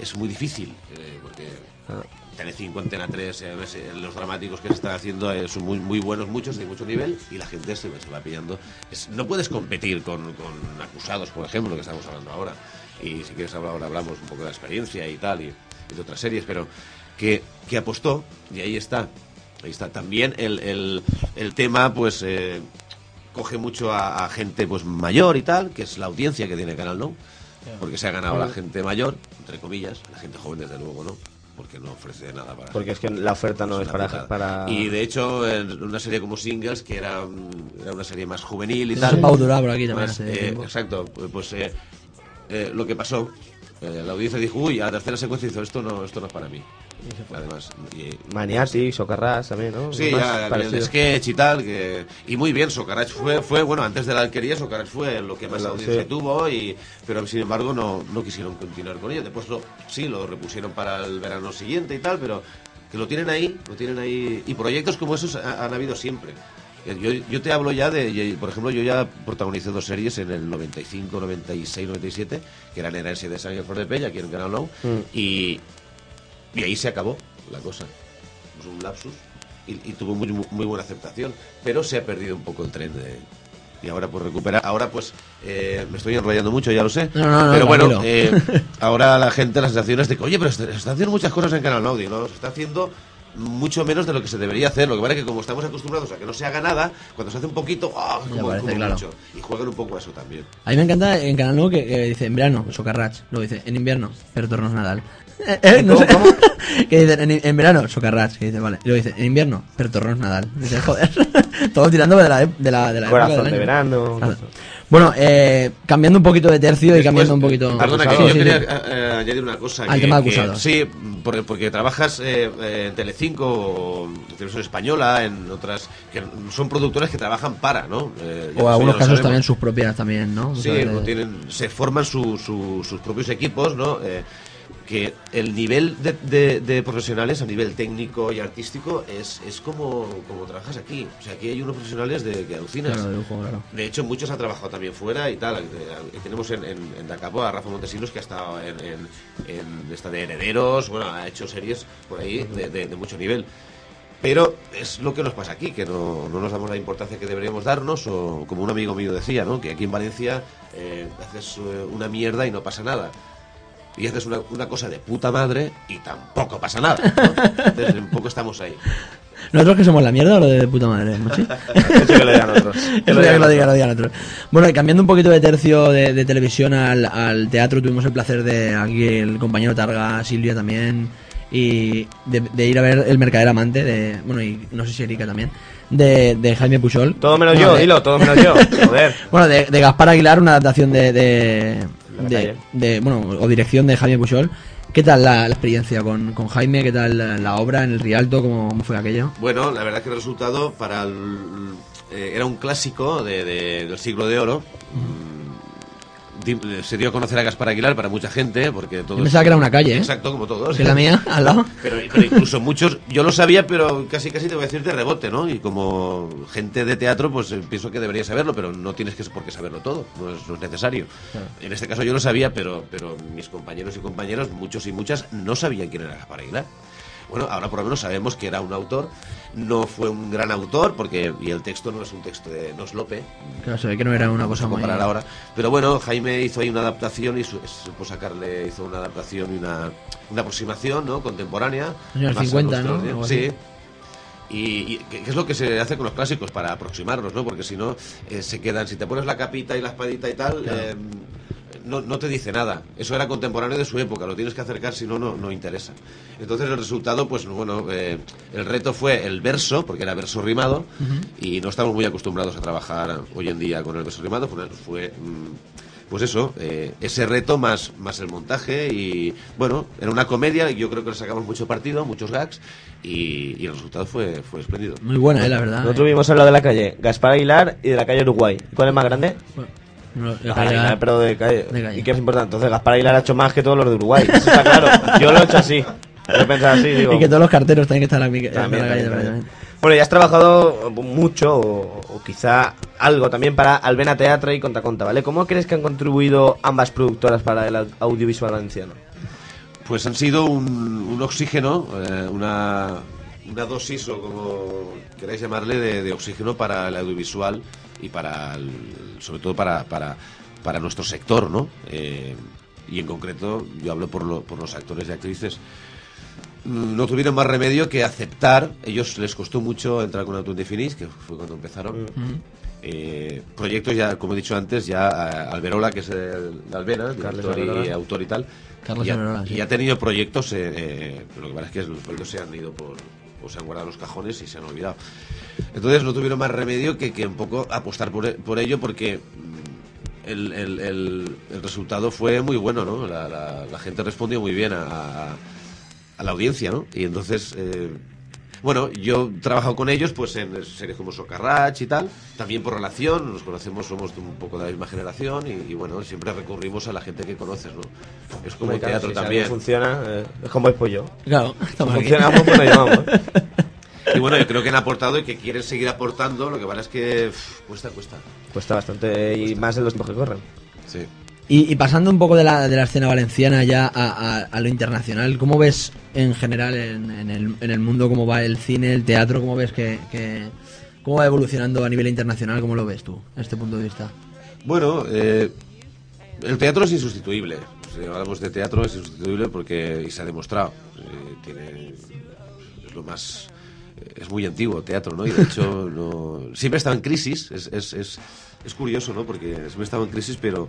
[SPEAKER 8] Es muy difícil, eh, porque
[SPEAKER 4] Ah.
[SPEAKER 8] Telecinco, Antena 3, eh, ves, eh, los dramáticos que se están haciendo eh, son muy, muy buenos, muchos, de mucho nivel, y la gente se, se va pillando. Es- no puedes competir con, con acusados, por ejemplo, que estamos hablando ahora, y si quieres hablar ahora hablamos un poco de la experiencia y tal, y, y de otras series, pero que, que apostó, y ahí está, Ahí está. También el, el- el tema, pues, eh, coge mucho a, a gente pues mayor y tal, que es la audiencia que tiene Canal No. Porque se ha ganado la gente mayor, entre comillas, la gente joven, desde luego, ¿no? Porque no ofrece nada para.
[SPEAKER 4] Porque es que la oferta no es
[SPEAKER 8] una
[SPEAKER 4] para-
[SPEAKER 8] putada.
[SPEAKER 4] para-
[SPEAKER 8] Y de hecho, en una serie como Singles, que era, mm, era una serie más juvenil y
[SPEAKER 2] Sí,
[SPEAKER 8] tal.
[SPEAKER 2] sí. Pau Durá por aquí también
[SPEAKER 8] más,
[SPEAKER 2] hace
[SPEAKER 8] eh,
[SPEAKER 2] tiempo.
[SPEAKER 8] exacto, pues eh, eh, lo que pasó, eh, la audiencia dijo, uy, a la tercera secuencia hizo esto, no, esto no es para mí. Además, y-
[SPEAKER 4] Maniatic, Socarrás también, ¿no?
[SPEAKER 8] Sí,
[SPEAKER 4] Más
[SPEAKER 8] ya,
[SPEAKER 4] parecido.
[SPEAKER 8] el sketch y tal. Que, y muy bien, Socarach fue, fue, bueno, antes de la alquería, Socarach fue lo que más
[SPEAKER 4] Claro,
[SPEAKER 8] audiencia
[SPEAKER 4] sí.
[SPEAKER 8] tuvo, y, pero sin embargo no, no quisieron continuar con ello. Después lo, sí, lo repusieron para el verano siguiente y tal, pero que lo tienen ahí, lo tienen ahí. Y proyectos como esos ha- han habido siempre. Eh, Yo, yo te hablo ya de, yo- por ejemplo, yo ya protagonicé dos series en el 95, 96, 97, que eran Herencia de San Ildefonso de Pella, aquí en Canal Now,
[SPEAKER 4] Mm.
[SPEAKER 8] y, y ahí se acabó la cosa. Pues un lapsus y, y tuvo muy, muy- muy buena aceptación, pero se ha perdido un poco el tren de... Y ahora pues recuperar, ahora pues eh, me estoy enrollando mucho, ya lo sé.
[SPEAKER 2] No, no, no,
[SPEAKER 8] pero bueno,
[SPEAKER 2] tranquilo.
[SPEAKER 8] eh, ahora la gente, la sensación es de que, oye, pero se está haciendo muchas cosas en Canal Audio, ¿no? Se está haciendo mucho menos de lo que se debería hacer. Lo que pasa es que como estamos acostumbrados a que no se haga nada, cuando se hace un poquito, ¡ah!
[SPEAKER 2] Ya
[SPEAKER 8] como,
[SPEAKER 2] parece,
[SPEAKER 8] como
[SPEAKER 2] claro.
[SPEAKER 8] mucho. Y juegan un poco a eso también.
[SPEAKER 2] A mí me encanta en Canal Nuevo que, que dice en verano, Socarrach. Luego dice en invierno, pero Tornos Nadal. Eh, eh, no sé. que dicen en, en verano, Socarrach. Que dice, vale. Y luego dice en invierno, pero Tornos Nadal. Dice, joder. Todo tirando de la, ep- de la, de la época
[SPEAKER 4] Corazón
[SPEAKER 2] del
[SPEAKER 4] de
[SPEAKER 2] año. Ah,
[SPEAKER 4] verano.
[SPEAKER 2] Claro. Bueno, eh, cambiando un poquito de tercio y cambiando un poquito.
[SPEAKER 8] Perdona, que
[SPEAKER 2] Sí,
[SPEAKER 8] yo
[SPEAKER 2] sí,
[SPEAKER 8] quería
[SPEAKER 2] sí.
[SPEAKER 8] eh, añadir una cosa.
[SPEAKER 2] Al
[SPEAKER 8] que-
[SPEAKER 2] tema de
[SPEAKER 8] que-
[SPEAKER 2] acusados.
[SPEAKER 8] sí, porque, porque trabajas eh, eh, en Telecinco, o en Televisión Española, en otras... que son productoras que trabajan para, ¿no? Eh, ya-
[SPEAKER 2] O
[SPEAKER 8] eso ya
[SPEAKER 2] algunos
[SPEAKER 8] lo
[SPEAKER 2] casos
[SPEAKER 8] sabemos.
[SPEAKER 2] también sus propias también, ¿no?
[SPEAKER 8] Sí,
[SPEAKER 2] Muchas veces.
[SPEAKER 8] lo tienen, se forman su- su- sus propios equipos, ¿no? Eh, que el nivel de, de- de profesionales a nivel técnico y artístico es, es como, como trabajas aquí. O sea, aquí hay unos profesionales de que alucinas.
[SPEAKER 2] Claro, de lujo, claro.
[SPEAKER 8] De hecho, muchos han trabajado también fuera y tal. Eh, Tenemos en, en, en Dacapo a Rafa Montesinos que ha estado en, en- en esta de Herederos, bueno, ha hecho series por ahí de, de- de mucho nivel. Pero es lo que nos pasa aquí, que no, no nos damos la importancia que deberíamos darnos, o como un amigo mío decía, ¿no? que aquí en Valencia eh, haces eh, una mierda y no pasa nada. Y haces una, una cosa de puta madre y tampoco pasa nada. ¿no? Entonces, un poco estamos ahí.
[SPEAKER 2] ¿Nosotros que somos la mierda o lo de puta madre? Mochi?
[SPEAKER 8] Eso que lo digan otros.
[SPEAKER 2] Eso
[SPEAKER 8] Que lo
[SPEAKER 2] ya
[SPEAKER 8] digan
[SPEAKER 2] que lo digan,
[SPEAKER 8] otros.
[SPEAKER 2] lo digan otros. Bueno, y cambiando un poquito de tercio de, de televisión al, al teatro, tuvimos el placer de aquí el compañero Targa, Silvia también, y de, de ir a ver El Mercader Amante, de, bueno, y no sé si Erika también, de, de Jaime Pujol.
[SPEAKER 4] Todo menos
[SPEAKER 2] Bueno,
[SPEAKER 4] yo,
[SPEAKER 2] de-
[SPEAKER 4] dilo, todo menos yo. Joder.
[SPEAKER 2] Bueno, de, de Gaspar Aguilar, una adaptación de, de,
[SPEAKER 4] La
[SPEAKER 2] de,
[SPEAKER 4] calle.
[SPEAKER 2] de- bueno, o dirección de Jaime Pujol. ¿Qué tal la, la experiencia con, con Jaime? ¿Qué tal la, la obra en el Rialto? ¿Cómo, cómo fue aquello?
[SPEAKER 8] Bueno, la verdad que el resultado para el- eh, era un clásico de- de- del siglo de oro. Mm, di- Se dio a conocer a Gaspar Aguilar para mucha gente, porque todos.
[SPEAKER 2] Yo pensaba que era una calle, ¿eh?
[SPEAKER 8] Exacto, como todos.
[SPEAKER 2] Que la mía, al lado.
[SPEAKER 8] Pero, pero incluso muchos, yo lo sabía, pero casi casi te voy a decir de rebote, ¿no? Y como gente de teatro, pues eh, pienso que deberías saberlo, pero no tienes que, por qué saberlo todo, no es, no es necesario.
[SPEAKER 2] Claro.
[SPEAKER 8] En este caso yo lo sabía, pero, pero mis compañeros y compañeras, muchos y muchas, no sabían quién era Gaspar Aguilar. Bueno, ahora por lo menos sabemos que era un autor, no fue un gran autor, porque y el texto no es un texto de Nos Lope,
[SPEAKER 2] Claro, se ve que no era una cosa
[SPEAKER 8] a
[SPEAKER 2] muy...
[SPEAKER 8] comparar ahora. Pero bueno, Jaime hizo ahí una adaptación y su- supo sacarle, hizo una adaptación y una, una aproximación ¿no? contemporánea.
[SPEAKER 2] Los años
[SPEAKER 8] más a
[SPEAKER 2] 50,
[SPEAKER 8] nuestros
[SPEAKER 2] ¿no?
[SPEAKER 8] días.
[SPEAKER 2] Algo así.
[SPEAKER 8] Sí. Y, y que que es lo que se hace con los clásicos para aproximarlos, ¿no? Porque si no, eh, se quedan, si te pones la capita y la espadita y tal,
[SPEAKER 2] Claro.
[SPEAKER 8] eh, no, no te dice nada. Eso era contemporáneo de su época, lo tienes que acercar, si no, no, no interesa. Entonces el resultado, pues bueno, eh, el reto fue el verso, porque era verso rimado, y no estamos muy acostumbrados a trabajar hoy en día con el verso rimado, fue, una- fue, mm, pues eso, eh, ese reto más, más el montaje y bueno, era una comedia, yo creo que le sacamos mucho partido, muchos gags y, y el resultado fue, fue espléndido.
[SPEAKER 2] Muy buena, eh, la verdad.
[SPEAKER 4] Nosotros vimos al lado de la calle Gaspar Aguilar y de la calle Uruguay. ¿Cuál es más grande?
[SPEAKER 2] No, la
[SPEAKER 4] Ah,
[SPEAKER 2] calidad-
[SPEAKER 4] Aguilar, pero de calle. ¿Y qué es importante? Entonces Gaspar Aguilar ha hecho más que todos los de Uruguay. Eso está claro. Yo lo he hecho así. Yo pensaba así, digo.
[SPEAKER 2] y que todos los carteros tienen que estar aquí.
[SPEAKER 4] También,
[SPEAKER 2] en la calle,
[SPEAKER 4] también,
[SPEAKER 2] ¿verdad?
[SPEAKER 4] también. Bueno, ya has trabajado mucho, o, o quizá algo también para Albena Teatro y Conta Conta, ¿vale? ¿Cómo crees que han contribuido ambas productoras para el au- audiovisual valenciano?
[SPEAKER 8] Pues han sido un, un oxígeno, eh, una, una dosis o como queráis llamarle de, de oxígeno para el audiovisual y para el- sobre todo para, para, para nuestro sector, ¿no? Eh, y en concreto, yo hablo por, lo- por los actores y actrices. Mm, No tuvieron más remedio que aceptar, ellos les costó mucho entrar con Autumn Definis, que fue cuando empezaron.
[SPEAKER 4] Mm.
[SPEAKER 8] Eh, proyectos ya, como he dicho antes, ya eh, Alberola, que es el de Albena,
[SPEAKER 4] Carles
[SPEAKER 8] director y
[SPEAKER 4] Alberola.
[SPEAKER 8] autor y tal,
[SPEAKER 2] Carlos
[SPEAKER 8] y, ha,
[SPEAKER 2] Alberola, sí.
[SPEAKER 8] y ha tenido proyectos, eh, eh, lo que pasa es que los sueldos se han ido por, o se han guardado en los cajones y se han olvidado. Entonces no tuvieron más remedio que, que un poco apostar por, e- por ello porque mm, el, el- el- el resultado fue muy bueno, ¿no? La, la- la gente respondió muy bien a, a- a la audiencia, ¿no? Y entonces... eh, bueno, yo he trabajado con ellos pues en series como Socarrach y tal, también por relación, nos conocemos, somos de un poco de la misma generación y, y bueno, siempre recurrimos a la gente que conoces, ¿no? Es como el
[SPEAKER 4] Hombre, claro,
[SPEAKER 8] teatro
[SPEAKER 4] si
[SPEAKER 8] también.
[SPEAKER 4] algo funciona, eh, es como es pollo.
[SPEAKER 2] Claro,
[SPEAKER 4] Si
[SPEAKER 2] estamos aquí.
[SPEAKER 4] funcionamos, pues lo llamamos.
[SPEAKER 8] Y bueno, yo creo que han aportado y que quieren seguir aportando, lo que pasa es que uf, cuesta, cuesta.
[SPEAKER 4] Cuesta bastante, y más en los tiempos que corren.
[SPEAKER 8] Sí.
[SPEAKER 2] Y, y pasando un poco de la, de la escena valenciana ya a, a- a lo internacional, ¿cómo ves en general en, en el, en el mundo cómo va el cine, el teatro? ¿Cómo ves que, que- cómo va evolucionando a nivel internacional? ¿Cómo lo ves tú, este punto de vista?
[SPEAKER 8] Bueno, eh, el teatro es insustituible. Si hablamos de teatro, es insustituible porque y se ha demostrado. Eh, tiene, es lo más. Es muy antiguo el teatro, ¿no? Y de hecho, no- siempre estaba en crisis. Es, es, es, es curioso, ¿no? Porque siempre estaba en crisis, pero,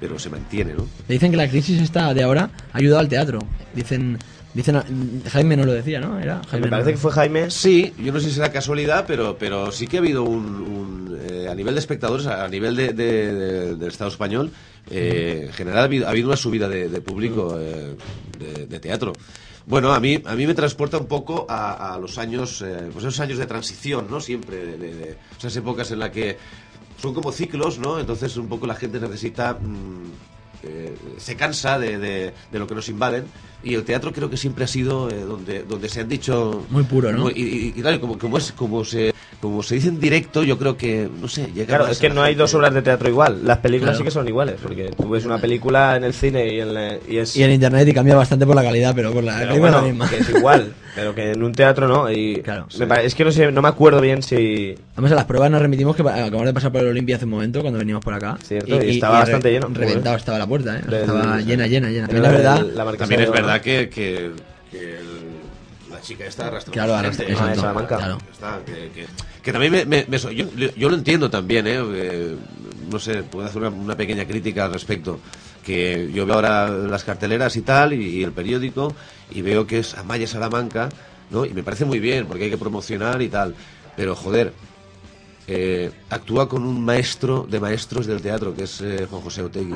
[SPEAKER 8] pero se mantiene, ¿no?
[SPEAKER 2] Dicen que la crisis esta de ahora ha ayudado al teatro. Dicen, dicen Jaime no lo decía, ¿no? Era Jaime
[SPEAKER 4] Me parece
[SPEAKER 2] no.
[SPEAKER 4] que fue Jaime.
[SPEAKER 8] Sí, yo no sé si será casualidad, pero, pero sí que ha habido un, un, eh, a nivel de espectadores, a a nivel de, de- de- del Estado español, eh, en general ha habido, ha habido una subida de, de público eh, de, de teatro. Bueno, a mí, a mí me transporta un poco a, a los años, eh, pues esos años de transición, ¿no? Siempre, de, de- de- esas épocas en las que son como ciclos, ¿no? Entonces un poco la gente necesita... mm, eh, se cansa de, de- de lo que nos invaden y el teatro creo que siempre ha sido eh, donde, donde se han dicho
[SPEAKER 2] Muy puro, ¿no?
[SPEAKER 8] Muy- y, y- y claro, como, como, es, como, se, como se dice en directo, yo creo que, no sé, llega
[SPEAKER 4] Claro,
[SPEAKER 8] más
[SPEAKER 4] es
[SPEAKER 8] a
[SPEAKER 4] que
[SPEAKER 8] la
[SPEAKER 4] no hay
[SPEAKER 8] gente.
[SPEAKER 4] dos obras de teatro igual. Las películas
[SPEAKER 2] Claro.
[SPEAKER 4] sí que son iguales, porque tú ves una película en el cine y, en la- y es...
[SPEAKER 2] Y en internet y cambia bastante por la calidad, pero por la
[SPEAKER 4] pero
[SPEAKER 2] película es la
[SPEAKER 4] bueno,
[SPEAKER 2] misma.
[SPEAKER 4] que es igual, pero que en un teatro no. Y me
[SPEAKER 2] sí.
[SPEAKER 4] pare- Es que no, sé, no me acuerdo bien si...
[SPEAKER 2] Además, a las pruebas nos remitimos que pa- acabamos de pasar por el Olimpia hace un momento cuando veníamos por acá.
[SPEAKER 4] Cierto, y estaba bastante lleno, joder.
[SPEAKER 2] Reventado estaba la puerta, ¿eh?
[SPEAKER 4] Del-
[SPEAKER 2] estaba llena, llena, llena. También
[SPEAKER 4] del-
[SPEAKER 2] la verdad.
[SPEAKER 4] la marquesa
[SPEAKER 8] También
[SPEAKER 4] de
[SPEAKER 8] es
[SPEAKER 4] Oro,
[SPEAKER 8] verdad
[SPEAKER 4] ¿no?
[SPEAKER 8] que, que, que el- la chica esta arrastra
[SPEAKER 2] Claro,
[SPEAKER 8] mucha
[SPEAKER 2] arrastra-
[SPEAKER 8] gente,
[SPEAKER 2] exacto,
[SPEAKER 8] ¿no?
[SPEAKER 2] Ah, Salamanca. claro.
[SPEAKER 8] Está, que, que- que también me, me- me so- yo, yo lo entiendo también, ¿eh? Eh, no sé, puedo hacer una, una pequeña crítica al respecto. Que yo veo ahora las carteleras y tal, y, y el periódico, y veo que es Amaya Salamanca, ¿no? Y me parece muy bien, porque hay que promocionar y tal. Pero, joder, eh, actúa con un maestro de maestros del teatro, que es eh, Juan José Otegui,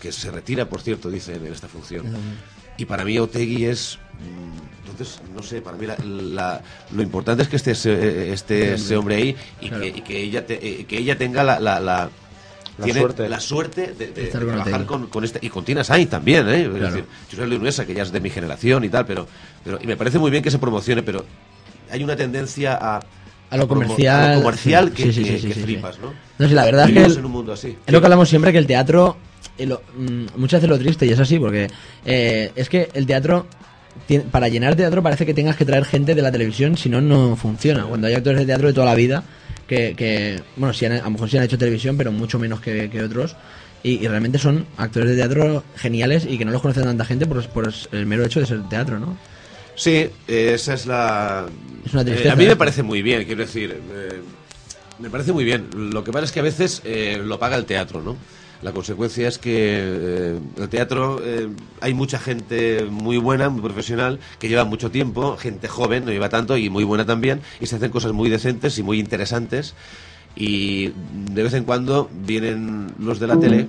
[SPEAKER 8] que se retira, por cierto, dicen en esta función. Y para mí Otegui es... mm, Entonces, no sé, para mí la- la- lo importante es que esté ese, eh, esté ese hombre ahí y, que, y que ella te- eh, que ella tenga la... la- la-
[SPEAKER 4] La
[SPEAKER 8] tiene
[SPEAKER 4] suerte.
[SPEAKER 8] la suerte de, de-
[SPEAKER 2] Estar
[SPEAKER 8] de
[SPEAKER 2] con
[SPEAKER 8] trabajar
[SPEAKER 2] Otegui.
[SPEAKER 8] con, con esta y con Tina Sainz también, ¿eh?
[SPEAKER 2] Claro.
[SPEAKER 8] Es decir, José Luis Nuesa, que ya es de mi generación y tal, pero, pero y me parece muy bien que se promocione, pero hay una tendencia a
[SPEAKER 2] A lo
[SPEAKER 8] promo-
[SPEAKER 2] comercial.
[SPEAKER 8] a lo comercial que,
[SPEAKER 2] Sí, sí, sí,
[SPEAKER 8] que-
[SPEAKER 2] sí,
[SPEAKER 8] que
[SPEAKER 2] sí, sí.
[SPEAKER 8] flipas, ¿no?
[SPEAKER 2] No, sí, la verdad es que.
[SPEAKER 8] Vivimos
[SPEAKER 2] el-
[SPEAKER 8] en un mundo así.
[SPEAKER 2] Es lo que hablamos siempre, que el teatro, eh, lo- mm, muchas veces lo triste, y es así, porque eh, es que el teatro, tiene- para llenar teatro parece que tengas que traer gente de la televisión, si no, no funciona. Cuando hay actores de teatro de toda la vida, que, que, bueno, sí han- a lo mejor sí han hecho televisión, pero mucho menos que, que otros, y, y realmente son actores de teatro geniales y que no los conoce tanta gente por, por el mero hecho de ser teatro, ¿no?
[SPEAKER 8] Sí, eh, esa es la...
[SPEAKER 2] Es una tristeza,
[SPEAKER 8] Eh, a mí
[SPEAKER 2] ¿eh?
[SPEAKER 8] me parece muy bien, quiero decir, eh, me parece muy bien. Lo que pasa es que a veces eh, lo paga el teatro, ¿no? La consecuencia es que eh, el teatro eh, hay mucha gente muy buena, muy profesional, que lleva mucho tiempo, gente joven, no lleva tanto, y muy buena también, y se hacen cosas muy decentes y muy interesantes. Y de vez en cuando vienen los de la tele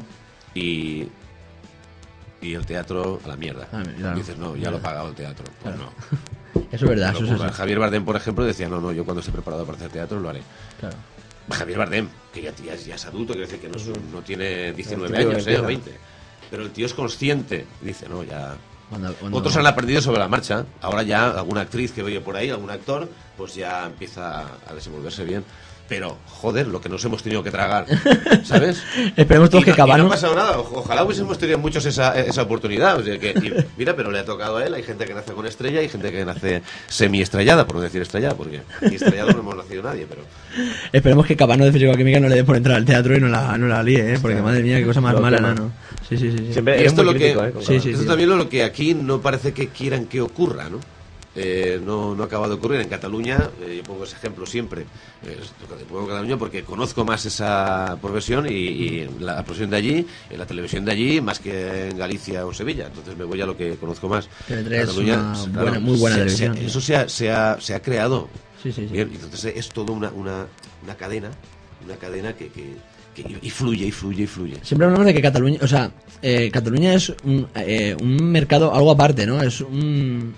[SPEAKER 8] y, y el teatro a la mierda.
[SPEAKER 2] Ah, mira.
[SPEAKER 8] Y dices, no, ya lo ha pagado el teatro. Pues
[SPEAKER 2] Claro.
[SPEAKER 8] no.
[SPEAKER 2] Eso es verdad,
[SPEAKER 8] Lo
[SPEAKER 2] Ah, eso es
[SPEAKER 8] ocurre.
[SPEAKER 2] así.
[SPEAKER 8] Javier Bardem, por ejemplo, decía, no, no, yo cuando esté preparado para hacer teatro lo haré.
[SPEAKER 2] Claro.
[SPEAKER 8] Javier Bardem, que ya, ya es- ya es adulto, quiere decir que no, es un- no tiene 19
[SPEAKER 2] El tío
[SPEAKER 8] años, eh,
[SPEAKER 2] empieza.
[SPEAKER 8] o 20. Pero el tío es consciente. Dice, no, ya...
[SPEAKER 2] Cuando- cuando-
[SPEAKER 8] Otros han aprendido sobre la marcha. Ahora ya alguna actriz que oye por ahí, algún actor, pues ya empieza a- a desenvolverse bien. Pero, joder, lo que nos hemos tenido que tragar, ¿sabes?
[SPEAKER 2] Esperemos todos
[SPEAKER 8] Y
[SPEAKER 2] que
[SPEAKER 8] no- y
[SPEAKER 2] Cabano-
[SPEAKER 8] No ha pasado nada. O- Ojalá hubiésemos tenido muchos esa, esa oportunidad. O sea que, y mira, pero le ha tocado a él. Hay gente que nace con estrella y gente que nace semi-estrellada, por no decir estrellada, porque ni estrellado no hemos nacido nadie, pero...
[SPEAKER 2] Esperemos que Cabano de Fisicoquímica no le dé por entrar al teatro y no la, no la líe, ¿eh? Porque
[SPEAKER 8] Hostia.
[SPEAKER 2] madre mía, qué cosa más
[SPEAKER 8] Lo
[SPEAKER 2] mala,
[SPEAKER 8] quema.
[SPEAKER 2] nano. Sí, sí, sí. sí.
[SPEAKER 8] Y esto lo que,
[SPEAKER 2] Sí, sí,
[SPEAKER 8] esto
[SPEAKER 2] sí.
[SPEAKER 8] también lo que aquí no parece que quieran que ocurra, ¿no? Eh, no, no acaba de ocurrir en Cataluña, eh, yo pongo ese ejemplo siempre, eh, esto que pongo Cataluña porque conozco más esa profesión y, y la profesión de allí, eh, la televisión de allí, más que en Galicia o Sevilla, entonces me voy a lo que conozco más.
[SPEAKER 2] Tele3 es una buena- muy buena
[SPEAKER 8] se-
[SPEAKER 2] televisión,
[SPEAKER 8] se-
[SPEAKER 2] sí.
[SPEAKER 8] eso se ha, se ha- se ha creado.
[SPEAKER 2] Sí, sí, sí.
[SPEAKER 8] Bien, entonces es todo una, una, una cadena, una cadena que, que- que- y fluye, y fluye, y fluye.
[SPEAKER 2] Siempre hablamos de que Cataluña, o sea, eh, Cataluña es un, eh, un mercado algo aparte, ¿no? Es un.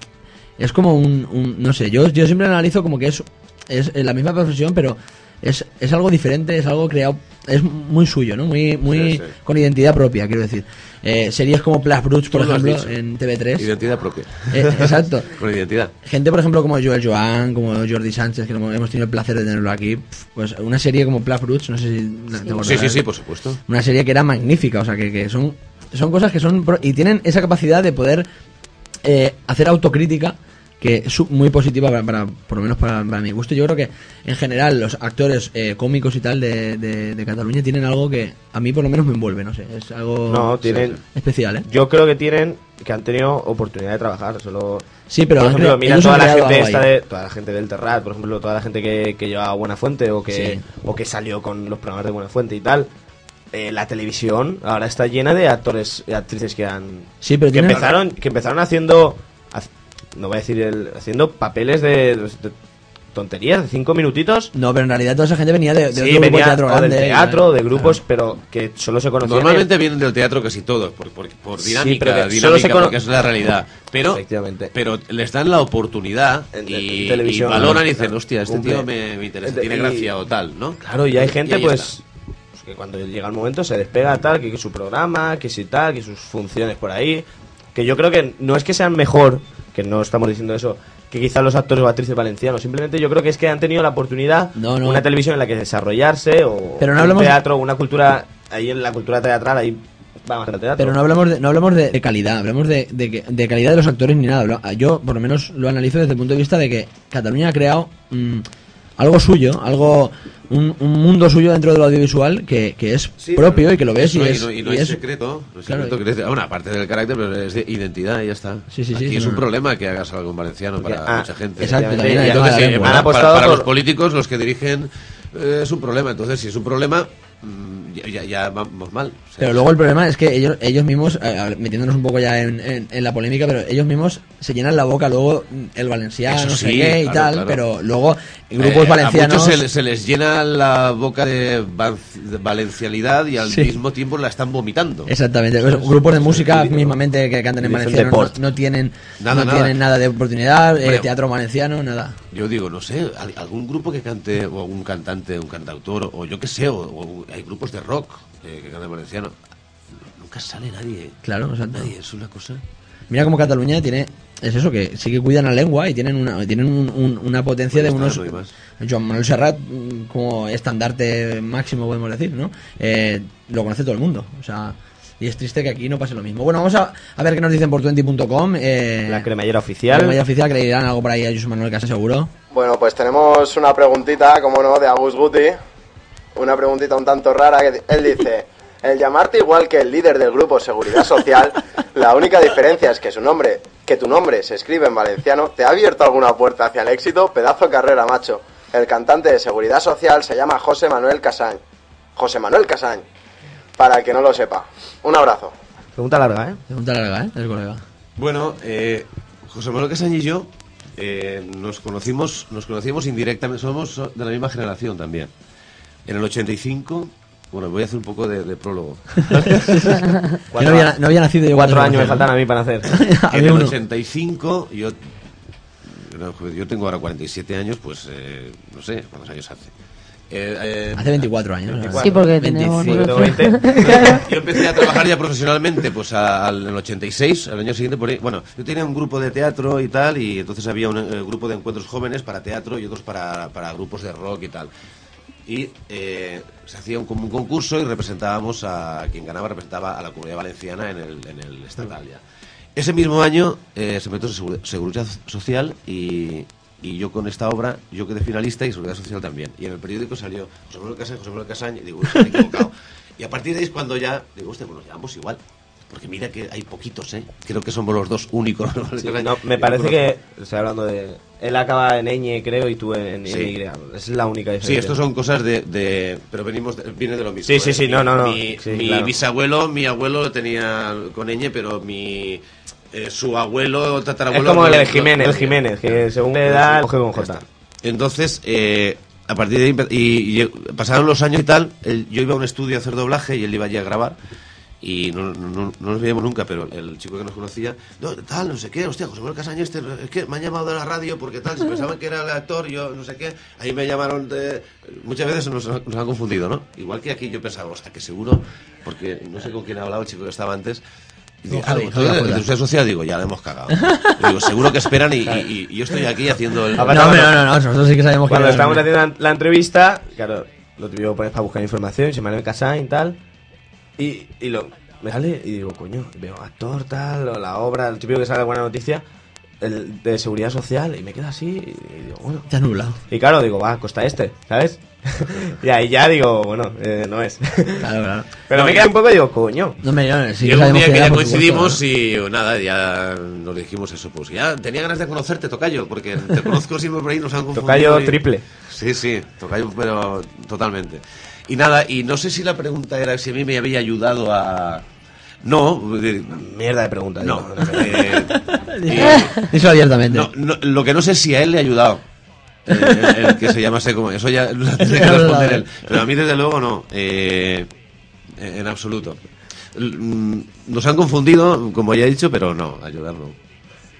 [SPEAKER 2] Es como un. un- no sé, yo, yo siempre analizo como que es, es eh, la misma profesión, pero es, es algo diferente, es algo creado. Es muy suyo, ¿no? Muy,
[SPEAKER 8] Sí,
[SPEAKER 2] muy
[SPEAKER 8] sí.
[SPEAKER 2] con identidad propia, quiero decir. Eh, series como Plas Bruts, por
[SPEAKER 8] Tú lo has
[SPEAKER 2] ejemplo,
[SPEAKER 8] dicho.
[SPEAKER 2] en TV3.
[SPEAKER 8] Identidad propia.
[SPEAKER 2] Eh, exacto.
[SPEAKER 8] Con identidad.
[SPEAKER 2] Gente, por ejemplo, como Joel Joan, como Jordi Sánchez, que lo hemos tenido el placer de tenerlo aquí. pf, Pues una serie como Plas Bruts, no sé si la- te
[SPEAKER 8] Sí,
[SPEAKER 2] acordarás.
[SPEAKER 8] sí,
[SPEAKER 2] ¿eh?
[SPEAKER 8] sí, por supuesto.
[SPEAKER 2] Una serie que era magnífica, o sea, que, que son, son cosas que son... pro- Y tienen esa capacidad de poder eh, hacer autocrítica que es su- muy positiva para, para- por lo menos para, para mi gusto. Yo creo que en general los actores eh, cómicos y tal de, de- de Cataluña tienen algo que a mí por lo menos me envuelve, no sé, es algo
[SPEAKER 4] No, tienen-
[SPEAKER 2] especial, ¿eh?
[SPEAKER 4] Yo creo que tienen, que han tenido oportunidad de trabajar, solo...
[SPEAKER 2] Sí, pero
[SPEAKER 4] por
[SPEAKER 2] han
[SPEAKER 4] ejemplo,
[SPEAKER 2] cre-
[SPEAKER 4] mira
[SPEAKER 2] ellos
[SPEAKER 4] toda
[SPEAKER 2] han
[SPEAKER 4] la
[SPEAKER 2] creado
[SPEAKER 4] gente
[SPEAKER 2] algo
[SPEAKER 4] esta
[SPEAKER 2] ahí.
[SPEAKER 4] de, toda la gente del Terrat, por ejemplo, toda la gente que, que lleva a Buenafuente o que,
[SPEAKER 2] Sí.
[SPEAKER 4] o que salió con los programas de Buenafuente y tal. Eh, la televisión ahora está llena de actores y actrices que han
[SPEAKER 2] Sí, pero
[SPEAKER 4] que
[SPEAKER 2] tienen-
[SPEAKER 4] empezaron que empezaron haciendo haz- no voy a decir el, haciendo papeles de, de tonterías de cinco minutitos
[SPEAKER 2] No, pero en realidad toda esa gente venía de, de
[SPEAKER 4] Sí,
[SPEAKER 2] otro grupo de
[SPEAKER 4] venía
[SPEAKER 2] teatro
[SPEAKER 4] o del
[SPEAKER 2] grande,
[SPEAKER 4] teatro,
[SPEAKER 2] claro.
[SPEAKER 4] de grupos, pero que solo se conocían.
[SPEAKER 8] Normalmente vienen del teatro casi todos, por, por, por
[SPEAKER 4] Sí,
[SPEAKER 8] dinámica,
[SPEAKER 4] pero que solo
[SPEAKER 8] dinámica,
[SPEAKER 4] se cono-
[SPEAKER 8] porque es la realidad. Pero,
[SPEAKER 4] Efectivamente.
[SPEAKER 8] pero les dan la oportunidad y,
[SPEAKER 4] en televisión,
[SPEAKER 8] y valoran y
[SPEAKER 4] ¿no?
[SPEAKER 8] dicen, hostia, este
[SPEAKER 4] Cumple.
[SPEAKER 8] tío me, me interesa,
[SPEAKER 4] En-
[SPEAKER 8] tiene
[SPEAKER 4] y-
[SPEAKER 8] gracia o tal, ¿no?
[SPEAKER 4] Claro, y hay gente,
[SPEAKER 8] ahí
[SPEAKER 4] pues,
[SPEAKER 8] está.
[SPEAKER 4] pues, que cuando llega el momento se despega tal, que, que su programa, que si tal, que sus funciones por ahí. Que yo creo que no es que sean mejor, que no estamos diciendo eso, que quizás los actores o actrices valencianos. Simplemente yo creo que es que han tenido la oportunidad,
[SPEAKER 2] No, no.
[SPEAKER 4] una televisión en la que desarrollarse, o
[SPEAKER 2] Pero no
[SPEAKER 4] un
[SPEAKER 2] hablamos-
[SPEAKER 4] teatro, una cultura, ahí en la cultura teatral, ahí va más el teatro.
[SPEAKER 2] Pero no hablamos de, no hablamos de, de calidad, hablamos de, de que- de calidad de los actores ni nada. Habla- Yo, por lo menos, lo analizo desde el punto de vista de que Cataluña ha creado mm, algo suyo, algo un, un mundo suyo dentro del audiovisual que, que es
[SPEAKER 8] Sí,
[SPEAKER 2] propio
[SPEAKER 8] pero-
[SPEAKER 2] y que lo ves y,
[SPEAKER 8] no,
[SPEAKER 2] es.
[SPEAKER 8] no- y no
[SPEAKER 2] y
[SPEAKER 8] hay
[SPEAKER 2] es-
[SPEAKER 8] secreto. no hay
[SPEAKER 2] Claro.
[SPEAKER 8] secreto que es de- bueno, aparte del carácter, pero es de identidad y ya está.
[SPEAKER 2] Sí, sí, sí,
[SPEAKER 8] Aquí
[SPEAKER 2] sí,
[SPEAKER 8] es
[SPEAKER 2] no,
[SPEAKER 8] un
[SPEAKER 2] no.
[SPEAKER 8] problema que hagas algo en valenciano para
[SPEAKER 4] ah,
[SPEAKER 8] mucha gente.
[SPEAKER 2] exacto,
[SPEAKER 8] Entonces,
[SPEAKER 2] también hay
[SPEAKER 8] sí,
[SPEAKER 2] tema de la
[SPEAKER 8] para-
[SPEAKER 2] lengua.
[SPEAKER 8] para,
[SPEAKER 4] Han apostado
[SPEAKER 8] para los
[SPEAKER 4] por-
[SPEAKER 8] políticos, los que dirigen, eh, es un problema. Entonces, si es un problema, mm, ya, ya- ya vamos mal. O sea,
[SPEAKER 2] Pero luego el problema es que ellos, ellos mismos, eh, a ver, metiéndonos un poco ya en, en- en la polémica, pero ellos mismos se llenan la boca luego mm, el valenciano,
[SPEAKER 8] Eso
[SPEAKER 2] no sé
[SPEAKER 8] sí,
[SPEAKER 2] qué y
[SPEAKER 8] claro,
[SPEAKER 2] tal,
[SPEAKER 8] claro.
[SPEAKER 2] pero luego grupos
[SPEAKER 8] Eh, A
[SPEAKER 2] valencianos.
[SPEAKER 8] muchos se, les- se les llena la boca de, van- de valencialidad y al
[SPEAKER 2] Sí.
[SPEAKER 8] mismo tiempo la están vomitando.
[SPEAKER 2] Exactamente, los grupos de música mismamente que cantan en
[SPEAKER 8] Dicen
[SPEAKER 2] valenciano no,
[SPEAKER 8] deporte.
[SPEAKER 2] no tienen
[SPEAKER 8] Nada,
[SPEAKER 2] no
[SPEAKER 8] nada.
[SPEAKER 2] tienen nada de oportunidad, eh,
[SPEAKER 8] Hombre,
[SPEAKER 2] teatro valenciano, nada.
[SPEAKER 8] Yo digo, no sé, al- algún grupo que cante, o algún cantante, un cantautor, o yo qué sé, o, o hay grupos de rock eh, que cantan valenciano. Nunca sale nadie.
[SPEAKER 2] Claro, exacto.
[SPEAKER 8] Nadie, es una cosa.
[SPEAKER 2] Mira como Cataluña tiene es eso que sí que cuidan la lengua y tienen una tienen un- un- una potencia
[SPEAKER 8] Bueno,
[SPEAKER 2] de unos
[SPEAKER 8] está, no hay más.
[SPEAKER 2] Joan Manuel Serrat mm, como estandarte máximo podemos decir, ¿no? Eh, lo conoce todo el mundo, o sea, y es triste que aquí no pase lo mismo. Bueno, vamos a, a ver qué nos dicen por 20.com. Eh,
[SPEAKER 4] La cremallera oficial.
[SPEAKER 2] la cremallera oficial que le dirán algo por ahí a José Manuel Casa seguro.
[SPEAKER 7] Bueno, pues tenemos una preguntita, como no, de Agus Guti. Una preguntita un tanto rara que él dice, el llamarte igual que el líder del grupo Seguridad Social, la única diferencia es que su nombre, que tu nombre se escribe en valenciano, te ha abierto alguna puerta hacia el éxito, pedazo de carrera, macho. El cantante de Seguridad Social se llama José Manuel Casañ. José Manuel Casañ, para el que no lo sepa. Un abrazo.
[SPEAKER 4] Pregunta larga, ¿eh?
[SPEAKER 2] Pregunta larga, ¿eh? El colega.
[SPEAKER 8] Bueno, eh, José Manuel Casañ y yo eh, nos conocimos nos conocimos indirectamente, somos de la misma generación también. En el 85 Bueno, voy a hacer un poco de, de prólogo.
[SPEAKER 2] Yo no había- no había nacido yo
[SPEAKER 4] Cuatro
[SPEAKER 2] cuando
[SPEAKER 4] años me
[SPEAKER 2] nací, ¿no?
[SPEAKER 4] faltan a mí para nacer.
[SPEAKER 2] A
[SPEAKER 8] en
[SPEAKER 2] mí
[SPEAKER 8] el
[SPEAKER 2] uno.
[SPEAKER 8] 85 yo no, joder, yo tengo ahora 47 años pues eh, no sé cuántos años hace Eh, eh,
[SPEAKER 2] Hace 24 años, ¿no?
[SPEAKER 8] 24.
[SPEAKER 6] Sí, porque tenemos
[SPEAKER 8] 25.
[SPEAKER 6] nosotros.
[SPEAKER 8] Yo- yo empecé a trabajar ya profesionalmente pues a- al en el 86 al año siguiente por ahí. bueno yo tenía un grupo de teatro y tal y entonces había un eh, grupo de encuentros jóvenes para teatro y otros para, para grupos de rock y tal y eh, se hacía un, como un concurso y representábamos a quien ganaba representaba a la comunidad valenciana en el, en el estatal ya. Ese mismo año eh, se metió Segu- Seguridad Social y, y yo con esta obra yo quedé finalista y Seguridad Social también. Y en el periódico salió José Manuel Casaña, José Manuel Casaña y digo, "Uy, se han equivocado. y a partir de ahí es cuando ya digo, hostia, pues nos llevamos igual. Porque mira que hay poquitos, ¿eh? Creo que somos los dos únicos.
[SPEAKER 4] Sí, no, me parece que, o sea, hablando de... Él acaba en ñ, creo, y tú en, en
[SPEAKER 8] Sí.
[SPEAKER 4] y. Es la única diferencia.
[SPEAKER 8] Sí, esto son cosas de, de- pero venimos de- viene de lo mismo. ¿eh?
[SPEAKER 4] Sí, sí, sí,
[SPEAKER 8] Mi-
[SPEAKER 4] no, no, no.
[SPEAKER 8] Mi,
[SPEAKER 4] Sí,
[SPEAKER 8] mi
[SPEAKER 4] claro.
[SPEAKER 8] bisabuelo, mi abuelo lo tenía con ñ, pero mi eh, su abuelo,
[SPEAKER 4] Es
[SPEAKER 8] tatarabuelo.
[SPEAKER 4] como el
[SPEAKER 8] no-
[SPEAKER 4] de
[SPEAKER 8] no-
[SPEAKER 4] Jiménez,
[SPEAKER 8] no
[SPEAKER 4] el
[SPEAKER 8] tenía.
[SPEAKER 4] Jiménez, que según la edad coge con J.
[SPEAKER 8] Entonces, eh, a partir de ahí, empe- y, y pasaron los años y tal, él- yo iba a un estudio a hacer doblaje y él iba allí a grabar. Y no, no- no nos veíamos nunca, pero el chico que nos conocía, no, tal, no sé qué, hostia, José Manuel Casaña, este, es que me han llamado de la radio porque tal, se pensaban que era el actor, yo no sé qué, ahí me llamaron de... Muchas veces nos, nos han confundido, ¿no? Igual que aquí yo pensaba, hostia, que seguro, porque no sé con quién ha hablado el chico que estaba antes, y digo,
[SPEAKER 2] Javi,
[SPEAKER 8] "Ah,
[SPEAKER 2] Javi
[SPEAKER 8] ¿tú de-
[SPEAKER 2] Ajuda".
[SPEAKER 8] de Seguridad Social, digo, ya la hemos cagado. Digo, seguro que esperan y, y- y yo estoy aquí haciendo el...
[SPEAKER 2] No, hombre, no, no, no, nosotros sí que sabemos que
[SPEAKER 4] Cuando
[SPEAKER 2] era-
[SPEAKER 4] estábamos haciendo la, la entrevista, claro, lo típico pones para buscar información, se Manuel Casain y tal. Y, y lo me sale y digo, coño, veo actor, tal, o la obra, el típico que sale buena noticia, el de seguridad social, y me queda así, y digo, bueno.
[SPEAKER 2] Te ha nublado.
[SPEAKER 4] Y claro, digo, va, costa este, ¿sabes? y ahí ya digo, bueno, eh, no es.
[SPEAKER 2] Claro, claro.
[SPEAKER 4] Pero me queda un poco y digo, coño.
[SPEAKER 2] No, hombre, no, sí que
[SPEAKER 8] Llegó un
[SPEAKER 2] sabemos
[SPEAKER 8] día que
[SPEAKER 2] era,
[SPEAKER 8] ya
[SPEAKER 2] por supuesto,
[SPEAKER 8] coincidimos y oh, nada, ya nos dijimos eso. Pues ya tenía ganas de conocerte, Tocayo, porque te conozco siempre por ahí, nos han confundido.
[SPEAKER 4] Tocayo
[SPEAKER 8] y-
[SPEAKER 4] triple.
[SPEAKER 8] Sí, sí, Tocayo, pero totalmente. Y nada, y no sé si la pregunta era si a mí me había ayudado a... No, eh,
[SPEAKER 4] Mierda de pregunta.
[SPEAKER 8] no.
[SPEAKER 4] digo, no, no, no.
[SPEAKER 8] eh,
[SPEAKER 2] ¿no? Díselo abiertamente.
[SPEAKER 8] No, no, lo que no sé es si a él le ha ayudado. El, el- el que se llamase como eso ya lo tiene que responder él. Pero a mí desde luego no, eh, en absoluto. L- mm, Nos han confundido, como ya he dicho, pero no, ayudarnos.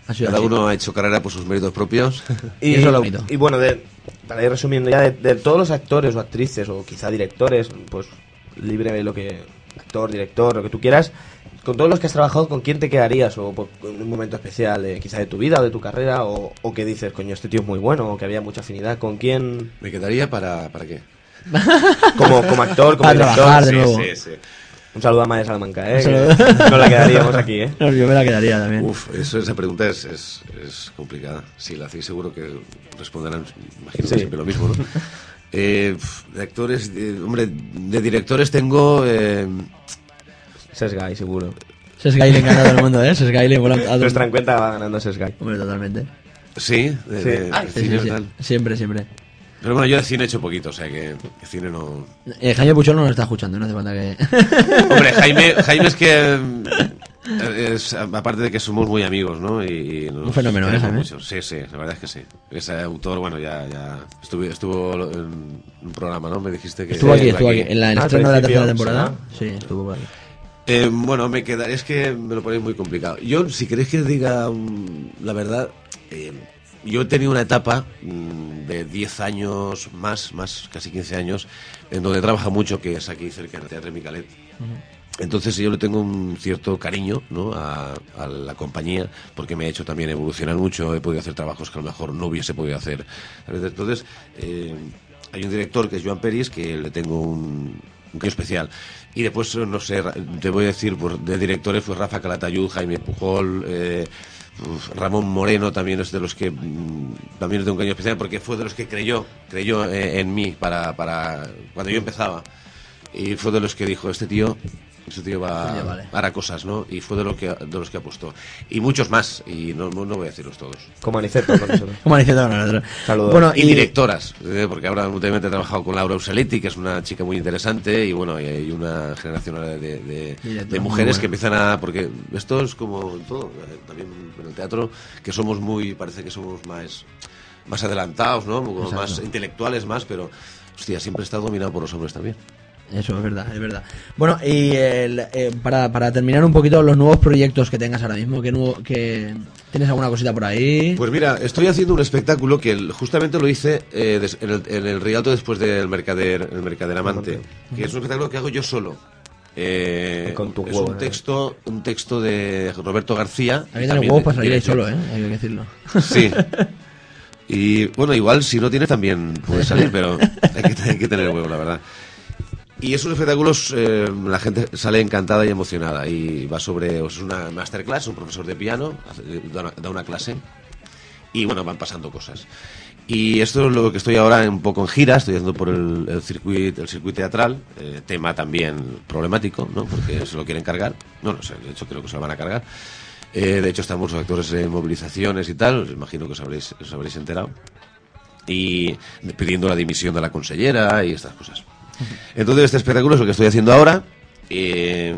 [SPEAKER 2] Ha sido
[SPEAKER 8] Cada
[SPEAKER 2] así.
[SPEAKER 8] uno ha hecho carrera por sus méritos propios.
[SPEAKER 2] Y eso es lo bonito.
[SPEAKER 4] y bueno, de- para ir resumiendo ya, de, de todos los actores o actrices o quizá directores, pues libre de lo que. actor, director, lo que tú quieras, con todos los que has trabajado, ¿con quién te quedarías? O por- en un momento especial, eh, quizá de tu vida o de tu carrera, o, o que dices, coño, este tío es muy bueno, o que había mucha afinidad, ¿con quién?
[SPEAKER 8] ¿Me quedaría para, para qué?
[SPEAKER 4] Como, como actor, como
[SPEAKER 2] Para
[SPEAKER 4] director.
[SPEAKER 2] trabajar de
[SPEAKER 4] Sí,
[SPEAKER 2] nuevo.
[SPEAKER 4] sí. Un saludo a Maya Salamanca, ¿eh?
[SPEAKER 2] Un saludo.
[SPEAKER 4] que No la quedaríamos aquí, ¿eh?
[SPEAKER 2] No, yo me la quedaría también.
[SPEAKER 8] Uf, eso, esa pregunta es, es, es complicada. Si la hacéis seguro que responderán, imagino que
[SPEAKER 4] Sí.
[SPEAKER 8] siempre lo mismo, ¿no? Eh, pf, de actores, de- hombre, de directores tengo... eh,
[SPEAKER 4] Sesgay, seguro.
[SPEAKER 2] Sesgay le encanta a todo el mundo, ¿eh? Sesgay le mola a todo el
[SPEAKER 4] Nuestra
[SPEAKER 2] mundo.
[SPEAKER 4] encuesta va ganando Sesgay.
[SPEAKER 2] Hombre, totalmente.
[SPEAKER 8] Sí, de,
[SPEAKER 4] Sí.
[SPEAKER 8] de-
[SPEAKER 4] Ah,
[SPEAKER 8] de
[SPEAKER 2] Sí,
[SPEAKER 8] cine
[SPEAKER 2] sí, sí.
[SPEAKER 8] tal.
[SPEAKER 2] Siempre, siempre.
[SPEAKER 8] Pero bueno, yo de cine he hecho poquito, o sea que que cine no...
[SPEAKER 2] Eh, Jaime Puchol no nos está escuchando, no hace falta que...
[SPEAKER 8] Hombre, Jaime, Jaime es que... mm, es- aparte de que somos muy amigos, ¿no? Y, y nos
[SPEAKER 2] Un fenómeno, ¿eh,
[SPEAKER 8] queremos
[SPEAKER 2] Jaime?
[SPEAKER 8] mucho. Sí, sí, la verdad es que sí. Ese autor, bueno, ya, ya estuvo, estuvo en un programa, ¿no? Me dijiste que...
[SPEAKER 2] Estuvo aquí, estuvo aquí. En la, en el
[SPEAKER 4] Al
[SPEAKER 2] estreno de la tercera
[SPEAKER 4] principio,
[SPEAKER 2] temporada. Sí, estuvo por aquí.
[SPEAKER 8] Eh, bueno, me quedaré, es que me lo ponéis muy complicado. Yo, si queréis que diga mm, la verdad, eh, yo he tenido una etapa mm, de 10 años más, más casi 15 años, en donde trabaja mucho, que es aquí cerca del Teatro Micalet. Entonces yo le tengo un cierto cariño ¿no? a, a la compañía porque me ha hecho también evolucionar mucho, he podido hacer trabajos que a lo mejor no hubiese podido hacer. Entonces eh, hay un director que es Joan Peris que le tengo un, un cariño especial. Y después, eh, no sé, Ra- te voy a decir, pues, de directores, pues Rafa Calatayud, Jaime Pujol, eh, uf, Ramón Moreno también es de los que mm, también le tengo un cariño especial porque fue de los que creyó, creyó eh, en mí para, para cuando yo empezaba. Y fue de los que dijo, este tío, este tío va
[SPEAKER 2] Oye, vale.
[SPEAKER 8] hará cosas, ¿no? Y fue de, lo que, de los que apostó. Y muchos más, y no, no no voy a decirlos todos.
[SPEAKER 4] Como Aniceto, con nosotros.
[SPEAKER 2] Como diciendo a nosotros.
[SPEAKER 4] Saludos.
[SPEAKER 2] Bueno,
[SPEAKER 8] Y, directoras, eh, porque ahora últimamente he trabajado con Laura Useletti, que es una chica muy interesante, y bueno, y hay una generación ahora de, de- de-
[SPEAKER 2] Directoras
[SPEAKER 8] de
[SPEAKER 2] muy
[SPEAKER 8] mujeres
[SPEAKER 2] buenas.
[SPEAKER 8] que empiezan a... Porque esto es como en todo, eh, también en el teatro, que somos muy, parece que somos más, más adelantados, ¿no? Como más
[SPEAKER 2] Exacto.
[SPEAKER 8] intelectuales, más, pero... Hostia, siempre está dominado por los hombres también.
[SPEAKER 2] Eso es verdad, es verdad. Bueno, y el, eh, para, para terminar un poquito los nuevos proyectos que tengas ahora mismo, que, nuevo, que tienes alguna cosita por ahí.
[SPEAKER 8] Pues mira, estoy haciendo un espectáculo que el- justamente lo hice eh, des- en, el, en el Rialto después del Mercader, el Mercader Amante, que es un espectáculo que hago yo solo. Eh,
[SPEAKER 4] Con tu
[SPEAKER 8] es
[SPEAKER 4] huevo,
[SPEAKER 8] un
[SPEAKER 4] ¿eh?
[SPEAKER 8] texto, un texto de Roberto García.
[SPEAKER 2] A mí
[SPEAKER 8] también
[SPEAKER 2] huevos para salir ahí
[SPEAKER 8] director.
[SPEAKER 2] solo, ¿eh? Hay que decirlo.
[SPEAKER 8] Sí. Y bueno, igual si no tienes también puedes salir, pero hay que, hay que tener huevo, la verdad. Y es un espectáculo, eh, la gente sale encantada y emocionada. Y va sobre, es una masterclass, un profesor de piano, hace- eh, da una- da una clase. Y bueno, van pasando cosas. Y esto es lo que estoy ahora un poco en gira, estoy haciendo por el, el circuito el circuito teatral, eh, tema también problemático, ¿no? Porque se lo quieren cargar. No, no sé, de hecho creo que se lo van a cargar. Eh, de hecho estamos los actores en movilizaciones y tal, os imagino que os habréis, os habréis enterado. Y pidiendo la dimisión de la consellera y estas cosas. Entonces este espectáculo es lo que estoy haciendo ahora. eh,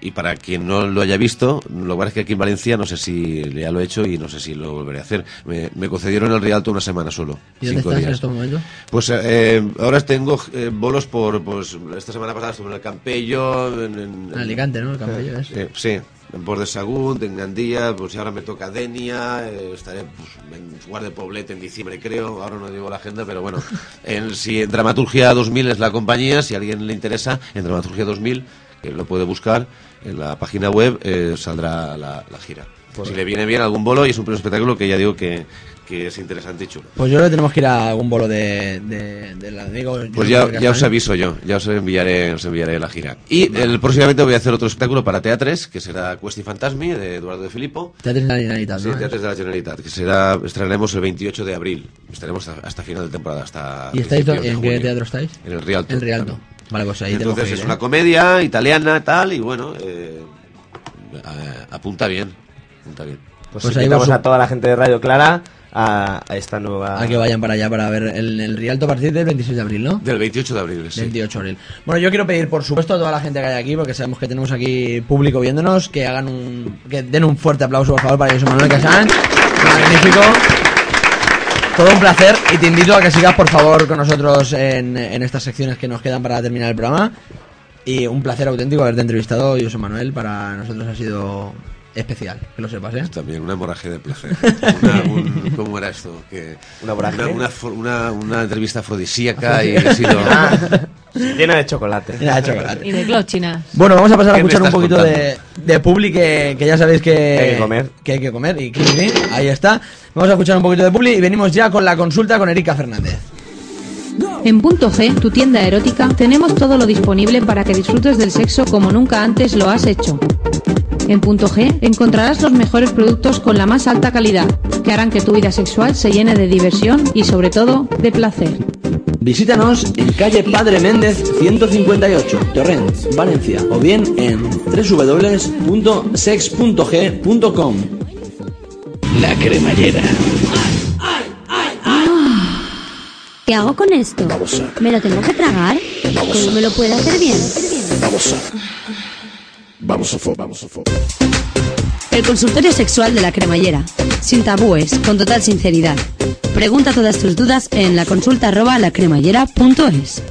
[SPEAKER 8] y para quien no lo haya visto, lo que pasa es que aquí en Valencia no sé si ya lo he hecho y no sé si lo volveré a hacer. Me, me concedieron el Rialto una semana solo.
[SPEAKER 2] ¿Y dónde
[SPEAKER 8] cinco
[SPEAKER 2] estás en
[SPEAKER 8] días.
[SPEAKER 2] estos momentos?
[SPEAKER 8] Pues eh, ahora tengo eh, bolos por, pues esta semana pasada estuve en el Campello, en, en-
[SPEAKER 2] En Alicante, ¿no? El Campello,
[SPEAKER 8] Eh, eh, sí, en Port de Sagunt, en Gandía, pues y ahora me toca Denia, eh, estaré pues, en Guarde Poblete en diciembre creo, ahora no digo la agenda, pero bueno, en, si en Dramaturgia 2000 es la compañía, si a alguien le interesa, en Dramaturgia 2000, que lo puede buscar en la página web, eh, saldrá la, la gira.
[SPEAKER 2] Pues-
[SPEAKER 8] si le viene bien algún bolo y es un espectáculo que ya digo que, que es interesante y chulo.
[SPEAKER 2] Pues yo creo que tenemos que ir a algún bolo de, de, del amigo.
[SPEAKER 8] Pues
[SPEAKER 2] Josep
[SPEAKER 8] ya,
[SPEAKER 2] Casal.
[SPEAKER 8] ya os aviso yo, ya os enviaré, os enviaré la gira. Y el, próximamente voy a hacer otro espectáculo para Teatres, que será Cuesti Fantasmi, de Eduardo de Filippo.
[SPEAKER 2] Teatres de la Generalitat,
[SPEAKER 8] Sí,
[SPEAKER 2] ¿no?
[SPEAKER 8] Teatres de la Generalitat, que será, estrenaremos el 28 de abril. Estaremos hasta, hasta final de temporada, hasta
[SPEAKER 2] ¿Y estáis
[SPEAKER 8] principios de
[SPEAKER 2] en qué
[SPEAKER 8] junio.
[SPEAKER 2] teatro estáis?
[SPEAKER 8] En el Rialto.
[SPEAKER 2] En Rialto. Vale, pues ahí tenemos
[SPEAKER 8] Entonces
[SPEAKER 2] que
[SPEAKER 8] es
[SPEAKER 2] ir, ¿eh?
[SPEAKER 8] una comedia italiana, tal, y bueno, eh, eh, apunta bien, apunta bien.
[SPEAKER 4] Pues, invitamos a toda la gente de Radio Clara a, a esta nueva...
[SPEAKER 2] A que vayan para allá para ver el, el Rialto a partir del 26 de abril, ¿no?
[SPEAKER 8] Del 28 de abril, sí.
[SPEAKER 2] 28 de abril. Bueno, yo quiero pedir, por supuesto, a toda la gente que hay aquí, porque sabemos que tenemos aquí público viéndonos, que hagan un, que den un fuerte aplauso, por favor, para José Manuel Casán. Magnífico. Todo un placer y te invito a que sigas, por favor, con nosotros en, en estas secciones que nos quedan para terminar el programa. Y un placer auténtico haberte entrevistado, José Manuel. Para nosotros ha sido especial, que lo sepas, ¿eh?
[SPEAKER 8] También una hemorragia de placer. Una- un- ¿Cómo era esto? Que
[SPEAKER 4] ¿Una hemorragia?
[SPEAKER 8] Una, una for- una- una entrevista
[SPEAKER 2] Ah,
[SPEAKER 8] afrodisíaca y he sido...
[SPEAKER 4] Ah. Llena de chocolate.
[SPEAKER 2] Llena de chocolate.
[SPEAKER 5] Y de glochinas.
[SPEAKER 2] Bueno, vamos a pasar a
[SPEAKER 4] ¿Qué me
[SPEAKER 2] escuchar un
[SPEAKER 4] estás
[SPEAKER 2] poquito
[SPEAKER 4] contando?
[SPEAKER 2] de, de Publi, que, que ya sabéis que,
[SPEAKER 4] Hay que comer.
[SPEAKER 2] que hay que comer. Y que- que- ahí está. Vamos a escuchar un poquito de Publi y venimos ya con la consulta con Erika Fernández.
[SPEAKER 9] En Punto G, tu tienda erótica, tenemos todo lo disponible para que disfrutes del sexo como nunca antes lo has hecho. En Punto G encontrarás los mejores productos con la más alta calidad, que harán que tu vida sexual se llene de diversión y sobre todo de placer.
[SPEAKER 12] Visítanos en calle Padre Méndez 158, Torrents, Valencia, o bien en www.sex.g.com. La cremallera.
[SPEAKER 15] ¿Qué hago con esto? ¿Me lo tengo que tragar? ¿Cómo me lo puedo hacer bien?
[SPEAKER 16] Vamos a. Vamos a fo, vamos a fo.
[SPEAKER 17] El consultorio sexual de la cremallera. Sin tabúes, con total sinceridad. Pregunta todas tus dudas en la consulta arroba lacremallera.es.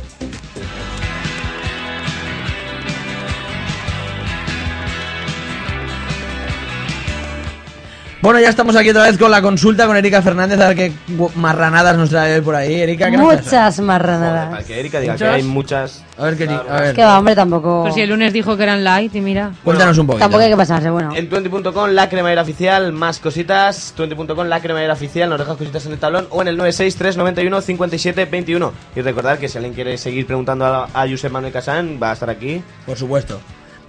[SPEAKER 2] Bueno, ya estamos aquí otra vez con la consulta con Erika Fernández, a ver qué gu- marranadas nos trae hoy por ahí. Erika, ¿qué nos traes?
[SPEAKER 6] Muchas marranadas.
[SPEAKER 4] Para que Erika diga que
[SPEAKER 2] Muchas.
[SPEAKER 4] hay muchas...
[SPEAKER 2] A ver, qué a ver.
[SPEAKER 6] Que va, hombre, tampoco.
[SPEAKER 5] Pues si el lunes dijo que eran light y mira.
[SPEAKER 2] Cuéntanos un poquito.
[SPEAKER 6] Tampoco hay que pasarse, bueno.
[SPEAKER 4] En 20.com, la cremallera oficial, más cositas. 20.com, la cremallera oficial, nos dejas cositas en el tablón o en el 963915721. Y recordar que si alguien quiere seguir preguntando a, a Josep Manuel Casán, va a estar aquí.
[SPEAKER 2] Por supuesto.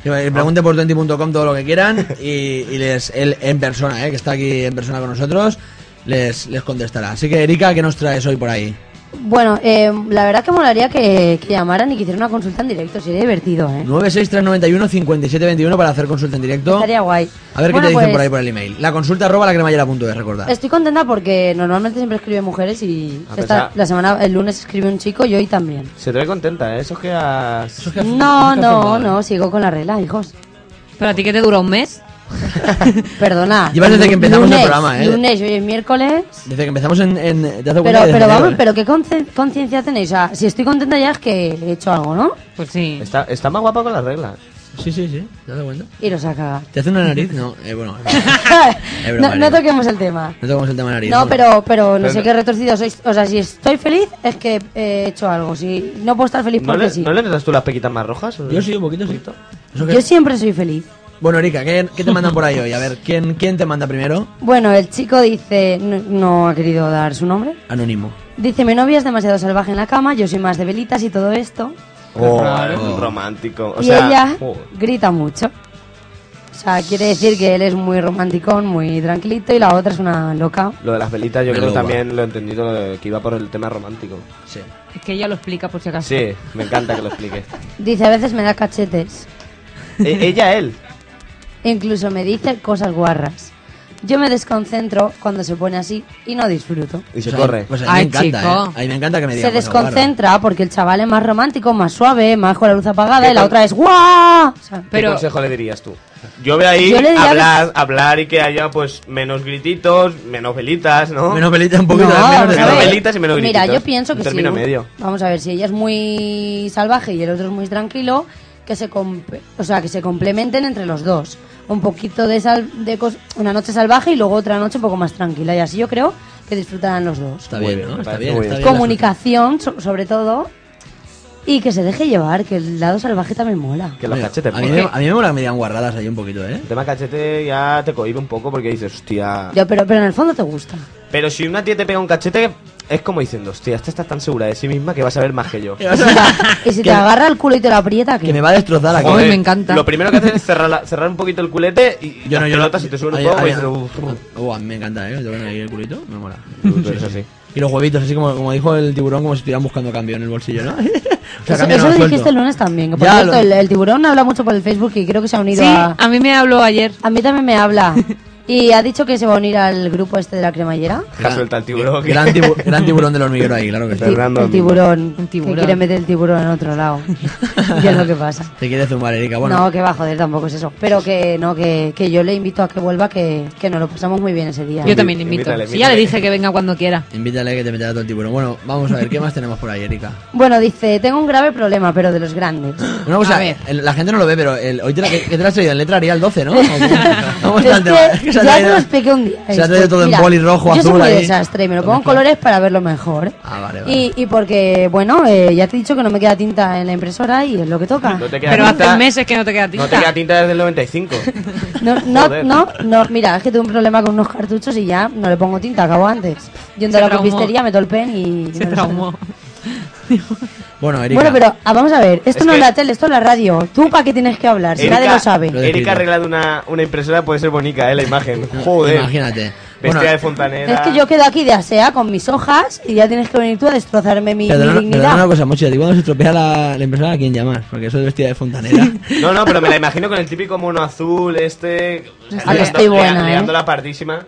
[SPEAKER 2] Que me Pregunten por 20.com todo lo que quieran y, y les, él en persona, ¿eh? que está aquí en persona con nosotros, les, les contestará. Así que, Erika, ¿qué nos traes hoy por ahí?
[SPEAKER 6] Bueno, eh, la verdad que molaría que, que llamaran y que hicieran una consulta en directo, sería divertido, ¿eh?
[SPEAKER 2] 96391-5721 para hacer consulta en directo.
[SPEAKER 6] Estaría guay.
[SPEAKER 2] A ver qué
[SPEAKER 6] Bueno,
[SPEAKER 2] te dicen
[SPEAKER 6] pues,
[SPEAKER 2] por ahí por el email. La consulta arroba lacremallera.es, recordad.
[SPEAKER 6] Estoy contenta porque normalmente siempre escribe mujeres y
[SPEAKER 4] Ah,
[SPEAKER 6] esta-
[SPEAKER 4] pensaba-
[SPEAKER 6] la semana el lunes escribe un chico y hoy también.
[SPEAKER 4] Se te ve contenta, ¿eh? Eso es que has...
[SPEAKER 6] No, no, no, sigo con la regla, hijos.
[SPEAKER 5] ¿Pero a ti que te dura un mes?
[SPEAKER 6] Perdona.
[SPEAKER 2] Llevas desde que empezamos el
[SPEAKER 6] Lunes,
[SPEAKER 2] programa, ¿eh?
[SPEAKER 6] Lunes, hoy es miércoles.
[SPEAKER 2] Desde que empezamos en. en te has dado
[SPEAKER 6] Pero,
[SPEAKER 2] cuenta que desde
[SPEAKER 6] pero vamos,
[SPEAKER 2] enero, ¿eh?
[SPEAKER 6] pero ¿qué conce- conciencia tenéis? O sea, si estoy contenta ya es que he hecho algo, ¿no?
[SPEAKER 5] Pues sí.
[SPEAKER 4] Está, está más guapa con las reglas.
[SPEAKER 2] Sí, sí, sí. ¿Te has dado cuenta?
[SPEAKER 6] Iros a cagar.
[SPEAKER 2] ¿Te hace una nariz? No, eh, bueno. Es broma,
[SPEAKER 6] no, no
[SPEAKER 2] es broma.
[SPEAKER 6] toquemos el tema.
[SPEAKER 2] No tocamos el tema nariz.
[SPEAKER 6] No,
[SPEAKER 2] bueno.
[SPEAKER 6] pero, pero no
[SPEAKER 2] Pero
[SPEAKER 6] sé
[SPEAKER 2] no-
[SPEAKER 6] qué retorcido sois. O sea, si estoy feliz es que he hecho algo. Si no puedo estar feliz
[SPEAKER 4] ¿No
[SPEAKER 6] porque
[SPEAKER 4] le,
[SPEAKER 6] sí.
[SPEAKER 4] ¿No le notas tú las pequitas más rojas?
[SPEAKER 2] Yo sí, un poquito sí.
[SPEAKER 4] Pues
[SPEAKER 2] Eso que-
[SPEAKER 6] Yo siempre soy feliz.
[SPEAKER 2] Bueno, Erika, ¿qué, qué te mandan por ahí hoy? A ver, ¿quién, quién te manda primero?
[SPEAKER 6] Bueno, el chico dice, no, no ha querido dar su nombre.
[SPEAKER 2] Anónimo.
[SPEAKER 6] Dice, mi novia es demasiado salvaje en la cama, yo soy más de velitas y todo esto.
[SPEAKER 4] Oh, romántico. O
[SPEAKER 6] y
[SPEAKER 4] sea,
[SPEAKER 6] ella
[SPEAKER 4] oh,
[SPEAKER 6] grita mucho. O sea, quiere decir que él es muy romanticón, muy tranquilito y la otra es una loca.
[SPEAKER 4] lo de las velitas, yo
[SPEAKER 2] Me
[SPEAKER 4] creo
[SPEAKER 2] lo
[SPEAKER 4] que también lo he entendido, lo de que iba por el tema romántico.
[SPEAKER 2] Sí.
[SPEAKER 5] Es que ella lo explica por si acaso.
[SPEAKER 4] Sí, me encanta que lo expliques.
[SPEAKER 6] Dice, a veces me da cachetes.
[SPEAKER 4] E- ella, él.
[SPEAKER 6] Incluso me dice cosas guarras. Yo me desconcentro cuando se pone así y no disfruto.
[SPEAKER 4] Y se
[SPEAKER 2] Pues ahí-
[SPEAKER 4] corre.
[SPEAKER 2] Pues a
[SPEAKER 5] Ay,
[SPEAKER 2] me encanta,
[SPEAKER 5] chico.
[SPEAKER 2] ¿eh? A mí me encanta que me digan
[SPEAKER 6] Se
[SPEAKER 2] cosas guarras.
[SPEAKER 6] desconcentra porque el chaval es más romántico, más suave, más con la luz apagada
[SPEAKER 4] ¿Qué
[SPEAKER 6] y la
[SPEAKER 4] con-
[SPEAKER 6] otra es guau. O sea,
[SPEAKER 4] ¿Qué
[SPEAKER 5] Pero
[SPEAKER 4] consejo le dirías tú? Yo veo ahí
[SPEAKER 6] Yo le diría
[SPEAKER 4] hablar, hablar y que haya pues menos grititos, menos velitas, ¿no?
[SPEAKER 2] Menos velita un poquito.
[SPEAKER 6] No,
[SPEAKER 2] menos
[SPEAKER 6] vamos
[SPEAKER 2] de-
[SPEAKER 6] a
[SPEAKER 4] menos
[SPEAKER 6] ver.
[SPEAKER 4] velitas y menos grititos.
[SPEAKER 6] Mira, yo pienso
[SPEAKER 4] Un
[SPEAKER 6] que sí.
[SPEAKER 4] término medio.
[SPEAKER 6] Vamos a ver, si ella es muy salvaje y el otro es muy tranquilo, que se comp- o sea, que se complementen entre los dos. Un poquito de sal de cos- una noche salvaje y luego otra noche un poco más tranquila y así yo creo que disfrutarán los dos.
[SPEAKER 2] Está
[SPEAKER 4] Muy
[SPEAKER 2] bien,
[SPEAKER 4] bien,
[SPEAKER 2] ¿no?
[SPEAKER 4] me
[SPEAKER 2] Está
[SPEAKER 4] parece
[SPEAKER 2] bien.
[SPEAKER 4] muy
[SPEAKER 2] Está
[SPEAKER 4] bien.
[SPEAKER 2] bien.
[SPEAKER 6] Comunicación so- sobre todo y que se deje llevar, que el lado salvaje también mola.
[SPEAKER 4] Que los
[SPEAKER 2] Mira,
[SPEAKER 4] cachetes.
[SPEAKER 2] a mí,
[SPEAKER 4] molan.
[SPEAKER 2] me, a mí me mola que me digan guarradas ahí un poquito, ¿eh?
[SPEAKER 4] El tema cachete ya te cohibe un poco porque dices, hostia.
[SPEAKER 6] Yo, pero pero en el fondo te gusta.
[SPEAKER 4] Pero si una tía te pega un cachete, es como diciendo, hostia, esta está tan segura de sí misma que va a saber más que yo.
[SPEAKER 6] Y si te
[SPEAKER 2] Que-
[SPEAKER 6] agarra el culo y te lo aprieta, ¿qué?
[SPEAKER 2] Que me va a destrozar aquí.
[SPEAKER 5] me encanta.
[SPEAKER 4] Lo primero que haces es cerrar, la- cerrar un poquito el culete y las pelotas se te suben un
[SPEAKER 2] Ay,
[SPEAKER 4] poco
[SPEAKER 2] ay,
[SPEAKER 4] y dices,
[SPEAKER 2] ay.
[SPEAKER 4] uff.
[SPEAKER 2] Oh, a mí me encanta, ¿eh? Te ven ahí el culito, me mola.
[SPEAKER 4] Culito, eso sí.
[SPEAKER 2] Y los huevitos, así como, como dijo el tiburón, como si estuvieran buscando cambio en el bolsillo, ¿no? o sea,
[SPEAKER 6] Eso,
[SPEAKER 2] cambio no
[SPEAKER 6] eso
[SPEAKER 2] lo
[SPEAKER 6] lo
[SPEAKER 2] suelto.
[SPEAKER 6] dijiste el lunes también. que por
[SPEAKER 2] Ya,
[SPEAKER 6] cierto,
[SPEAKER 2] lo-
[SPEAKER 6] el, el tiburón habla mucho por el Facebook y creo que se ha unido
[SPEAKER 5] Sí,
[SPEAKER 6] a...
[SPEAKER 5] a mí me habló ayer.
[SPEAKER 6] A mí también me habla. Y ha dicho que se va a unir al grupo este de la cremallera.
[SPEAKER 4] Ja, suelta el tiburón. que-
[SPEAKER 2] Gran, tibu- gran tiburón del hormiguero ahí, claro que sí.
[SPEAKER 4] Fernando
[SPEAKER 6] el
[SPEAKER 4] Domingo.
[SPEAKER 6] tiburón.
[SPEAKER 5] Un tiburón.
[SPEAKER 6] Que quiere meter el tiburón en otro lado. ¿Qué es lo que pasa?
[SPEAKER 2] Te quiere zumbar, Erika. Bueno,
[SPEAKER 6] No, que va, joder, tampoco es eso. Pero que no, que, que yo le invito a que vuelva, que, que nos lo pasamos muy bien ese día.
[SPEAKER 5] Yo también
[SPEAKER 4] Invi-
[SPEAKER 5] invito.
[SPEAKER 4] invítale,
[SPEAKER 5] Sí, ya le
[SPEAKER 4] invítale.
[SPEAKER 5] dije que venga cuando quiera.
[SPEAKER 2] invítale que te meterá todo el tiburón. Bueno, vamos a ver, ¿qué más tenemos por ahí, Erika?
[SPEAKER 6] Bueno, dice, tengo un grave problema, pero de los grandes.
[SPEAKER 2] Una cosa,
[SPEAKER 5] A ver.
[SPEAKER 2] el- la gente no lo ve, pero el, hoy te la, ¿qué, qué te la has traído? En letra Arial 12, ¿no? ¿O cómo? ¿Cómo está
[SPEAKER 6] Es
[SPEAKER 2] el tema?
[SPEAKER 6] que
[SPEAKER 2] Es que se ha
[SPEAKER 6] ya te
[SPEAKER 2] traído-
[SPEAKER 6] lo expliqué un día.
[SPEAKER 2] Se ha traído
[SPEAKER 6] Pues
[SPEAKER 2] todo
[SPEAKER 6] mira,
[SPEAKER 2] en boli rojo,
[SPEAKER 6] Yo
[SPEAKER 2] azul.
[SPEAKER 6] soy muy
[SPEAKER 2] ahí.
[SPEAKER 6] desastre, me lo
[SPEAKER 2] Todo
[SPEAKER 6] pongo en
[SPEAKER 2] mezclado.
[SPEAKER 6] colores para verlo mejor.
[SPEAKER 2] Ah, vale, vale.
[SPEAKER 6] Y, y porque, bueno, eh, ya te he dicho que no me queda tinta en la impresora y es lo que toca.
[SPEAKER 4] No te queda
[SPEAKER 5] Pero
[SPEAKER 4] tinta-
[SPEAKER 5] hace meses que no te queda tinta.
[SPEAKER 4] No te queda tinta desde el 95.
[SPEAKER 6] No, no,
[SPEAKER 4] Joder.
[SPEAKER 6] no, no, mira, es que tuve un problema con unos cartuchos y ya no le pongo tinta, acabo antes. Yendo a
[SPEAKER 5] Se
[SPEAKER 6] la
[SPEAKER 5] traumó.
[SPEAKER 6] copistería, meto el pen y...
[SPEAKER 5] Se
[SPEAKER 6] me lo
[SPEAKER 5] traumó.
[SPEAKER 2] Bueno,
[SPEAKER 6] saco.
[SPEAKER 2] Erika.
[SPEAKER 6] Bueno, pero ah, vamos a ver, esto
[SPEAKER 4] Es
[SPEAKER 6] no
[SPEAKER 4] que-
[SPEAKER 6] es la tele, esto es la radio. ¿Tú para qué tienes que hablar? Si nadie lo
[SPEAKER 2] Lo
[SPEAKER 6] sabe.
[SPEAKER 2] de Twitter.
[SPEAKER 4] Erika arreglando una, una impresora puede ser bonita, ¿eh? La imagen.
[SPEAKER 2] No,
[SPEAKER 4] Joder.
[SPEAKER 2] Imagínate.
[SPEAKER 4] Vestida
[SPEAKER 2] Bueno,
[SPEAKER 4] de fontanera.
[SPEAKER 6] Es que yo quedo aquí de asea con mis hojas y ya tienes que venir tú a destrozarme mi, mi
[SPEAKER 2] Perdona, perdona una
[SPEAKER 6] dignidad.
[SPEAKER 2] cosa, Mochi, a ti cuando se estropea la, la impresora, ¿a quién llamas? Porque eso es vestida de fontanera.
[SPEAKER 4] No, no, pero me la imagino con el típico mono azul este. o sea,
[SPEAKER 6] Ah, que
[SPEAKER 4] liando-
[SPEAKER 6] estoy buena,
[SPEAKER 4] lea-
[SPEAKER 6] ¿eh?
[SPEAKER 4] liando la partísima.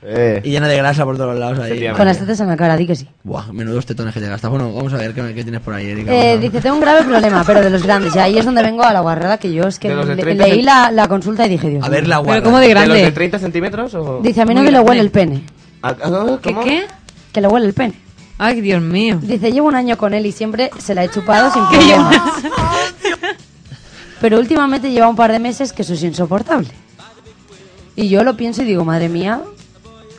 [SPEAKER 4] Eh.
[SPEAKER 2] y llena de grasa por todos lados ahí.
[SPEAKER 4] Efectivamente.
[SPEAKER 6] Con las tetas en la cara, di que sí.
[SPEAKER 2] Buah, menudos tetones que te gastas. Bueno, vamos a ver qué, qué tienes por ahí, Erika.
[SPEAKER 6] Eh,
[SPEAKER 2] Bueno.
[SPEAKER 6] dice, tengo un grave problema, pero de los grandes. Y ahí es donde vengo a la guarrada que yo es que
[SPEAKER 4] De los de
[SPEAKER 6] le-
[SPEAKER 4] 30
[SPEAKER 6] leí
[SPEAKER 4] cent-
[SPEAKER 6] la, la consulta y dije, Dios
[SPEAKER 2] A
[SPEAKER 6] mío.
[SPEAKER 2] ver la guarda.
[SPEAKER 5] Pero como de
[SPEAKER 4] ¿De los de
[SPEAKER 5] grande.
[SPEAKER 4] 30 centímetros o...?
[SPEAKER 6] Dice, a mí no
[SPEAKER 5] Muy
[SPEAKER 6] que le
[SPEAKER 5] grande.
[SPEAKER 6] huele el pene.
[SPEAKER 4] Ah, ah,
[SPEAKER 5] ¿Qué
[SPEAKER 4] ¿Cómo?
[SPEAKER 5] qué?
[SPEAKER 6] Que le huele el pene.
[SPEAKER 5] Ay, Dios mío.
[SPEAKER 6] Dice, llevo un año con él y siempre se la he chupado sin
[SPEAKER 5] Que yo-
[SPEAKER 6] problema. Pero últimamente lleva un par de meses que eso es insoportable. Y yo lo pienso y digo, madre mía,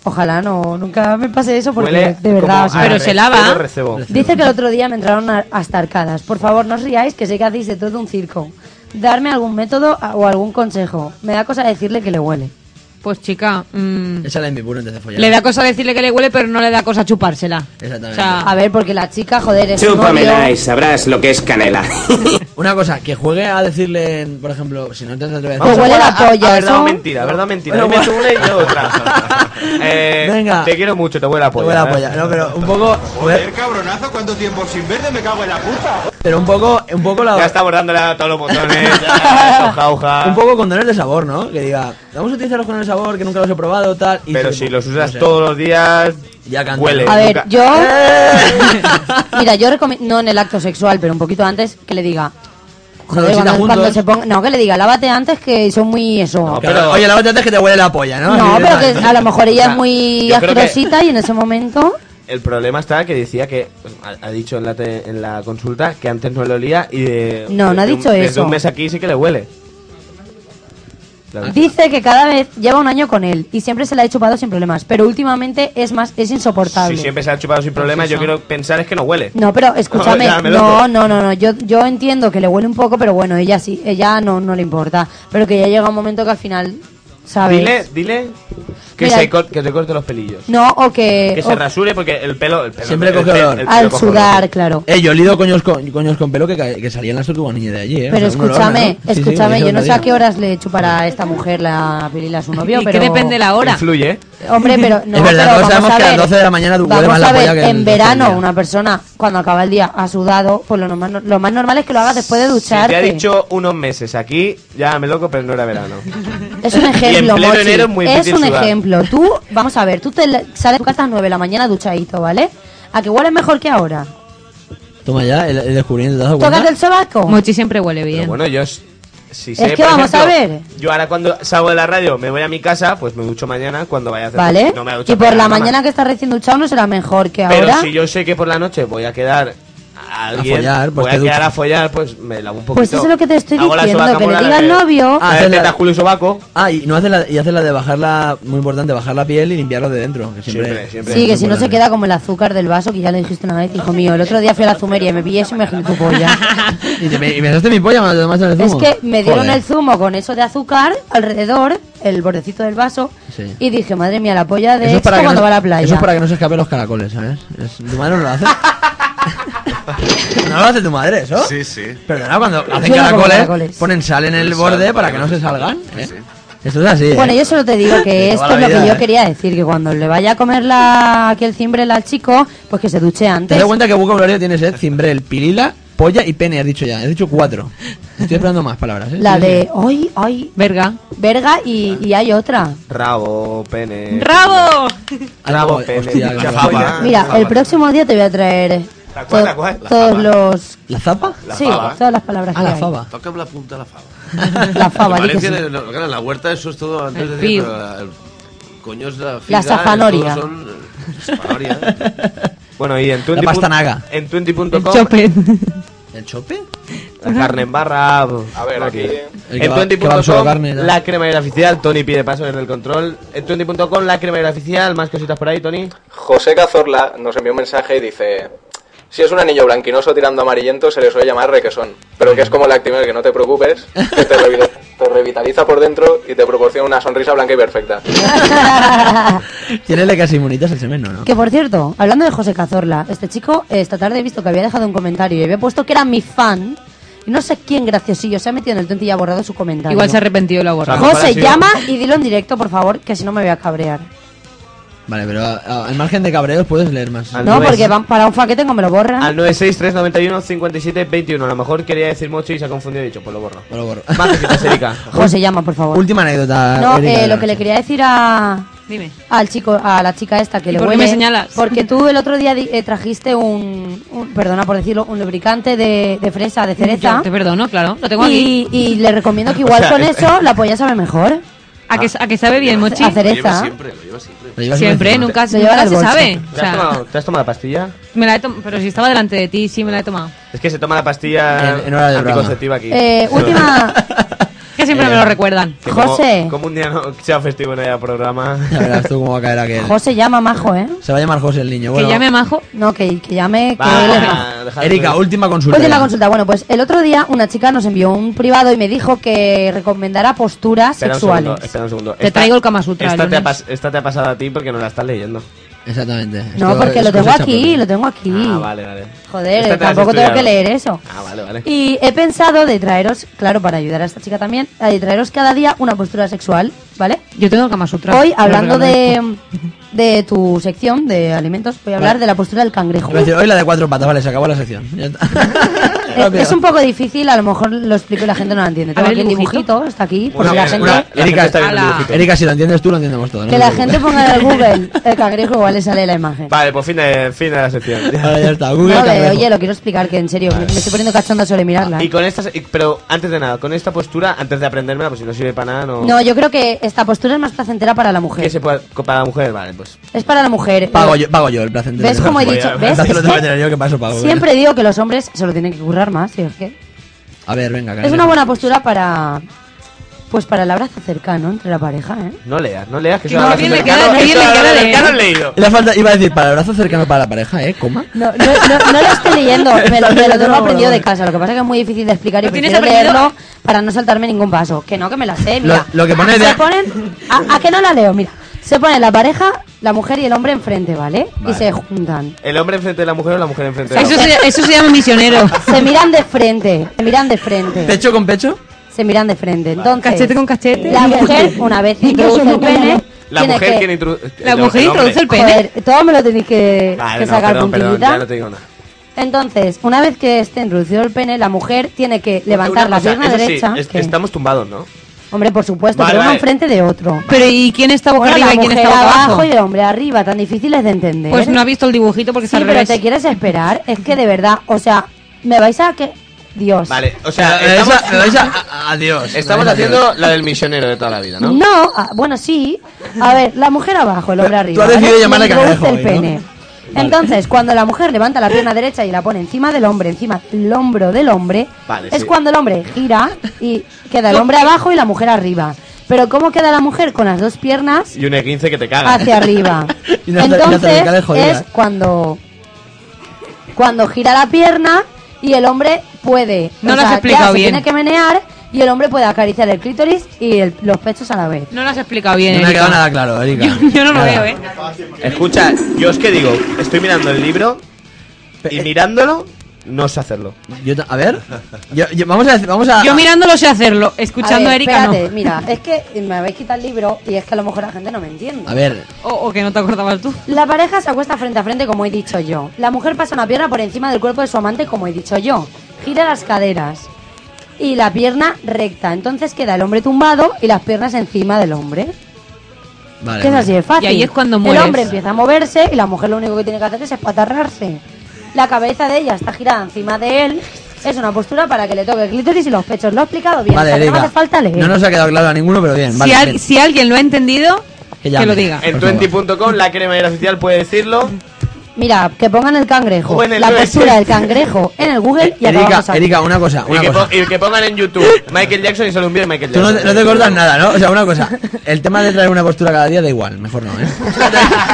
[SPEAKER 6] ojalá no, nunca me pase eso porque
[SPEAKER 4] Huele
[SPEAKER 6] de verdad...
[SPEAKER 4] como
[SPEAKER 6] o sea,
[SPEAKER 4] a
[SPEAKER 5] Pero se lava.
[SPEAKER 4] respeto, recebo.
[SPEAKER 6] Dice que el otro día me entraron a- hasta arcadas. Por favor, no os riáis, que sé que hacéis de todo un circo. Darme algún método a- o algún consejo. Me da cosa decirle que le huele.
[SPEAKER 5] Pues chica, mm,
[SPEAKER 2] Esa la envié puro antes de follar.
[SPEAKER 5] le da cosa decirle que le huele, pero no le da cosa Pues chupársela.
[SPEAKER 2] Exactamente.
[SPEAKER 5] O sea,
[SPEAKER 6] A ver, porque la chica, joder, es su
[SPEAKER 10] Chúpamela
[SPEAKER 6] novio.
[SPEAKER 10] y sabrás lo que es canela.
[SPEAKER 2] Una cosa, que juegue a decirle, por ejemplo, si no te atreves a
[SPEAKER 6] Vamos
[SPEAKER 2] decir-
[SPEAKER 6] a huele
[SPEAKER 4] jugar
[SPEAKER 6] la
[SPEAKER 4] a-
[SPEAKER 6] polla,
[SPEAKER 4] A verdad o
[SPEAKER 6] eso.
[SPEAKER 4] mentira, a verdad o mentira.
[SPEAKER 2] Pero
[SPEAKER 4] Yo meto
[SPEAKER 2] bueno.
[SPEAKER 4] una y yo otra. Eh,
[SPEAKER 2] Venga.
[SPEAKER 4] Te quiero mucho, te huele a
[SPEAKER 2] Te
[SPEAKER 4] polla.
[SPEAKER 2] huele la
[SPEAKER 4] ¿eh?
[SPEAKER 2] polla. No, pero un poco.
[SPEAKER 3] cabronazo, cuánto tiempo sin verde, me cago en la puta.
[SPEAKER 2] Pero un poco, un poco la.
[SPEAKER 4] Ya estamos dándole a todos los botones. ya, hoja, hoja.
[SPEAKER 2] Un poco condones de sabor, ¿no? Que diga, vamos a utilizar los condones de sabor, que nunca los he probado, tal. y
[SPEAKER 4] Pero
[SPEAKER 2] te-
[SPEAKER 4] si los usas
[SPEAKER 2] no sé.
[SPEAKER 4] todos los días,
[SPEAKER 2] Ya canta.
[SPEAKER 4] huele.
[SPEAKER 6] A ver,
[SPEAKER 4] nunca-
[SPEAKER 6] yo... Mira, yo recomiendo, no en el acto sexual, pero un poquito antes, que le diga, Joder,
[SPEAKER 2] si te
[SPEAKER 6] cuando, cuando
[SPEAKER 4] ¿eh?
[SPEAKER 2] juntos.
[SPEAKER 6] se ponga, no, que le diga, lávate antes que son muy eso. No,
[SPEAKER 2] Claro, Oye, la antes que te huele la polla, ¿no? Así de
[SPEAKER 6] pero
[SPEAKER 2] mal,
[SPEAKER 6] que a lo mejor ella es muy
[SPEAKER 4] yo creo que-
[SPEAKER 6] asquerosita y en ese momento...
[SPEAKER 4] El problema está que decía que pues, ha- ha dicho en la, te- en la consulta que antes no le olía y de
[SPEAKER 6] No, no ha
[SPEAKER 4] desde
[SPEAKER 6] dicho
[SPEAKER 4] un- Desde
[SPEAKER 6] eso.
[SPEAKER 4] un mes aquí sí que le huele.
[SPEAKER 6] Dice que cada vez lleva un año con él y siempre se la he chupado sin problemas, pero últimamente es más, es insoportable.
[SPEAKER 4] Si siempre se ha chupado sin problema, yo quiero pensar es que no huele.
[SPEAKER 6] No, pero escúchame,
[SPEAKER 4] Ya, me lo
[SPEAKER 6] no,
[SPEAKER 4] creo.
[SPEAKER 6] no, no, no, yo, yo entiendo que le huele un poco, pero bueno, ella sí, ella no, no le importa, pero que ya llega un momento que al final, ¿sabes?
[SPEAKER 4] Dile, dile que,
[SPEAKER 6] Mira,
[SPEAKER 4] se cor- que te corte los pelillos.
[SPEAKER 6] No, o que,
[SPEAKER 4] Que
[SPEAKER 6] o-
[SPEAKER 4] se rasure porque el pelo. El pelo
[SPEAKER 2] Siempre
[SPEAKER 4] el
[SPEAKER 2] coge
[SPEAKER 4] pe-
[SPEAKER 2] olor.
[SPEAKER 4] el pelo
[SPEAKER 6] Eh, al
[SPEAKER 4] coge olor.
[SPEAKER 6] sudar, claro.
[SPEAKER 2] Eh, yo he lido coños con, coños con pelo que, ca- que salían las tortugas niñas de allí, ¿eh?
[SPEAKER 6] Pero
[SPEAKER 2] O sea, un olor,
[SPEAKER 6] escúchame,
[SPEAKER 2] ¿no? Sí, sí,
[SPEAKER 6] escúchame,
[SPEAKER 2] eso
[SPEAKER 6] yo no
[SPEAKER 2] lo
[SPEAKER 6] sé a
[SPEAKER 2] digo.
[SPEAKER 6] qué horas le chupará a esta mujer la pirila a su novio,
[SPEAKER 5] ¿Y qué
[SPEAKER 6] pero...
[SPEAKER 5] depende la hora?
[SPEAKER 4] Influye.
[SPEAKER 6] Hombre, pero no,
[SPEAKER 2] Es verdad, todos
[SPEAKER 6] pero vamos
[SPEAKER 2] sabemos
[SPEAKER 6] a
[SPEAKER 2] que a las
[SPEAKER 6] ver,
[SPEAKER 2] 12 de la mañana duele
[SPEAKER 6] vamos
[SPEAKER 2] más la
[SPEAKER 6] a ver,
[SPEAKER 2] polla que el resto
[SPEAKER 6] en
[SPEAKER 2] del
[SPEAKER 6] verano
[SPEAKER 2] día.
[SPEAKER 6] una persona cuando acaba el día ha sudado, pues lo normal, lo más normal es que lo haga después de
[SPEAKER 4] Si te ha
[SPEAKER 6] ducharte.
[SPEAKER 4] dicho unos meses aquí, ya me loco, pero no era verano.
[SPEAKER 6] Es un ejemplo,
[SPEAKER 4] pleno
[SPEAKER 6] Mochi.
[SPEAKER 4] enero es muy
[SPEAKER 6] es
[SPEAKER 4] difícil
[SPEAKER 6] un
[SPEAKER 4] sudar.
[SPEAKER 6] ejemplo. Tú, vamos a ver, tú te le- sales de tu casa a las 9 de la mañana duchadito, ¿vale? A que hueles mejor que ahora.
[SPEAKER 2] Toma ya, el, el descubrimiento de
[SPEAKER 6] Tócate el sobaco.
[SPEAKER 5] Mochi siempre huele bien.
[SPEAKER 4] Bueno, yo. s- Si
[SPEAKER 6] Es
[SPEAKER 4] sé,
[SPEAKER 6] que
[SPEAKER 4] por
[SPEAKER 6] vamos a
[SPEAKER 4] ejemplo, Yo ahora cuando salgo de la radio me voy a mi casa, pues me ducho mañana cuando vaya a hacer.
[SPEAKER 6] ¿Vale?
[SPEAKER 4] No me ducho
[SPEAKER 6] y por la
[SPEAKER 4] mañana, no
[SPEAKER 6] mañana que estás recién duchado no será mejor que
[SPEAKER 4] Pero
[SPEAKER 6] ahora.
[SPEAKER 4] si yo sé que por la noche voy a quedar a alguien,
[SPEAKER 2] follar, pues
[SPEAKER 4] voy
[SPEAKER 2] te
[SPEAKER 4] a quedar
[SPEAKER 2] duchas.
[SPEAKER 4] a follar, pues me lavo un poquito.
[SPEAKER 6] Pues eso es lo que te estoy
[SPEAKER 4] Hago la
[SPEAKER 6] diciendo, que le
[SPEAKER 4] sobacamola
[SPEAKER 6] diga al
[SPEAKER 4] de-
[SPEAKER 6] novio.
[SPEAKER 4] Ah,
[SPEAKER 2] Hace
[SPEAKER 4] de
[SPEAKER 2] la-
[SPEAKER 4] teta, Julio y Sobaco.
[SPEAKER 2] Ah, y, no hace la, y hace la de bajarla, muy importante, bajar la piel y limpiarlo de dentro. que siempre,
[SPEAKER 4] Siempre, siempre.
[SPEAKER 6] Sí, que si no se queda como el azúcar del vaso, que ya lo dijiste una vez, hijo mío. El otro día fui a la zumería y me pillé eso y me imaginé tu polla.
[SPEAKER 2] Y, te- me- y me echaste mi polla cuando te tomaste el
[SPEAKER 6] Es
[SPEAKER 2] zumo.
[SPEAKER 6] que me dieron
[SPEAKER 2] Joder.
[SPEAKER 6] el zumo con eso de azúcar alrededor, el bordecito del vaso,
[SPEAKER 2] Sí.
[SPEAKER 6] y dije, madre mía, la polla de
[SPEAKER 2] Eso es
[SPEAKER 6] esto
[SPEAKER 2] para que
[SPEAKER 6] cuando
[SPEAKER 2] no-
[SPEAKER 6] va a la playa.
[SPEAKER 2] Eso es para que no se escapen los caracoles, ¿sabes? Es- ¿Tu madre no lo hace? ¿No lo hace tu madre eso?
[SPEAKER 8] Sí, sí.
[SPEAKER 2] Pero no, cuando hacen
[SPEAKER 6] Yo no como
[SPEAKER 2] caracoles,
[SPEAKER 6] caracoles.
[SPEAKER 2] ponen sal en el
[SPEAKER 8] Sal
[SPEAKER 2] borde
[SPEAKER 8] para
[SPEAKER 2] para
[SPEAKER 8] que
[SPEAKER 2] que
[SPEAKER 8] no
[SPEAKER 2] no
[SPEAKER 8] se
[SPEAKER 2] se salgan.
[SPEAKER 8] salgan,
[SPEAKER 2] ¿eh?
[SPEAKER 8] sí,
[SPEAKER 2] Esto es así.
[SPEAKER 6] Bueno,
[SPEAKER 2] ¿eh?
[SPEAKER 6] yo solo te digo
[SPEAKER 2] De
[SPEAKER 6] que esto
[SPEAKER 2] toda
[SPEAKER 6] es
[SPEAKER 2] la
[SPEAKER 6] lo que
[SPEAKER 2] vida,
[SPEAKER 6] yo
[SPEAKER 2] ¿eh?
[SPEAKER 6] quería decir, que cuando le vaya a comer la, aquí el cimbrel al chico, pues que se duche
[SPEAKER 2] Te
[SPEAKER 6] antes.
[SPEAKER 2] das cuenta que vocabulario tienes, eh? Cimbrel, pilila, polla y pene, has dicho ya. He dicho cuatro. Estoy esperando más palabras, ¿eh?
[SPEAKER 6] La
[SPEAKER 2] Sí, sí.
[SPEAKER 6] de hoy, hoy,
[SPEAKER 5] Verga.
[SPEAKER 6] verga y, y hay otra.
[SPEAKER 4] Rabo, pene.
[SPEAKER 5] ¡Rabo!
[SPEAKER 4] Rabo,
[SPEAKER 2] Algo-
[SPEAKER 4] pene.
[SPEAKER 2] hostia,
[SPEAKER 4] ducha,
[SPEAKER 2] claro.
[SPEAKER 4] fava.
[SPEAKER 2] ah,
[SPEAKER 6] Mira, el próximo día te voy a traer
[SPEAKER 4] ¿La cual, la cual? La
[SPEAKER 6] todos
[SPEAKER 4] fava.
[SPEAKER 6] los...
[SPEAKER 2] ¿La zapa?
[SPEAKER 4] La
[SPEAKER 6] sí,
[SPEAKER 4] fava.
[SPEAKER 6] todas las palabras
[SPEAKER 2] Ah,
[SPEAKER 6] que
[SPEAKER 2] la
[SPEAKER 6] hay.
[SPEAKER 2] fava.
[SPEAKER 8] Tócame la punta de la fava.
[SPEAKER 6] La fava,
[SPEAKER 8] En
[SPEAKER 6] di que
[SPEAKER 8] Valencia,
[SPEAKER 6] sí.
[SPEAKER 8] en el- claro, en la huerta eso es todo antes
[SPEAKER 5] El
[SPEAKER 8] de
[SPEAKER 5] pib.
[SPEAKER 8] pero la- el- coño es la figa, eh,
[SPEAKER 6] La zafanoria.
[SPEAKER 8] todo son, eh, zafanoria.
[SPEAKER 4] Bueno, y en 20.
[SPEAKER 2] pastanaga.
[SPEAKER 4] En 20.com.
[SPEAKER 5] El chope.
[SPEAKER 2] ¿El chope?
[SPEAKER 4] La carne en barra. A
[SPEAKER 7] ver, aquí-
[SPEAKER 2] El que
[SPEAKER 4] En
[SPEAKER 2] va- que va solo
[SPEAKER 4] 20.com,
[SPEAKER 2] carne, ¿no?
[SPEAKER 4] la crema oficial. Tony pide paso en el control. En 20.com, la crema oficial. Más cositas por ahí, Tony.
[SPEAKER 7] José Cazorla nos envió un mensaje y dice: Si es un anillo blanquinoso tirando amarillento, se le suele llamar requesón. Pero que es como la actividad que no te preocupes, que te, revi- te revitaliza por dentro y te proporciona una sonrisa blanca y perfecta.
[SPEAKER 2] Tienes la casi inmunitas el semen, ¿no? no?
[SPEAKER 6] Que por cierto, hablando de José Cazorla, este chico eh, esta tarde he visto que había dejado un comentario y había puesto que era mi fan. Y no sé quién graciosillo se ha metido en el tonto y ha borrado su comentario.
[SPEAKER 5] Igual se ha arrepentido y lo ha borrado.
[SPEAKER 6] José, llama y dilo en directo, por favor, que si no me voy a cabrear.
[SPEAKER 2] Vale, pero a- a- al margen de cabreos puedes leer más.
[SPEAKER 4] Al
[SPEAKER 6] No,
[SPEAKER 4] nueve-
[SPEAKER 6] porque van para un fan que tengo me lo borran.
[SPEAKER 4] Al 963915721. A lo mejor quería decir mucho y se ha confundido y he dicho, pues lo borro.
[SPEAKER 2] Me lo borro.
[SPEAKER 4] Más cositas, Erika.
[SPEAKER 6] José, llama, por favor.
[SPEAKER 2] Última anécdota.
[SPEAKER 6] No,
[SPEAKER 2] Erika,
[SPEAKER 6] eh,
[SPEAKER 2] de la
[SPEAKER 6] lo que le
[SPEAKER 2] noche.
[SPEAKER 6] quería decir a,
[SPEAKER 5] Dime.
[SPEAKER 6] al chico, a la chica esta que
[SPEAKER 5] ¿Y
[SPEAKER 6] le
[SPEAKER 5] por qué
[SPEAKER 6] huele.
[SPEAKER 5] me señalas?
[SPEAKER 6] Porque tú el otro día di- eh, trajiste un, un- perdona por decirlo, un lubricante de, de fresa, de cereza.
[SPEAKER 5] Yo te perdono, claro. Lo tengo aquí.
[SPEAKER 6] y, y le recomiendo que
[SPEAKER 4] O
[SPEAKER 6] igual
[SPEAKER 4] sea, eh,
[SPEAKER 6] con
[SPEAKER 4] es-
[SPEAKER 6] eso la polla sabe mejor.
[SPEAKER 5] ¿A que, a que sabe bien, Mochi?
[SPEAKER 6] A
[SPEAKER 8] Lo lleva
[SPEAKER 6] cereza.
[SPEAKER 8] siempre, lo lleva siempre.
[SPEAKER 2] Lo llevas
[SPEAKER 5] Siempre,
[SPEAKER 2] encima.
[SPEAKER 5] nunca,
[SPEAKER 6] Lo
[SPEAKER 5] nunca
[SPEAKER 6] llevarás
[SPEAKER 5] se
[SPEAKER 6] al
[SPEAKER 5] sabe.
[SPEAKER 6] bolso.
[SPEAKER 5] O
[SPEAKER 4] ¿Te has,
[SPEAKER 5] sea,
[SPEAKER 4] tomado, te has tomado la pastilla?
[SPEAKER 5] me la he tom- pero si estaba delante de ti, sí me la he tomado.
[SPEAKER 4] Es que se toma la pastilla
[SPEAKER 2] En- en hora del programa.
[SPEAKER 4] anticonceptiva aquí.
[SPEAKER 6] Eh,
[SPEAKER 4] Pero-
[SPEAKER 6] última,
[SPEAKER 5] Que siempre
[SPEAKER 2] Eh,
[SPEAKER 5] me lo recuerdan.
[SPEAKER 4] que como-
[SPEAKER 6] José.
[SPEAKER 4] Como, un día no sea festivo no haya programa.
[SPEAKER 2] Ya verás tú cómo va a caer aquel.
[SPEAKER 6] José llama majo, ¿eh?
[SPEAKER 2] Se va a llamar José el niño.
[SPEAKER 5] Que
[SPEAKER 2] Bueno,
[SPEAKER 5] llame Majo.
[SPEAKER 6] No, que, que llame. Que
[SPEAKER 4] Va,
[SPEAKER 6] él es
[SPEAKER 4] va,
[SPEAKER 6] majo.
[SPEAKER 4] dejad-
[SPEAKER 2] Erika, última consulta.
[SPEAKER 6] Última
[SPEAKER 2] ya.
[SPEAKER 6] consulta. Bueno, pues el otro día una chica nos envió un privado y me dijo que recomendará posturas
[SPEAKER 4] Espera un
[SPEAKER 6] sexuales.
[SPEAKER 4] segundo, espera un segundo.
[SPEAKER 5] Te traigo el Kama Sutra,
[SPEAKER 4] Esta
[SPEAKER 5] el
[SPEAKER 4] te, ha
[SPEAKER 5] lunes.
[SPEAKER 4] pas- esta te ha pasado a ti porque no la estás leyendo.
[SPEAKER 2] Exactamente.
[SPEAKER 6] no,
[SPEAKER 2] Esto
[SPEAKER 6] porque
[SPEAKER 2] es
[SPEAKER 6] lo tengo
[SPEAKER 2] cosecha
[SPEAKER 6] aquí,
[SPEAKER 2] propia.
[SPEAKER 6] lo tengo aquí.
[SPEAKER 4] Ah, vale, vale.
[SPEAKER 6] Joder,
[SPEAKER 4] Esta te la has
[SPEAKER 6] tampoco tengo
[SPEAKER 4] estudiado.
[SPEAKER 6] que leer eso.
[SPEAKER 4] Ah, vale, vale.
[SPEAKER 6] Y he pensado de traeros, claro, para ayudar a esta chica también, eh, de traeros cada día una postura sexual, ¿vale?
[SPEAKER 5] Yo tengo el Kama Sutra.
[SPEAKER 6] Hoy,
[SPEAKER 5] Me lo
[SPEAKER 6] hablando
[SPEAKER 5] regalaron.
[SPEAKER 6] de, de tu sección de alimentos, voy a hablar de la postura del cangrejo.
[SPEAKER 2] Iba a decir, hoy la de cuatro patas, vale, se acabó la sección. Ya está.
[SPEAKER 6] Es, es un poco difícil, a lo mejor lo explico y la gente no lo entiende. Tengo
[SPEAKER 5] ver,
[SPEAKER 6] aquí el dibujito, está aquí. por si la gente,
[SPEAKER 2] Erika,
[SPEAKER 6] Ala.
[SPEAKER 2] Erika, si lo entiendes tú, lo entendemos todos.
[SPEAKER 6] que la gente ponga en el Google el cangrejo, igual le sale la imagen.
[SPEAKER 4] Vale, pues fin de, fin de la sección.
[SPEAKER 2] Ahora ya está,
[SPEAKER 6] No, de- oye, lo quiero explicar, que en serio, me me estoy poniendo cachonda sobre mirarla.
[SPEAKER 4] Y con estas, y- pero antes de nada, con esta postura, antes de aprendérmela, pues si no sirve para nada, no.
[SPEAKER 6] No, yo creo que esta postura es más placentera para la mujer.
[SPEAKER 4] ¿Qué se puede para la mujer? Vale, pues.
[SPEAKER 6] Es para la mujer.
[SPEAKER 2] Pago yo, pago yo el placentero.
[SPEAKER 6] ¿Ves cómo he dicho? ¿Ves?
[SPEAKER 2] El placentero
[SPEAKER 6] Es
[SPEAKER 2] lo tengo
[SPEAKER 6] que
[SPEAKER 2] que tener yo, que paso pago.
[SPEAKER 6] Siempre digo que los hombres se lo tienen que currar más, tío, es que-
[SPEAKER 2] A ver, venga,
[SPEAKER 6] Es una buena postura para... Pues para el abrazo cercano entre la pareja, ¿eh?
[SPEAKER 4] No leas, no leas, que
[SPEAKER 6] Que
[SPEAKER 4] eso
[SPEAKER 6] no,
[SPEAKER 4] ahora
[SPEAKER 6] que
[SPEAKER 4] sí me
[SPEAKER 6] bien le queda-
[SPEAKER 4] cargo-
[SPEAKER 6] que
[SPEAKER 4] eso
[SPEAKER 6] bien le
[SPEAKER 4] ahora
[SPEAKER 6] queda
[SPEAKER 4] me
[SPEAKER 6] leer.
[SPEAKER 4] cargo el leído.
[SPEAKER 2] Le falta, iba a decir, para el brazo cercano para la pareja, ¿eh? ¿Coma?
[SPEAKER 6] No, no, no, no lo estoy leyendo, me lo, me lo tengo aprendido de casa. Lo que pasa es que es muy difícil de explicar y
[SPEAKER 5] ¿Lo tienes
[SPEAKER 6] prefiero
[SPEAKER 5] aprendido?
[SPEAKER 6] leerlo para no saltarme ningún paso. Que no, que me la sé, mira.
[SPEAKER 2] Lo- lo que pone de-
[SPEAKER 6] Se ponen... A, a que no la leo? Mira. Se pone la pareja, la mujer y el hombre enfrente, ¿vale? Y
[SPEAKER 4] Vale.
[SPEAKER 6] se juntan.
[SPEAKER 4] El hombre enfrente de la mujer o la mujer enfrente de la
[SPEAKER 6] Eso
[SPEAKER 4] mujer.
[SPEAKER 6] se- eso se llama misionero. Se miran de frente, se miran de frente.
[SPEAKER 2] ¿Pecho con pecho?
[SPEAKER 6] Se miran de frente. Entonces,
[SPEAKER 5] Cachete con cachete.
[SPEAKER 6] La mujer, una vez introduce el pene,
[SPEAKER 4] La
[SPEAKER 6] tiene
[SPEAKER 4] mujer
[SPEAKER 6] que-
[SPEAKER 4] quiere introducir.
[SPEAKER 6] Joder, todo me lo tenéis que,
[SPEAKER 4] Vale,
[SPEAKER 6] que
[SPEAKER 4] no,
[SPEAKER 6] sacar
[SPEAKER 4] perdón, perdón,
[SPEAKER 6] puntillita.
[SPEAKER 4] ya no te digo nada.
[SPEAKER 6] Entonces, una vez que esté introducido el pene, la mujer tiene que levantar
[SPEAKER 4] Una
[SPEAKER 6] la
[SPEAKER 4] cosa,
[SPEAKER 6] pierna
[SPEAKER 4] eso sí,
[SPEAKER 6] derecha.
[SPEAKER 4] es-
[SPEAKER 6] que-
[SPEAKER 4] estamos tumbados, ¿no?
[SPEAKER 6] Hombre, por supuesto,
[SPEAKER 4] Vale,
[SPEAKER 6] pero uno
[SPEAKER 4] vale.
[SPEAKER 6] enfrente de otro.
[SPEAKER 5] Pero ¿y quién está boca
[SPEAKER 6] Bueno,
[SPEAKER 5] arriba
[SPEAKER 6] la
[SPEAKER 5] y quién
[SPEAKER 6] mujer
[SPEAKER 5] está boca
[SPEAKER 6] abajo,
[SPEAKER 5] abajo?
[SPEAKER 6] y el hombre arriba, tan difíciles de entender.
[SPEAKER 5] Pues no ha visto el dibujito porque
[SPEAKER 6] sí,
[SPEAKER 5] está al
[SPEAKER 6] pero
[SPEAKER 5] revés.
[SPEAKER 6] te quieres esperar. Es que de verdad, o sea, me vais a que... Dios.
[SPEAKER 4] Vale, o sea,
[SPEAKER 2] Me
[SPEAKER 4] estamos,
[SPEAKER 2] vais a- me vais a- a- adiós.
[SPEAKER 4] estamos
[SPEAKER 2] Me vais a-
[SPEAKER 4] haciendo la del misionero de toda la vida, ¿no?
[SPEAKER 6] No, ah, bueno, sí. A ver, la mujer abajo, el hombre arriba.
[SPEAKER 4] has decidido
[SPEAKER 6] ¿vale?
[SPEAKER 4] llamarle
[SPEAKER 6] Y introduce
[SPEAKER 4] cangrejo
[SPEAKER 6] el
[SPEAKER 4] hoy, ¿no?
[SPEAKER 6] pene. Entonces, cuando la mujer levanta la pierna derecha y la pone encima del hombre, encima del hombro del hombre,
[SPEAKER 4] Vale,
[SPEAKER 6] es
[SPEAKER 4] sí.
[SPEAKER 6] cuando el hombre gira y queda el hombre abajo y la mujer arriba. Pero ¿cómo queda la mujer con las dos piernas
[SPEAKER 4] Y un E15 que te ¿eh? caga.
[SPEAKER 6] hacia arriba?
[SPEAKER 4] Y una- y una
[SPEAKER 6] Entonces
[SPEAKER 4] cervical de jodida.
[SPEAKER 6] es cuando cuando gira la pierna y el hombre puede
[SPEAKER 5] No
[SPEAKER 6] o
[SPEAKER 5] lo has
[SPEAKER 6] sea,
[SPEAKER 5] explicado
[SPEAKER 6] ya se
[SPEAKER 5] bien.
[SPEAKER 6] tiene que menear y el hombre puede acariciar el clítoris y el- los pechos a la vez.
[SPEAKER 5] No lo has explicado bien,
[SPEAKER 2] No me ha
[SPEAKER 5] Erika.
[SPEAKER 2] quedado nada claro, Erika.
[SPEAKER 5] Yo no lo
[SPEAKER 2] Nada.
[SPEAKER 5] veo, ¿eh?
[SPEAKER 4] Escucha, yo es que digo, estoy mirando el libro
[SPEAKER 2] eh.
[SPEAKER 4] y mirándolo, no sé hacerlo.
[SPEAKER 2] Yo ta- a ver, yo- yo- vamos a, vamos a
[SPEAKER 5] Yo mirándolo sé hacerlo, escuchando
[SPEAKER 6] a
[SPEAKER 5] a
[SPEAKER 6] ver,
[SPEAKER 5] Erika
[SPEAKER 6] espérate,
[SPEAKER 5] no.
[SPEAKER 6] mira, es que me habéis quitado el libro y es que a lo mejor la gente no me entiende.
[SPEAKER 2] a ver,
[SPEAKER 5] O, o que no te acordabas tú.
[SPEAKER 6] La pareja se acuesta frente a frente, como he dicho yo. La mujer pasa una pierna por encima del cuerpo de su amante, como he dicho yo. Gira las caderas y la pierna recta. Entonces queda el hombre tumbado y las piernas encima del hombre.
[SPEAKER 2] vale.
[SPEAKER 6] que es así de fácil.
[SPEAKER 5] Y ahí es cuando
[SPEAKER 6] El
[SPEAKER 5] mueres.
[SPEAKER 6] hombre empieza a moverse y la mujer lo único que tiene que hacer es espatarrarse. La cabeza de ella está girada encima de él. Es una postura para que le toque el clítoris y los pechos. Lo he explicado bien.
[SPEAKER 2] Vale,
[SPEAKER 6] o sea, que no
[SPEAKER 2] Erika.
[SPEAKER 6] me hace falta leer.
[SPEAKER 2] No nos ha quedado claro a ninguno, pero bien. Vale,
[SPEAKER 5] si, al-
[SPEAKER 2] bien.
[SPEAKER 5] si alguien lo ha entendido, que,
[SPEAKER 2] llame. Eh,
[SPEAKER 5] lo diga.
[SPEAKER 4] En
[SPEAKER 2] Por favor.
[SPEAKER 4] 20.com, la cremallera oficial puede decirlo.
[SPEAKER 6] Mira, que pongan el cangrejo,
[SPEAKER 4] O en el
[SPEAKER 6] la
[SPEAKER 4] USB.
[SPEAKER 6] postura del cangrejo en el Google y
[SPEAKER 2] Erika,
[SPEAKER 6] acabamos aquí.
[SPEAKER 2] Erika, una cosa,
[SPEAKER 4] Y
[SPEAKER 2] una
[SPEAKER 4] que,
[SPEAKER 2] cosa.
[SPEAKER 4] po- y que pongan en YouTube Michael Jackson y solo un vídeo de Michael
[SPEAKER 2] Tú no
[SPEAKER 4] Jackson.
[SPEAKER 2] te, no te cortas nada, ¿no? O sea, una cosa. El tema de traer una postura cada día da igual, mejor no, ¿eh?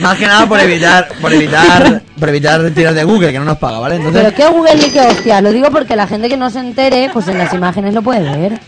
[SPEAKER 2] Más que nada por evitar, por evitar, por evitar tirar de Google, que no nos paga, ¿vale? Entonces,
[SPEAKER 6] Pero qué Google ni qué hostia, lo digo porque la gente que no se entere, pues en las imágenes lo puede ver.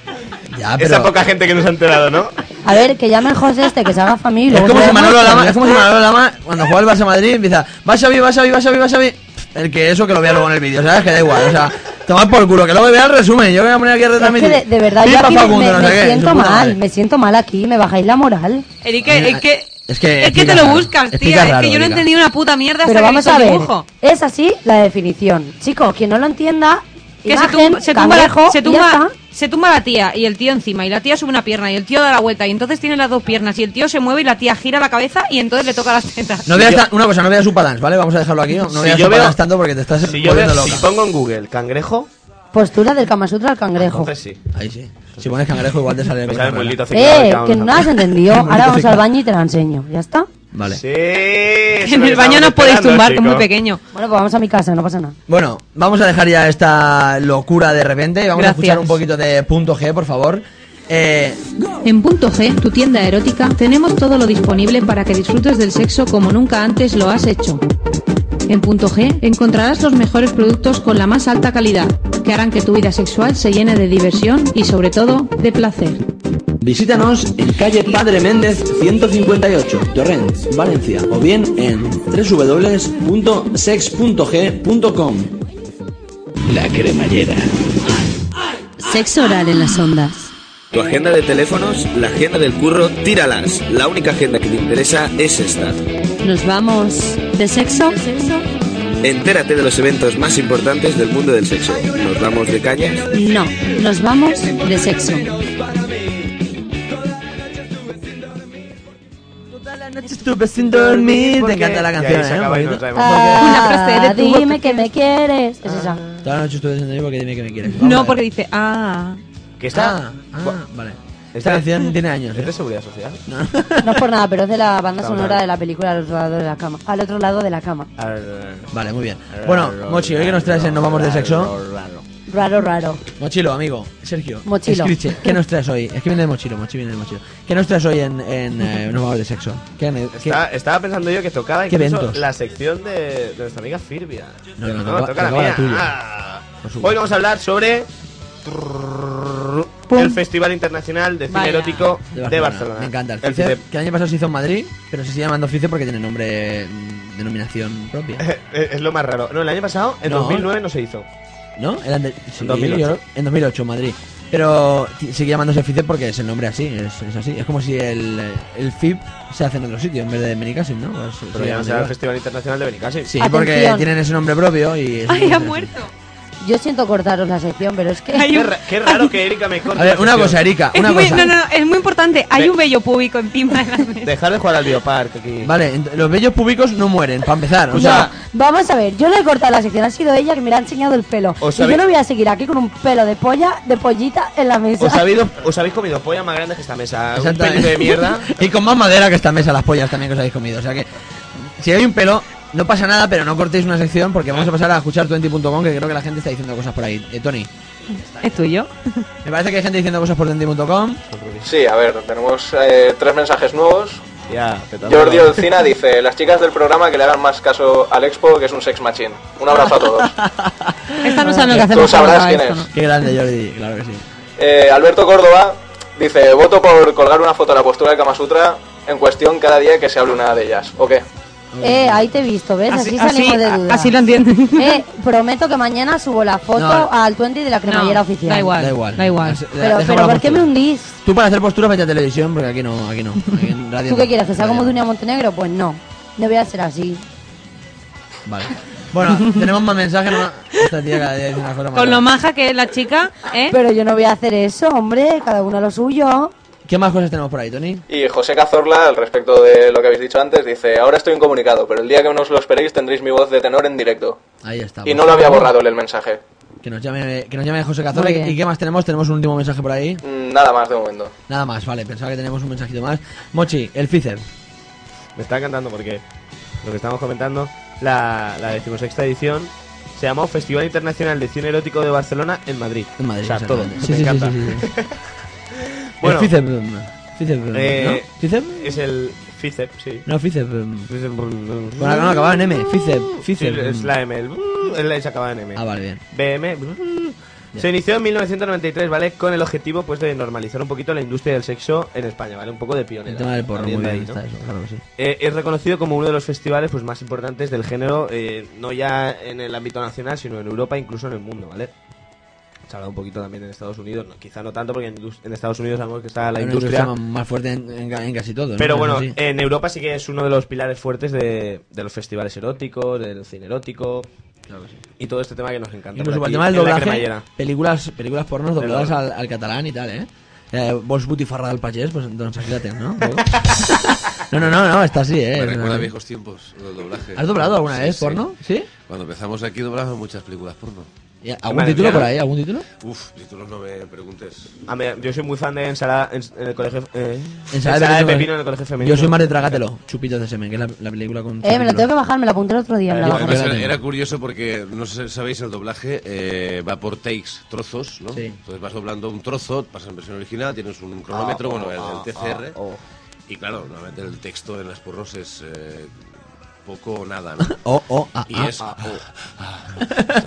[SPEAKER 2] ya,
[SPEAKER 4] Esa
[SPEAKER 2] pero.
[SPEAKER 4] poca gente que nos ha enterado, ¿no?
[SPEAKER 6] A ver, que llame el José este, que se haga familia. y
[SPEAKER 2] Es
[SPEAKER 6] luego
[SPEAKER 2] como
[SPEAKER 6] se
[SPEAKER 2] si
[SPEAKER 6] vea
[SPEAKER 2] Manolo
[SPEAKER 6] más.
[SPEAKER 2] Lama, es como si Manolo Lama, cuando juega el Barça Madrid, empieza, va Xavi, va Xavi, va Xavi, va Xavi. El que eso que lo vea luego en el vídeo, ¿sabes? Que da igual, o sea, tomad por culo, que luego vea el resumen. Yo voy a poner aquí a
[SPEAKER 6] Es que
[SPEAKER 2] retransmitir.
[SPEAKER 6] de, de verdad, yo
[SPEAKER 2] Pipa
[SPEAKER 6] aquí me,
[SPEAKER 2] Facundo,
[SPEAKER 6] me-
[SPEAKER 2] no
[SPEAKER 6] me
[SPEAKER 2] sé qué, su
[SPEAKER 6] siento
[SPEAKER 2] puta
[SPEAKER 6] mal,
[SPEAKER 2] madre.
[SPEAKER 6] me siento mal aquí, me bajáis la moral.
[SPEAKER 5] Erika,
[SPEAKER 2] Mira,
[SPEAKER 5] es que...
[SPEAKER 2] Es que,
[SPEAKER 5] Es que te
[SPEAKER 2] explica
[SPEAKER 5] lo
[SPEAKER 2] raro,
[SPEAKER 5] buscas,
[SPEAKER 2] explica
[SPEAKER 5] tía. Es
[SPEAKER 2] raro,
[SPEAKER 5] que yo no
[SPEAKER 2] Erika.
[SPEAKER 5] entendí una puta mierda hasta
[SPEAKER 6] Pero
[SPEAKER 5] que he
[SPEAKER 6] vamos
[SPEAKER 5] visto
[SPEAKER 6] a
[SPEAKER 5] el
[SPEAKER 6] ver,
[SPEAKER 5] dibujo.
[SPEAKER 6] es así la definición. Chicos, quien no lo entienda,
[SPEAKER 5] Que se,
[SPEAKER 6] imagen,
[SPEAKER 5] tumba, se, tumba
[SPEAKER 6] cangrejo,
[SPEAKER 5] la, se,
[SPEAKER 6] y ya
[SPEAKER 5] tumba,
[SPEAKER 6] está.
[SPEAKER 5] se tumba la tía y el tío encima y la tía sube una pierna y el tío da la vuelta y entonces tiene las dos piernas y el tío se mueve y la tía gira la cabeza y entonces le toca las tetas.
[SPEAKER 2] No veas tan- una cosa, no veas Upadance, ¿vale? Vamos a dejarlo aquí. No, no
[SPEAKER 4] Si
[SPEAKER 2] veas
[SPEAKER 4] yo veo-
[SPEAKER 2] Upadance tanto porque te estás
[SPEAKER 4] Si yo
[SPEAKER 2] volviendo
[SPEAKER 4] veo-
[SPEAKER 2] loca.
[SPEAKER 4] si pongo en Google cangrejo,
[SPEAKER 6] Postura del Kama Sutra al
[SPEAKER 2] Ah,
[SPEAKER 6] cangrejo.
[SPEAKER 4] entonces sí.
[SPEAKER 2] Ahí sí. Si pones cangrejo igual te sale.
[SPEAKER 4] Me
[SPEAKER 2] cosas
[SPEAKER 4] sale muy
[SPEAKER 2] raras.
[SPEAKER 4] lito hace
[SPEAKER 6] Eh,
[SPEAKER 4] claro,
[SPEAKER 6] que
[SPEAKER 4] vamos
[SPEAKER 6] no
[SPEAKER 4] a-
[SPEAKER 6] has entendido. Ahora vamos
[SPEAKER 2] Magnífico.
[SPEAKER 6] al baño y te la enseño. ¿Ya está?
[SPEAKER 2] Vale.
[SPEAKER 4] Sí. eso es
[SPEAKER 5] en
[SPEAKER 4] lo que
[SPEAKER 5] el baño
[SPEAKER 4] estábamos
[SPEAKER 5] no os podéis
[SPEAKER 4] esperando,
[SPEAKER 5] tumbar, que es muy
[SPEAKER 4] chico.
[SPEAKER 5] pequeño.
[SPEAKER 6] Bueno, pues vamos a mi casa, no pasa nada.
[SPEAKER 2] Bueno, vamos a dejar ya esta locura de repente y vamos a
[SPEAKER 5] Gracias.
[SPEAKER 2] escuchar un poquito de punto G, por favor. Eh,
[SPEAKER 9] En Punto G, tu tienda erótica, tenemos todo lo disponible para que disfrutes del sexo como nunca antes lo has hecho. En Punto G encontrarás los mejores productos con la más alta calidad, que harán que tu vida sexual se llene de diversión y sobre todo de placer.
[SPEAKER 12] Visítanos en calle Padre Méndez 158, Torrent, Valencia, o bien en www.sex.g.com.
[SPEAKER 16] La cremallera.
[SPEAKER 17] Sexo oral en las ondas.
[SPEAKER 10] Tu agenda de teléfonos, la agenda del curro, tíralas. La única agenda que te interesa es esta.
[SPEAKER 17] Nos vamos de sexo
[SPEAKER 10] Entérate de los eventos más importantes del mundo del sexo. ¿Nos damos de cañas?
[SPEAKER 17] No, nos vamos de sexo.
[SPEAKER 2] Estuve sin dormir. Te encanta la
[SPEAKER 4] Y ahí
[SPEAKER 2] canción,
[SPEAKER 4] se
[SPEAKER 2] ¿eh?
[SPEAKER 4] acaba y
[SPEAKER 2] Un
[SPEAKER 4] nos
[SPEAKER 2] poquito.
[SPEAKER 6] Ah.
[SPEAKER 5] frase de tu voz.
[SPEAKER 6] dime que me quieres. Es esa.
[SPEAKER 2] Toda la noche estuve sin dormir porque dime que me quieres.
[SPEAKER 5] No,
[SPEAKER 2] Vamos a ver.
[SPEAKER 5] porque dice, ah.
[SPEAKER 4] ¿Qué está?
[SPEAKER 2] Ah, ah, vale. Esta canción tiene años. ¿eh?
[SPEAKER 4] ¿Es de seguridad social?
[SPEAKER 6] No es por nada, pero es de la banda
[SPEAKER 4] Está
[SPEAKER 6] sonora
[SPEAKER 4] mal.
[SPEAKER 6] de la película Al otro lado de la cama. Al otro lado de la cama.
[SPEAKER 2] Vale, muy bien. Bueno, Mochi, hoy que nos traes en Nos Vamos de Sexo.
[SPEAKER 6] Raro, raro.
[SPEAKER 2] Mochilo, amigo. Sergio.
[SPEAKER 6] Mochilo.
[SPEAKER 2] Escriche, ¿qué nos traes hoy? Es que viene de mochilo, Mochi viene de mochilo. ¿Qué nos traes hoy en, en eh, Nos Vamos de Sexo? ¿Qué, ane- qué-
[SPEAKER 4] Estaba, estaba pensando yo que tocaba
[SPEAKER 2] ¿Qué
[SPEAKER 4] incluso
[SPEAKER 2] eventos?
[SPEAKER 4] la sección de, de nuestra amiga Firbia.
[SPEAKER 2] No, no,
[SPEAKER 4] Pero
[SPEAKER 2] toca-
[SPEAKER 4] toca la
[SPEAKER 2] tocaba la
[SPEAKER 4] mía.
[SPEAKER 2] tuya.
[SPEAKER 4] Ah.
[SPEAKER 2] Por supuesto.
[SPEAKER 4] Hoy vamos a hablar sobre el Festival Internacional de Cine
[SPEAKER 2] Vaya.
[SPEAKER 4] Erótico
[SPEAKER 2] de
[SPEAKER 4] de
[SPEAKER 2] Barcelona.
[SPEAKER 4] Barcelona.
[SPEAKER 2] Me encanta. El
[SPEAKER 4] El
[SPEAKER 2] FICE,
[SPEAKER 4] FICEP.
[SPEAKER 2] que el año pasado se hizo en Madrid, pero se sigue llamando FICE porque tiene nombre, mm, denominación propia.
[SPEAKER 4] Es es lo más raro. No, el año pasado, en
[SPEAKER 2] No.
[SPEAKER 4] 2009, no se hizo.
[SPEAKER 2] ¿No? Era de- sí,
[SPEAKER 4] 2008.
[SPEAKER 2] yo- en 2008, Madrid. Pero ti- sigue llamándose FICE porque es el nombre así, es, es así. Es como si el, el FIB se hace en otro sitio en vez de Benicassim, ¿no? Pues, se
[SPEAKER 4] Pero ya no
[SPEAKER 2] llama
[SPEAKER 4] será el
[SPEAKER 2] igual.
[SPEAKER 4] Festival Internacional de Benicassim.
[SPEAKER 2] Sí, porque tienen ese nombre propio y... es-
[SPEAKER 6] ha muerto. Yo siento cortaros la sección, pero es que.
[SPEAKER 4] Qué, ra- qué raro que Erika me corte.
[SPEAKER 2] A ver,
[SPEAKER 4] la
[SPEAKER 2] una
[SPEAKER 4] sección.
[SPEAKER 2] cosa,
[SPEAKER 10] Ah,
[SPEAKER 2] Erika,
[SPEAKER 5] Es
[SPEAKER 2] una
[SPEAKER 5] muy-
[SPEAKER 2] cosa.
[SPEAKER 5] no, no, no, es muy importante. Hay
[SPEAKER 4] Ve-
[SPEAKER 5] un vello público encima de la mesa.
[SPEAKER 4] Dejar de jugar al biopark aquí.
[SPEAKER 2] Vale, ent- los bellos públicos no mueren, para empezar. O sea,
[SPEAKER 6] Vamos a ver, yo no he cortado la sección, ha sido ella que me la ha enseñado el pelo.
[SPEAKER 4] Os
[SPEAKER 6] y yo
[SPEAKER 4] habéis-
[SPEAKER 6] no voy a seguir aquí con un pelo de polla, de pollita en la mesa.
[SPEAKER 4] Os habéis, os habéis comido polla más grande que esta mesa. Un
[SPEAKER 2] Exactamente.
[SPEAKER 4] pelito de mierda.
[SPEAKER 2] y con más madera que esta mesa, las pollas también que os habéis comido. O sea que, si hay un pelo, no pasa nada, pero no cortéis una sección porque vamos a pasar a escuchar 20.com, que creo que la gente está diciendo cosas por ahí. Eh, Tony,
[SPEAKER 5] ¿Es tuyo?
[SPEAKER 2] me parece que hay gente diciendo cosas por 20.com.
[SPEAKER 7] Sí, a ver, tenemos eh, tres mensajes nuevos.
[SPEAKER 4] Ya,
[SPEAKER 7] Jordi Olcina dice, las chicas del programa que le hagan más caso al Expo, que es un sex machine. Un abrazo a todos.
[SPEAKER 5] Esta no sabe lo que
[SPEAKER 7] Tú
[SPEAKER 5] hacemos.
[SPEAKER 7] sabrás
[SPEAKER 5] con
[SPEAKER 7] quién
[SPEAKER 5] esto,
[SPEAKER 7] es.
[SPEAKER 5] ¿no?
[SPEAKER 2] Qué grande, Jordi, claro que sí.
[SPEAKER 7] Eh, Alberto Córdoba dice, voto por colgar una foto de la postura del Kama Sutra en cuestión cada día que se hable una de ellas. ¿O qué?
[SPEAKER 6] Eh, ahí te he visto, ¿ves?
[SPEAKER 5] Así-
[SPEAKER 6] Así, salimos
[SPEAKER 5] así-
[SPEAKER 6] de duda.
[SPEAKER 5] así lo entienden.
[SPEAKER 6] Eh, prometo que mañana subo la foto
[SPEAKER 2] No.
[SPEAKER 6] al 20 de la cremallera
[SPEAKER 5] No,
[SPEAKER 6] oficial.
[SPEAKER 5] da igual.
[SPEAKER 2] Da igual.
[SPEAKER 5] Da igual.
[SPEAKER 2] Es- la-
[SPEAKER 6] Pero,
[SPEAKER 2] dejamos
[SPEAKER 6] pero
[SPEAKER 2] la
[SPEAKER 6] ¿por qué me
[SPEAKER 2] postura.
[SPEAKER 6] hundís?
[SPEAKER 2] Tú para hacer posturas vete a televisión, porque aquí no, aquí no. Aquí en radio
[SPEAKER 6] ¿Tú
[SPEAKER 2] no.
[SPEAKER 6] qué quieres? ¿Que sea como
[SPEAKER 2] Radio no.
[SPEAKER 6] Dunia Montenegro? Pues no. No voy a ser así.
[SPEAKER 2] Vale. Bueno, tenemos más mensajes. ¿no? Esta tía cada día dice una cosa más
[SPEAKER 5] Con lo
[SPEAKER 2] rara.
[SPEAKER 5] maja que es la chica, ¿eh?
[SPEAKER 6] Pero yo no voy a hacer eso, hombre. Cada uno lo suyo. Eh,
[SPEAKER 2] ¿Qué más cosas tenemos por ahí, Tony?
[SPEAKER 7] Y José Cazorla, al respecto de lo que habéis dicho antes, dice, ahora estoy incomunicado, pero el día que no os lo esperéis tendréis mi voz de tenor en directo.
[SPEAKER 2] Ahí está.
[SPEAKER 7] Y no lo había borrado el mensaje.
[SPEAKER 2] Que nos llame, que nos llame José Cazorla.
[SPEAKER 6] Muy bien.
[SPEAKER 2] ¿Y qué más tenemos? Tenemos un último mensaje por ahí.
[SPEAKER 7] Mm, Nada más de momento.
[SPEAKER 2] Nada más, vale. Pensaba que teníamos un mensajito más. Mochi, el FICER.
[SPEAKER 4] Me está encantando porque lo que estamos comentando, la, la decimosexta edición se llamó Festival Internacional de Cine Erótico de Barcelona en Madrid.
[SPEAKER 2] En Madrid.
[SPEAKER 4] O sea, todo.
[SPEAKER 2] exactamente.
[SPEAKER 4] me encanta.
[SPEAKER 2] sí, sí.
[SPEAKER 4] Bueno,
[SPEAKER 2] el FICER. FICER.
[SPEAKER 4] eh,
[SPEAKER 2] mm, ¿No? ¿FICER?
[SPEAKER 4] Es el FICEP, sí.
[SPEAKER 2] No, FICER.
[SPEAKER 4] FICEP, mm, mm,
[SPEAKER 2] Bueno, no, acababa en M. FICEP.
[SPEAKER 4] Sí,
[SPEAKER 2] FICEP.
[SPEAKER 4] es la M. El, mm, es la se acababa en M.
[SPEAKER 2] Ah, vale, bien.
[SPEAKER 4] BM. mm. Se inició en 1993, ¿vale? Con el objetivo, pues, de normalizar un poquito la industria del sexo en España, ¿vale? Un poco de pionero.
[SPEAKER 2] El tema del porno, muy
[SPEAKER 4] Abriendo
[SPEAKER 2] bien
[SPEAKER 4] ahí, ¿no?
[SPEAKER 2] está eso, claro que sí.
[SPEAKER 4] Eh, es reconocido como uno de los festivales pues, más importantes del género, eh, no ya en el ámbito nacional, sino en Europa, incluso en el mundo, ¿vale? Se habla un poquito también en Estados Unidos, no- quizá no tanto porque en, indus- en Estados Unidos sabemos que está la
[SPEAKER 2] Hay una
[SPEAKER 4] industria.
[SPEAKER 2] más- más fuerte en, en ca- en casi todo. ¿no?
[SPEAKER 4] Pero
[SPEAKER 2] Es
[SPEAKER 4] bueno,
[SPEAKER 2] así.
[SPEAKER 4] eh, en Europa sí que es uno de los pilares fuertes de, de los festivales eróticos, del cine erótico y todo este tema que nos encanta. por
[SPEAKER 2] Incluso para pues, el
[SPEAKER 4] aquí,
[SPEAKER 2] tema del
[SPEAKER 4] en la
[SPEAKER 2] doblaje,
[SPEAKER 4] cremallera.
[SPEAKER 2] películas, películas pornos dobladas
[SPEAKER 4] Del
[SPEAKER 2] al, al catalán y tal, ¿eh? Eh, vos butifarra del pagés, pues entonces aquí la tengo, ¿no? Un poco. no, no, no, no, está así, ¿eh?
[SPEAKER 8] Me recuerda
[SPEAKER 2] No,
[SPEAKER 8] a
[SPEAKER 2] no.
[SPEAKER 8] viejos tiempos, los doblajes.
[SPEAKER 2] ¿Has doblado alguna
[SPEAKER 8] Sí,
[SPEAKER 2] vez
[SPEAKER 8] sí.
[SPEAKER 2] porno? ¿Sí?
[SPEAKER 8] Cuando empezamos aquí doblábamos muchas películas porno.
[SPEAKER 2] ¿Y ¿Algún
[SPEAKER 4] Madre
[SPEAKER 2] título
[SPEAKER 4] mía.
[SPEAKER 2] por ahí? ¿Algún título?
[SPEAKER 8] Uf, títulos no me preguntes.
[SPEAKER 4] A ver, Ah, yo soy muy fan de ensalada en, en el colegio. eh,
[SPEAKER 2] Ensalada
[SPEAKER 4] ensalada de
[SPEAKER 2] pepino-
[SPEAKER 4] pepino en el colegio femenino.
[SPEAKER 2] Yo soy más de Trágatelo, Chupitos de Semen, que es la, la película con.
[SPEAKER 6] Eh, me lo
[SPEAKER 2] subtítulos.
[SPEAKER 6] tengo que bajar, me lo apunté el otro día. Me la
[SPEAKER 4] Yo-
[SPEAKER 6] bajaré.
[SPEAKER 8] Además,
[SPEAKER 2] la
[SPEAKER 8] era,
[SPEAKER 2] tengo.
[SPEAKER 8] era curioso porque, no sé si sabéis, el doblaje eh, va por takes, trozos, ¿no?
[SPEAKER 2] Sí.
[SPEAKER 8] Entonces vas doblando un trozo, pasas en versión original, tienes un
[SPEAKER 2] Ah,
[SPEAKER 8] cronómetro, bueno, el, el TCR,
[SPEAKER 2] oh.
[SPEAKER 8] y claro, normalmente el texto en las porros es eh, poco o nada, ¿no?
[SPEAKER 2] Oh, oh, ah,
[SPEAKER 8] Y
[SPEAKER 2] ah.
[SPEAKER 8] es...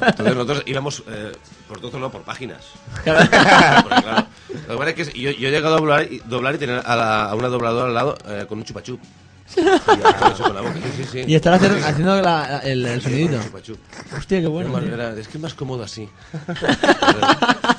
[SPEAKER 8] Entonces nosotros íbamos eh, por trozo, no, por páginas. Porque, claro, lo que pasa es que yo, yo he llegado a doblar y, doblar y tener a, la- a una dobladora al lado eh, con un chupachup.
[SPEAKER 2] Y estará hacer- haciendo la- la- el, el sonidito. Hostia, qué bueno. tío.
[SPEAKER 8] es que es más cómodo así.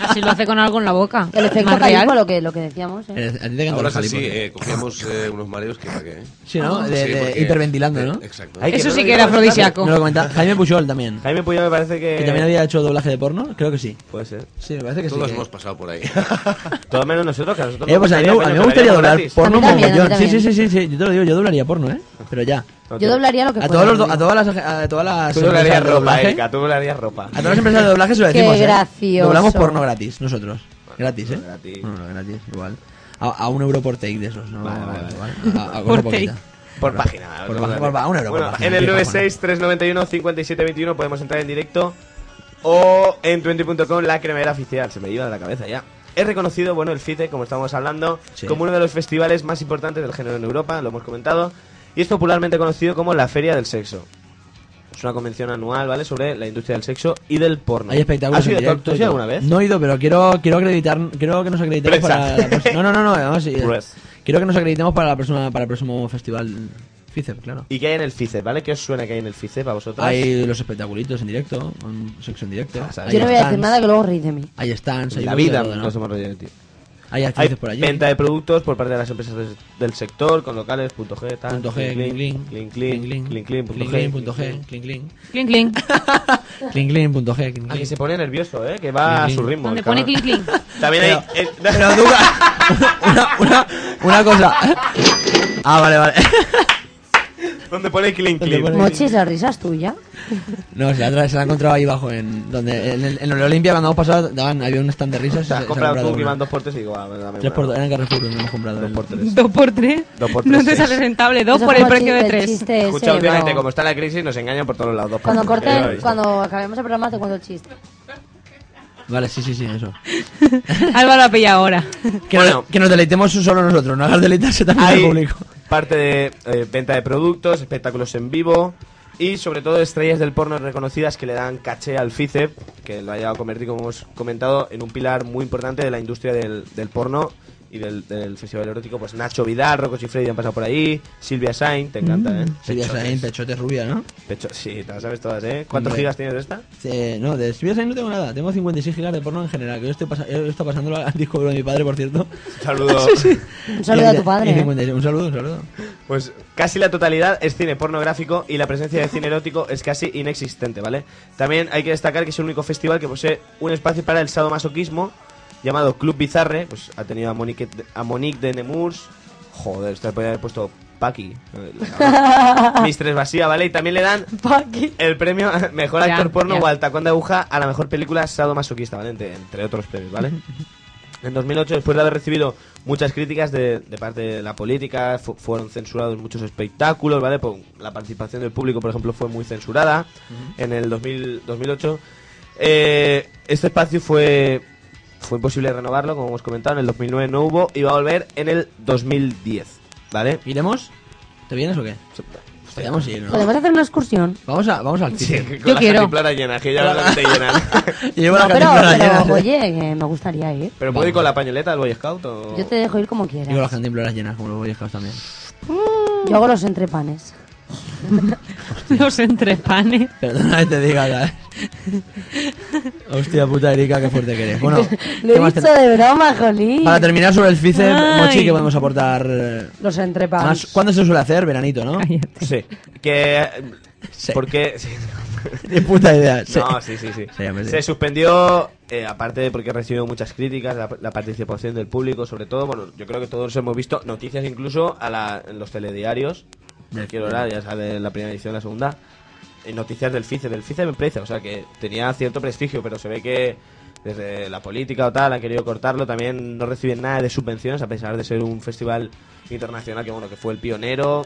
[SPEAKER 5] Así lo hace con algo en la boca.
[SPEAKER 6] El efecto
[SPEAKER 5] Más real.
[SPEAKER 6] calipo, lo que, lo que decíamos. ¿eh?
[SPEAKER 2] Eh, a ti te encanta
[SPEAKER 8] Ahora
[SPEAKER 2] el
[SPEAKER 8] es así,
[SPEAKER 2] jalipollo.
[SPEAKER 8] eh, cogíamos eh, unos mareos que para qué. ¿eh?
[SPEAKER 2] Sí, ¿no? De- de
[SPEAKER 8] porque-
[SPEAKER 2] hiperventilando, ¿no?
[SPEAKER 8] exacto.
[SPEAKER 2] Ay,
[SPEAKER 5] Eso
[SPEAKER 2] no
[SPEAKER 5] sí
[SPEAKER 2] lo
[SPEAKER 5] que era
[SPEAKER 2] digas,
[SPEAKER 5] afrodisíaco.
[SPEAKER 2] No lo comentaba. Jaime Pujol también. Jaime Pujol me parece que... Que también había hecho doblaje de porno, creo que sí.
[SPEAKER 4] Puede ser.
[SPEAKER 2] Sí, me parece que
[SPEAKER 8] Todos
[SPEAKER 6] ¿eh?
[SPEAKER 2] sí.
[SPEAKER 8] hemos pasado por ahí.
[SPEAKER 4] Todo menos nosotros, que a nosotros
[SPEAKER 2] Eh, pues a mí, me- a mí me gustaría doblar porno
[SPEAKER 6] A mí también, a mí
[SPEAKER 2] mogollón. Sí, sí, sí,
[SPEAKER 6] también.
[SPEAKER 2] sí, sí, yo te lo digo, yo doblaría porno, ¿eh? Pero ya.
[SPEAKER 6] Yo doblaría ¿eh? lo que
[SPEAKER 2] A
[SPEAKER 6] fuera,
[SPEAKER 2] todos los,
[SPEAKER 6] lo
[SPEAKER 2] do- a todas las, a todas las
[SPEAKER 4] Tú doblarías
[SPEAKER 2] empresas de
[SPEAKER 4] ropa, eh,
[SPEAKER 2] doblaje,
[SPEAKER 4] Erika, tú doblarías ropa.
[SPEAKER 2] a todas las empresas de doblaje se lo
[SPEAKER 6] Qué
[SPEAKER 2] decimos, ¿eh?
[SPEAKER 6] gracioso.
[SPEAKER 2] Doblamos porno gratis, nosotros. Gratis, ¿eh?
[SPEAKER 4] gratis.
[SPEAKER 2] No, no, gratis, igual. A, a un euro por take de esos, ¿no?
[SPEAKER 4] Vale, vale, vale.
[SPEAKER 2] Igual. A- a-
[SPEAKER 4] Por
[SPEAKER 2] una poquita.
[SPEAKER 4] take. Por página.
[SPEAKER 2] Por, página, por, va, un euro
[SPEAKER 4] Bueno,
[SPEAKER 2] por página.
[SPEAKER 4] en el
[SPEAKER 2] fijo,
[SPEAKER 4] 96-391-5721 podemos entrar en directo o en 20.com la cremera oficial. Se me iba de la cabeza ya. Es reconocido, bueno, el FITE, E, como estábamos hablando,
[SPEAKER 2] Sí.
[SPEAKER 4] como uno de los festivales más importantes del género en Europa, lo hemos comentado, y es popularmente conocido como la Feria del Sexo. Es una convención anual, ¿vale?, sobre la industria del sexo y del porno.
[SPEAKER 2] Hay espectáculos
[SPEAKER 4] ¿Has ido
[SPEAKER 2] en
[SPEAKER 4] tú- tú
[SPEAKER 2] directo
[SPEAKER 4] has
[SPEAKER 2] y
[SPEAKER 4] ido
[SPEAKER 2] todo.
[SPEAKER 4] alguna vez?
[SPEAKER 2] No he ido, pero quiero, quiero acreditar, quiero que nos acreditemos
[SPEAKER 4] Prensa.
[SPEAKER 2] para la próxima- No, no, no, no, vamos, sí, eh.
[SPEAKER 4] Pues.
[SPEAKER 2] Quiero que nos acreditemos para la próxima, para el próximo festival FICEP, claro.
[SPEAKER 4] ¿Y qué hay en el FICEP, E, vale? ¿Qué os suena que hay en el FICEP a E vosotros?
[SPEAKER 2] Hay los espectaculitos en directo, un sexo en directo.
[SPEAKER 4] sabes.
[SPEAKER 6] Yo no voy a decir
[SPEAKER 2] stands,
[SPEAKER 6] nada que luego reís de mí.
[SPEAKER 2] Hay stands, hay
[SPEAKER 4] Ah, Pues la
[SPEAKER 2] bolsa de
[SPEAKER 4] vida
[SPEAKER 2] todo, ¿no?
[SPEAKER 4] nos hemos reído de ti.
[SPEAKER 2] Hay
[SPEAKER 4] Hay
[SPEAKER 2] actrices por allí.
[SPEAKER 4] venta de productos por parte de las empresas de- del sector con locales punto .g, tal,
[SPEAKER 2] Punto G, clink,
[SPEAKER 4] clink, clink,
[SPEAKER 2] clink,
[SPEAKER 4] clink, clink, clink, punto
[SPEAKER 2] Cling,
[SPEAKER 4] G,
[SPEAKER 2] cling, punto G, cling, cling.
[SPEAKER 5] Clink, clink.
[SPEAKER 2] Cling, cling, punto G, cling,
[SPEAKER 4] Ah, que
[SPEAKER 2] cling.
[SPEAKER 4] se pone nervioso, eh, que va
[SPEAKER 2] Clink,
[SPEAKER 4] a su
[SPEAKER 2] clink.
[SPEAKER 4] ritmo.
[SPEAKER 5] Donde
[SPEAKER 4] el
[SPEAKER 5] pone
[SPEAKER 4] cabrón.
[SPEAKER 5] clink, clink.
[SPEAKER 4] También hay... eh,
[SPEAKER 2] Pero tú, una, una, una cosa. Ah, vale, vale.
[SPEAKER 4] donde pone clink,
[SPEAKER 2] Donde
[SPEAKER 4] clink.
[SPEAKER 2] pone-
[SPEAKER 6] Mochi, esa risa es tuya.
[SPEAKER 2] No, se la, tra- se la ha encontrado ahí abajo, en donde en el, en el Olimpia cuando hemos pasado daban, había un stand de risas. y
[SPEAKER 4] Te has
[SPEAKER 2] se- se ha
[SPEAKER 4] comprado
[SPEAKER 2] comprado
[SPEAKER 4] tú que
[SPEAKER 2] una.
[SPEAKER 4] van dos por tres y digo, ah, dame
[SPEAKER 2] Tres por
[SPEAKER 4] una.
[SPEAKER 2] dos, era en Carrefour donde hemos comprado.
[SPEAKER 4] Dos
[SPEAKER 2] el-
[SPEAKER 4] por tres.
[SPEAKER 5] Dos por tres.
[SPEAKER 4] Dos por
[SPEAKER 5] No
[SPEAKER 4] tres,
[SPEAKER 5] te
[SPEAKER 4] sí.
[SPEAKER 5] sale rentable. Dos
[SPEAKER 6] Eso
[SPEAKER 5] por el
[SPEAKER 6] fue
[SPEAKER 5] precio de
[SPEAKER 6] el
[SPEAKER 5] tres.
[SPEAKER 6] chiste ese,
[SPEAKER 4] Escucha, últimamente,
[SPEAKER 6] pero-
[SPEAKER 4] como está la crisis, nos engañan por todos lados. dos por
[SPEAKER 6] Cuando
[SPEAKER 4] tres. Ya lo
[SPEAKER 6] corten,
[SPEAKER 4] habéis visto.
[SPEAKER 6] cuando acabemos el programa te cuento el chiste.
[SPEAKER 2] Vale, sí, sí, sí, eso.
[SPEAKER 5] Álvaro ha pillado ahora.
[SPEAKER 2] Que,
[SPEAKER 4] Bueno.
[SPEAKER 2] que nos deleitemos solo nosotros, no hagas deleitarse también al
[SPEAKER 4] Hay
[SPEAKER 2] público.
[SPEAKER 4] parte de eh, venta de productos, espectáculos en vivo y sobre todo estrellas del porno reconocidas que le dan caché al FICEP, que lo ha llegado a convertir, como hemos comentado, en un pilar muy importante de la industria del, del porno y del, del festival erótico. Pues Nacho Vidal, Rocco Freddy han pasado por ahí, Silvia Sain, te encanta, ¿eh?
[SPEAKER 2] Mm, Silvia
[SPEAKER 4] Pechotes.
[SPEAKER 2] Sain, pechote rubia, ¿no?
[SPEAKER 4] Pecho- sí, te las sabes todas, ¿eh? ¿Cuántos
[SPEAKER 2] Hombre.
[SPEAKER 4] gigas tienes de esta?
[SPEAKER 2] Eh, no, de Silvia Sain no tengo nada. Tengo 56 gigas de porno en general. Que yo estoy, pasa- yo estoy pasándolo al disco duro de mi padre, por cierto.
[SPEAKER 4] Saludos.
[SPEAKER 6] Un saludo a tu padre.
[SPEAKER 2] Y
[SPEAKER 6] ¿eh?
[SPEAKER 2] 56, un saludo, un saludo.
[SPEAKER 4] Pues casi la totalidad es cine pornográfico y la presencia de cine erótico es casi inexistente, ¿vale? También hay que destacar que es el único festival que posee un espacio para el sadomasoquismo llamado Club Bizarre. Pues ha tenido a Monique, a Monique de Nemours. Joder, esto le podría haber puesto Paki. Mistres Basía, ¿vale? Y también le dan
[SPEAKER 6] Paqui.
[SPEAKER 4] el premio a Mejor
[SPEAKER 5] Ya,
[SPEAKER 4] Actor Porno
[SPEAKER 5] ya.
[SPEAKER 4] o al Tacón de Aguja a la Mejor Película Sadomasoquista, ¿vale? Entre, entre otros premios, ¿vale? En 2008, después de haber recibido muchas críticas de, de parte de la política, fu- fueron censurados muchos espectáculos, ¿vale? Por- la participación del público, por ejemplo, fue muy censurada. En el 2000 2008, eh, este espacio fue, fue imposible renovarlo, como hemos comentado. En el 2009 no hubo y va a volver en el 2010, ¿vale?
[SPEAKER 2] ¿Iremos? ¿Te vienes o qué? Podríamos ir, ¿no?
[SPEAKER 6] ¿Podemos hacer una excursión?
[SPEAKER 2] Vamos, a, vamos al
[SPEAKER 4] Sí,
[SPEAKER 2] cine.
[SPEAKER 4] con
[SPEAKER 5] Yo
[SPEAKER 4] la
[SPEAKER 5] quiero.
[SPEAKER 4] cantimplora llena, que ya verás que te llenan.
[SPEAKER 2] Y llevo
[SPEAKER 6] No,
[SPEAKER 2] la
[SPEAKER 6] pero,
[SPEAKER 2] cantimplora
[SPEAKER 6] pero,
[SPEAKER 2] llena. sí.
[SPEAKER 6] oye, que me gustaría ir.
[SPEAKER 4] ¿Pero puedo ir con la pañoleta del Boy Scout o...?
[SPEAKER 6] Yo te dejo ir como
[SPEAKER 2] Y con las
[SPEAKER 6] quieras.
[SPEAKER 2] cantimploras llenas, como los Boy Scouts también.
[SPEAKER 6] Yo hago los entrepanes.
[SPEAKER 5] Los entrepanes.
[SPEAKER 2] Perdona que te diga, ¿sabes? Hostia puta Erika, qué fuerte que eres. Bueno,
[SPEAKER 6] Lo
[SPEAKER 2] ¿qué
[SPEAKER 6] he
[SPEAKER 2] más
[SPEAKER 6] dicho
[SPEAKER 2] ten-
[SPEAKER 6] de broma, jolín.
[SPEAKER 2] Para terminar sobre el FICEP,
[SPEAKER 5] Ay.
[SPEAKER 2] Mochi, que podemos aportar? eh, Más,
[SPEAKER 6] Los entrepanes.
[SPEAKER 2] ¿Cuándo se suele hacer? Veranito, ¿no?
[SPEAKER 5] Cállate.
[SPEAKER 4] Sí. Que...
[SPEAKER 2] Sí.
[SPEAKER 4] Porque...
[SPEAKER 2] Ni puta idea. sí.
[SPEAKER 4] No, sí, sí, sí.
[SPEAKER 2] Sí, hombre, sí.
[SPEAKER 4] Se suspendió, eh, aparte de porque recibió muchas críticas, la, la participación del público, sobre todo. Bueno, yo creo que todos hemos visto noticias incluso a la- en los telediarios.
[SPEAKER 2] Del-
[SPEAKER 4] No quiero hablar, ya sabes, la primera edición, la segunda. Y noticias del FICE, del FICE de empresa, o sea que tenía cierto prestigio, pero se ve que desde la política o tal han querido cortarlo. También no reciben nada de subvenciones, a pesar de ser un festival internacional que, bueno, que fue el pionero,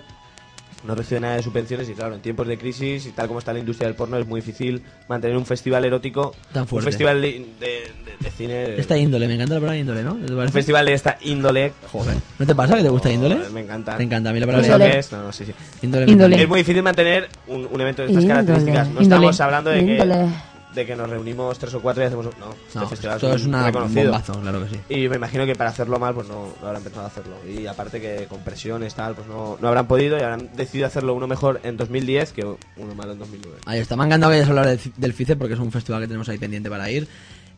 [SPEAKER 4] no recibe nada de subvenciones y claro, en tiempos de crisis y tal como está la industria del porno es muy difícil mantener un festival erótico,
[SPEAKER 2] Tan fuerte.
[SPEAKER 4] un festival de, de- de- de cine,
[SPEAKER 2] Esta índole, me encanta la palabra índole, ¿no? ¿Te
[SPEAKER 4] un
[SPEAKER 2] parece?
[SPEAKER 4] festival de esta índole.
[SPEAKER 2] Joder. ¿No te pasa que te gusta índole?
[SPEAKER 4] Pues Me encanta.
[SPEAKER 2] Te encanta, a mí la
[SPEAKER 4] No sé
[SPEAKER 2] palabra
[SPEAKER 4] lo que es, no, no, sí, sí.
[SPEAKER 2] índole. me
[SPEAKER 5] Índole.
[SPEAKER 2] encanta.
[SPEAKER 4] Es muy difícil mantener un, un evento de estas
[SPEAKER 6] Índole,
[SPEAKER 4] características. No
[SPEAKER 5] índole,
[SPEAKER 4] estamos hablando de
[SPEAKER 6] índole.
[SPEAKER 4] que de que nos reunimos tres o cuatro y hacemos... un- No, este
[SPEAKER 2] No,
[SPEAKER 4] festival
[SPEAKER 2] esto es
[SPEAKER 4] un
[SPEAKER 2] una-
[SPEAKER 4] reconocido.
[SPEAKER 2] un bombazo, claro que sí.
[SPEAKER 4] Y me imagino que para hacerlo mal, pues no, no habrán empezado a hacerlo. Y aparte que con presiones, tal, pues no, no habrán podido y habrán decidido hacerlo uno mejor en 2010 que uno malo en 2009.
[SPEAKER 2] Ahí está, me ha encantado que hayas hablado del, del FICE E porque es un festival que tenemos ahí pendiente para ir.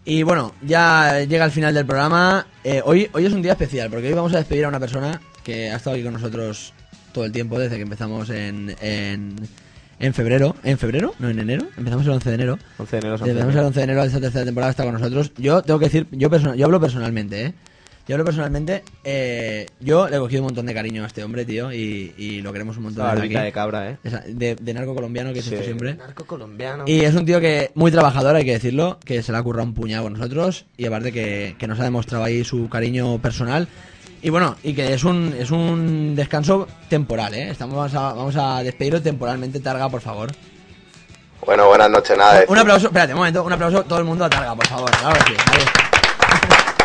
[SPEAKER 2] Y bueno, ya llega el final del programa. Eh, hoy, hoy es un día especial porque hoy vamos a despedir a una persona que ha estado aquí con nosotros todo el tiempo desde que empezamos en, en, en febrero. ¿En febrero? No, en enero. Empezamos el 11 de enero.
[SPEAKER 4] 11 de enero, San
[SPEAKER 2] Empezamos el
[SPEAKER 4] Fermín.
[SPEAKER 2] 11 de enero de esta tercera temporada, está con nosotros. Yo tengo que decir, yo, persona- yo hablo personalmente, ¿eh? Yo hablo personalmente, eh, yo le he cogido un montón de cariño a este hombre, tío, y, y lo queremos un montón.
[SPEAKER 4] Esa
[SPEAKER 2] desde
[SPEAKER 4] barbita
[SPEAKER 2] aquí.
[SPEAKER 4] de cabra, ¿eh?
[SPEAKER 2] Esa- de, de narco colombiano que es
[SPEAKER 4] Sí.
[SPEAKER 2] esto siempre.
[SPEAKER 4] Narco colombiano.
[SPEAKER 2] Y es un tío que muy trabajador, hay que decirlo, que se le ha currado un puñado con nosotros y aparte que, que nos ha demostrado ahí su cariño personal. Y bueno, y que es un, es un descanso temporal, ¿eh? Estamos, vamos, a, vamos a despedirlo temporalmente, Targa, por favor.
[SPEAKER 7] Bueno, buenas noches, nada. decir-
[SPEAKER 2] Un aplauso, espérate, un momento, un aplauso todo el mundo a Targa, por favor. Claro que sí, ahí está.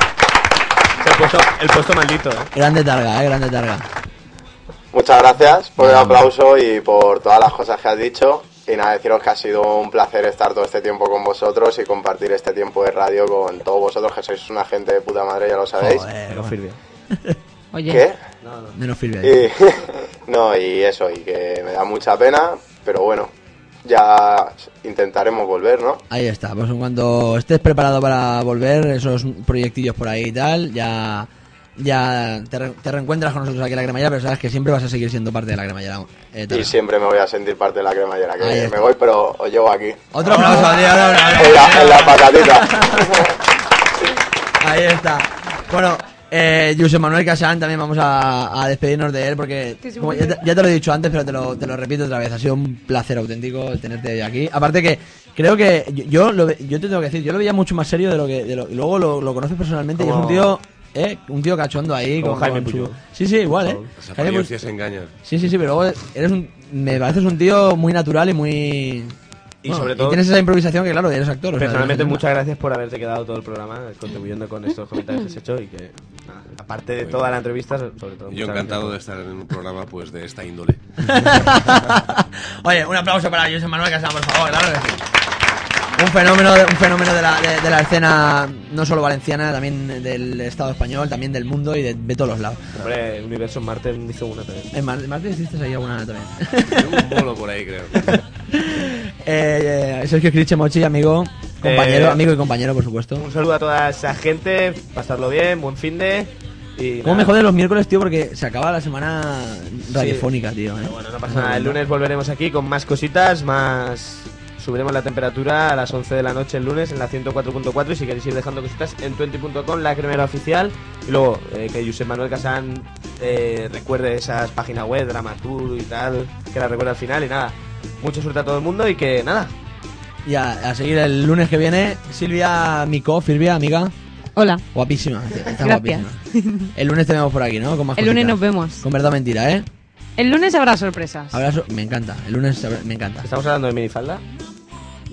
[SPEAKER 4] El puesto, el puesto maldito, ¿eh?
[SPEAKER 2] Grande Targa, ¿eh? Grande Targa.
[SPEAKER 7] Muchas gracias por el aplauso y por todas las cosas que has dicho. Y nada, deciros que ha sido un placer estar todo este tiempo con vosotros y compartir este tiempo de radio con todos vosotros, que sois una gente de puta madre, ya lo sabéis.
[SPEAKER 4] No sirvió.
[SPEAKER 5] Oye.
[SPEAKER 7] ¿Qué?
[SPEAKER 2] Menos firme ahí.
[SPEAKER 7] Y, Eh, no, y eso, y que me da mucha pena, pero bueno, ya intentaremos volver, ¿no?
[SPEAKER 2] Ahí está, pues en cuanto estés preparado para volver, esos proyectillos por ahí y tal, ya, ya te, re- te reencuentras con nosotros aquí en la cremallera, pero sabes que siempre vas a seguir siendo parte de la cremallera. eh,
[SPEAKER 7] Y
[SPEAKER 2] Targa.
[SPEAKER 7] siempre me voy a sentir parte de la cremallera,
[SPEAKER 2] Ahí
[SPEAKER 7] que
[SPEAKER 2] está.
[SPEAKER 7] me voy, pero os llevo aquí.
[SPEAKER 2] Otro aplauso, tío, otro aplauso.
[SPEAKER 7] En la, en la patatita.
[SPEAKER 2] Ahí está. Bueno, eh, José Manuel Casán, también vamos a, a despedirnos de él porque como ya, te, ya te lo he dicho antes, pero te lo, te lo repito otra vez. Ha sido un placer auténtico el tenerte hoy aquí. Aparte que creo que yo, yo lo ve- yo te tengo que decir, yo lo veía mucho más serio de lo que... de lo- y luego lo, lo conoces personalmente y es
[SPEAKER 8] Como-
[SPEAKER 2] un tío... eh, un tío cachondo ahí
[SPEAKER 8] Como
[SPEAKER 2] con
[SPEAKER 8] Jaime
[SPEAKER 2] con su-
[SPEAKER 8] Puyol.
[SPEAKER 2] Sí, sí, igual, ¿eh?
[SPEAKER 8] Las
[SPEAKER 2] Jaime Puyol-
[SPEAKER 8] apariencias engañan.
[SPEAKER 2] Sí, sí, sí, pero luego eres un, me pareces un tío muy natural y muy...
[SPEAKER 4] Y
[SPEAKER 2] bueno,
[SPEAKER 4] sobre todo-
[SPEAKER 2] tienes esa improvisación que, claro, eres actor. o sea,
[SPEAKER 4] Personalmente,
[SPEAKER 2] eres-
[SPEAKER 4] muchas gracias por haberte quedado todo el programa contribuyendo con estos comentarios que has hecho y que, nada, aparte de
[SPEAKER 8] Muy
[SPEAKER 4] toda
[SPEAKER 8] bien.
[SPEAKER 4] la entrevista, sobre
[SPEAKER 8] Yo
[SPEAKER 4] todo. muchas
[SPEAKER 8] encantado de
[SPEAKER 4] gracias.
[SPEAKER 8] estar en un programa pues de esta índole.
[SPEAKER 2] Oye, un aplauso para José Manuel Casado, por favor, claro que sí. Un fenómeno, de- un fenómeno de, la, de- de la escena no solo valenciana, también del Estado español, también del mundo y de, de todos los lados.
[SPEAKER 4] Hombre, Universo Marte me hizo una también.
[SPEAKER 2] En Mar- Marte hiciste ahí alguna también.
[SPEAKER 8] Un bolo por ahí, creo.
[SPEAKER 2] Eh, eh, Sergio Criche Mochi, amigo, compañero,
[SPEAKER 4] Eh,
[SPEAKER 2] amigo y compañero, por supuesto.
[SPEAKER 4] Un saludo a toda esa gente, pasarlo bien, buen fin de. Y
[SPEAKER 2] ¿Cómo
[SPEAKER 4] nada.
[SPEAKER 2] me joden los miércoles, tío? Porque se acaba la semana radiofónica, tío. eh.
[SPEAKER 4] No pasa nada, el lunes volveremos aquí con más cositas, más. Subiremos la temperatura a las 11 de la noche el lunes en la 104.4 y si queréis ir dejando cositas en 20.com, la cremera oficial. Y luego eh, que Josep Manuel Casán eh, recuerde esas páginas web, Dramatur y tal, que las recuerde al final. Y nada, mucha suerte a todo el mundo y que nada,
[SPEAKER 2] Y a, a seguir el lunes que viene, Silvia Mico, Silvia, amiga.
[SPEAKER 5] Hola.
[SPEAKER 2] Guapísima, tío, está
[SPEAKER 5] Gracias.
[SPEAKER 2] guapísima. El lunes te vemos por aquí, ¿no? Con más
[SPEAKER 5] El lunes
[SPEAKER 2] cositas.
[SPEAKER 5] nos vemos.
[SPEAKER 2] Con verdad o mentira, ¿eh?
[SPEAKER 5] El lunes habrá sorpresas.
[SPEAKER 2] Abrazo, me encanta. El lunes habrá- me encanta.
[SPEAKER 4] ¿estamos hablando de minifalda?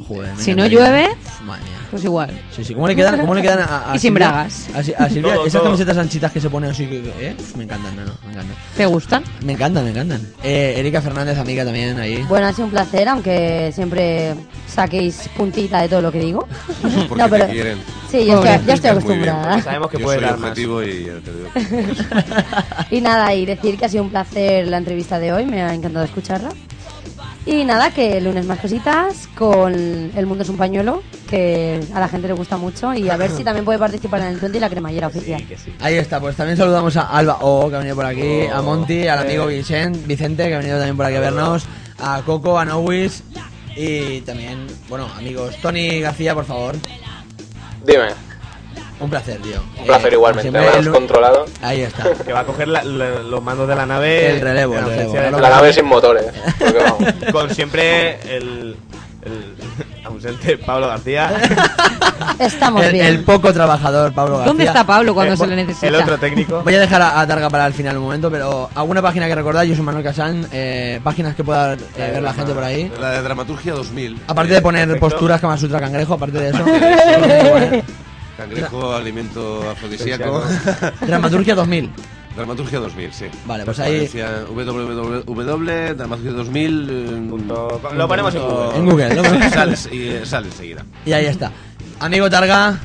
[SPEAKER 2] Joder, me
[SPEAKER 5] Si no
[SPEAKER 2] encanta.
[SPEAKER 5] llueve,
[SPEAKER 2] Madre mía.
[SPEAKER 5] pues igual.
[SPEAKER 2] Sí, sí. ¿Cómo le quedan, cómo le quedan a, a
[SPEAKER 5] Y sin
[SPEAKER 2] Silvia-
[SPEAKER 5] bragas.
[SPEAKER 2] A, Si- a Silvia,
[SPEAKER 5] Todo,
[SPEAKER 2] esas
[SPEAKER 5] todo.
[SPEAKER 2] camisetas anchitas que se ponen así, que- que- ¿eh? Me encantan, no, no, me encantan.
[SPEAKER 5] ¿Te gustan?
[SPEAKER 2] Me encantan, me encantan. Eh, Erika Fernández, amiga también ahí.
[SPEAKER 6] Bueno, ha sido un placer, aunque siempre saquéis puntita de todo lo que digo.
[SPEAKER 8] porque te quieren.
[SPEAKER 6] Sí, yo
[SPEAKER 8] Pobre.
[SPEAKER 6] estoy, yo estoy
[SPEAKER 8] Estás muy bien,
[SPEAKER 6] acostumbrada.
[SPEAKER 8] porque Yo soy objetivo y ya te digo.
[SPEAKER 6] Y nada, y decir que ha sido un placer la entrevista de hoy, me ha encantado escucharla. Y nada, que el lunes más cositas con El Mundo es un pañuelo, que a la gente le gusta mucho, y a ver si también puede participar en el 20 y la cremallera oficial.
[SPEAKER 2] Ahí está, pues también saludamos a Alba O, que ha venido por aquí,
[SPEAKER 7] Oh.
[SPEAKER 2] a Monty,
[SPEAKER 7] Eh.
[SPEAKER 2] al amigo Vicente, Vicente, que ha venido también por aquí a vernos, a Coco, a Nowis y también, bueno, amigos, Tony García, por favor.
[SPEAKER 7] Dime,
[SPEAKER 2] Un placer, tío. Eh,
[SPEAKER 7] un placer igualmente,
[SPEAKER 2] siempre
[SPEAKER 7] me has
[SPEAKER 2] el-
[SPEAKER 7] controlado.
[SPEAKER 2] Ahí está.
[SPEAKER 4] Que va a coger la- la- los mandos de la nave.
[SPEAKER 2] El relevo,
[SPEAKER 4] en
[SPEAKER 2] el relevo,
[SPEAKER 4] ausencia de-
[SPEAKER 2] claro.
[SPEAKER 7] La nave sin motores. porque vamos.
[SPEAKER 4] Con siempre el, el ausente Pablo García.
[SPEAKER 6] Estamos
[SPEAKER 2] El,
[SPEAKER 6] bien.
[SPEAKER 2] el poco trabajador, Pablo García.
[SPEAKER 5] ¿Dónde está Pablo cuando se le necesita?
[SPEAKER 4] El otro técnico.
[SPEAKER 2] Voy a dejar a, a Targa para el final un momento, pero alguna página que recordar, yo soy Manuel Casán, eh, páginas que pueda eh, ver la gente por ahí.
[SPEAKER 8] La de Dramaturgia Eh, 2000.
[SPEAKER 2] Aparte de poner
[SPEAKER 8] Perfecto.
[SPEAKER 2] posturas Kama Sutra Cangrejo, aparte de eso.
[SPEAKER 8] Cangrejo, alimento afrodisíaco.
[SPEAKER 2] Dramaturgia 2000.
[SPEAKER 8] Dramaturgia 2000, sí.
[SPEAKER 2] Vale, pues ahí-
[SPEAKER 8] Valencia, eh, www.dramaturgia2000.
[SPEAKER 4] Lo ponemos en Google.
[SPEAKER 2] En Google, lo ponemos.
[SPEAKER 8] Sales, y, eh, sale enseguida.
[SPEAKER 2] Y ahí está. Amigo Targa,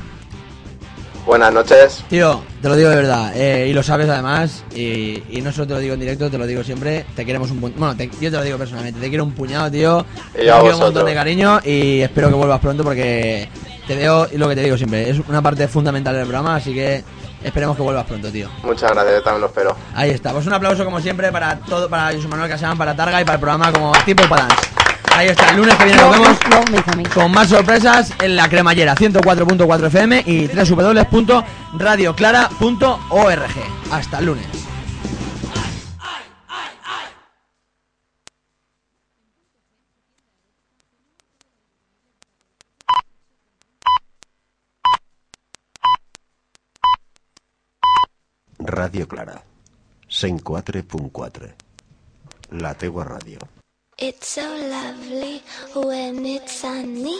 [SPEAKER 7] Buenas noches.
[SPEAKER 2] tío, te lo digo de verdad. eh, y lo sabes además. Y, y no solo te lo digo en directo, te lo digo siempre. Te queremos un puñado. Bueno, te- yo te lo digo personalmente. Te quiero un puñado, tío.
[SPEAKER 7] Y
[SPEAKER 2] Te quiero
[SPEAKER 7] a
[SPEAKER 2] un
[SPEAKER 7] vosotros.
[SPEAKER 2] montón de cariño. Y espero que vuelvas pronto porque te veo. Y lo que te digo siempre, es una parte fundamental del programa. Así que esperemos que vuelvas pronto, tío.
[SPEAKER 7] Muchas gracias, yo también lo espero.
[SPEAKER 2] Ahí está. Pues un aplauso como siempre para todo, para José Manuel Casán, para Targa y para el programa como Tipo Palance. Ahí está, el lunes que viene nos vemos con más sorpresas en la cremallera 104.4 FM y www.radioclara.org. Hasta el lunes.
[SPEAKER 18] Radio Clara. 64.4. La teua ràdio.
[SPEAKER 19] It's so lovely when it's sunny.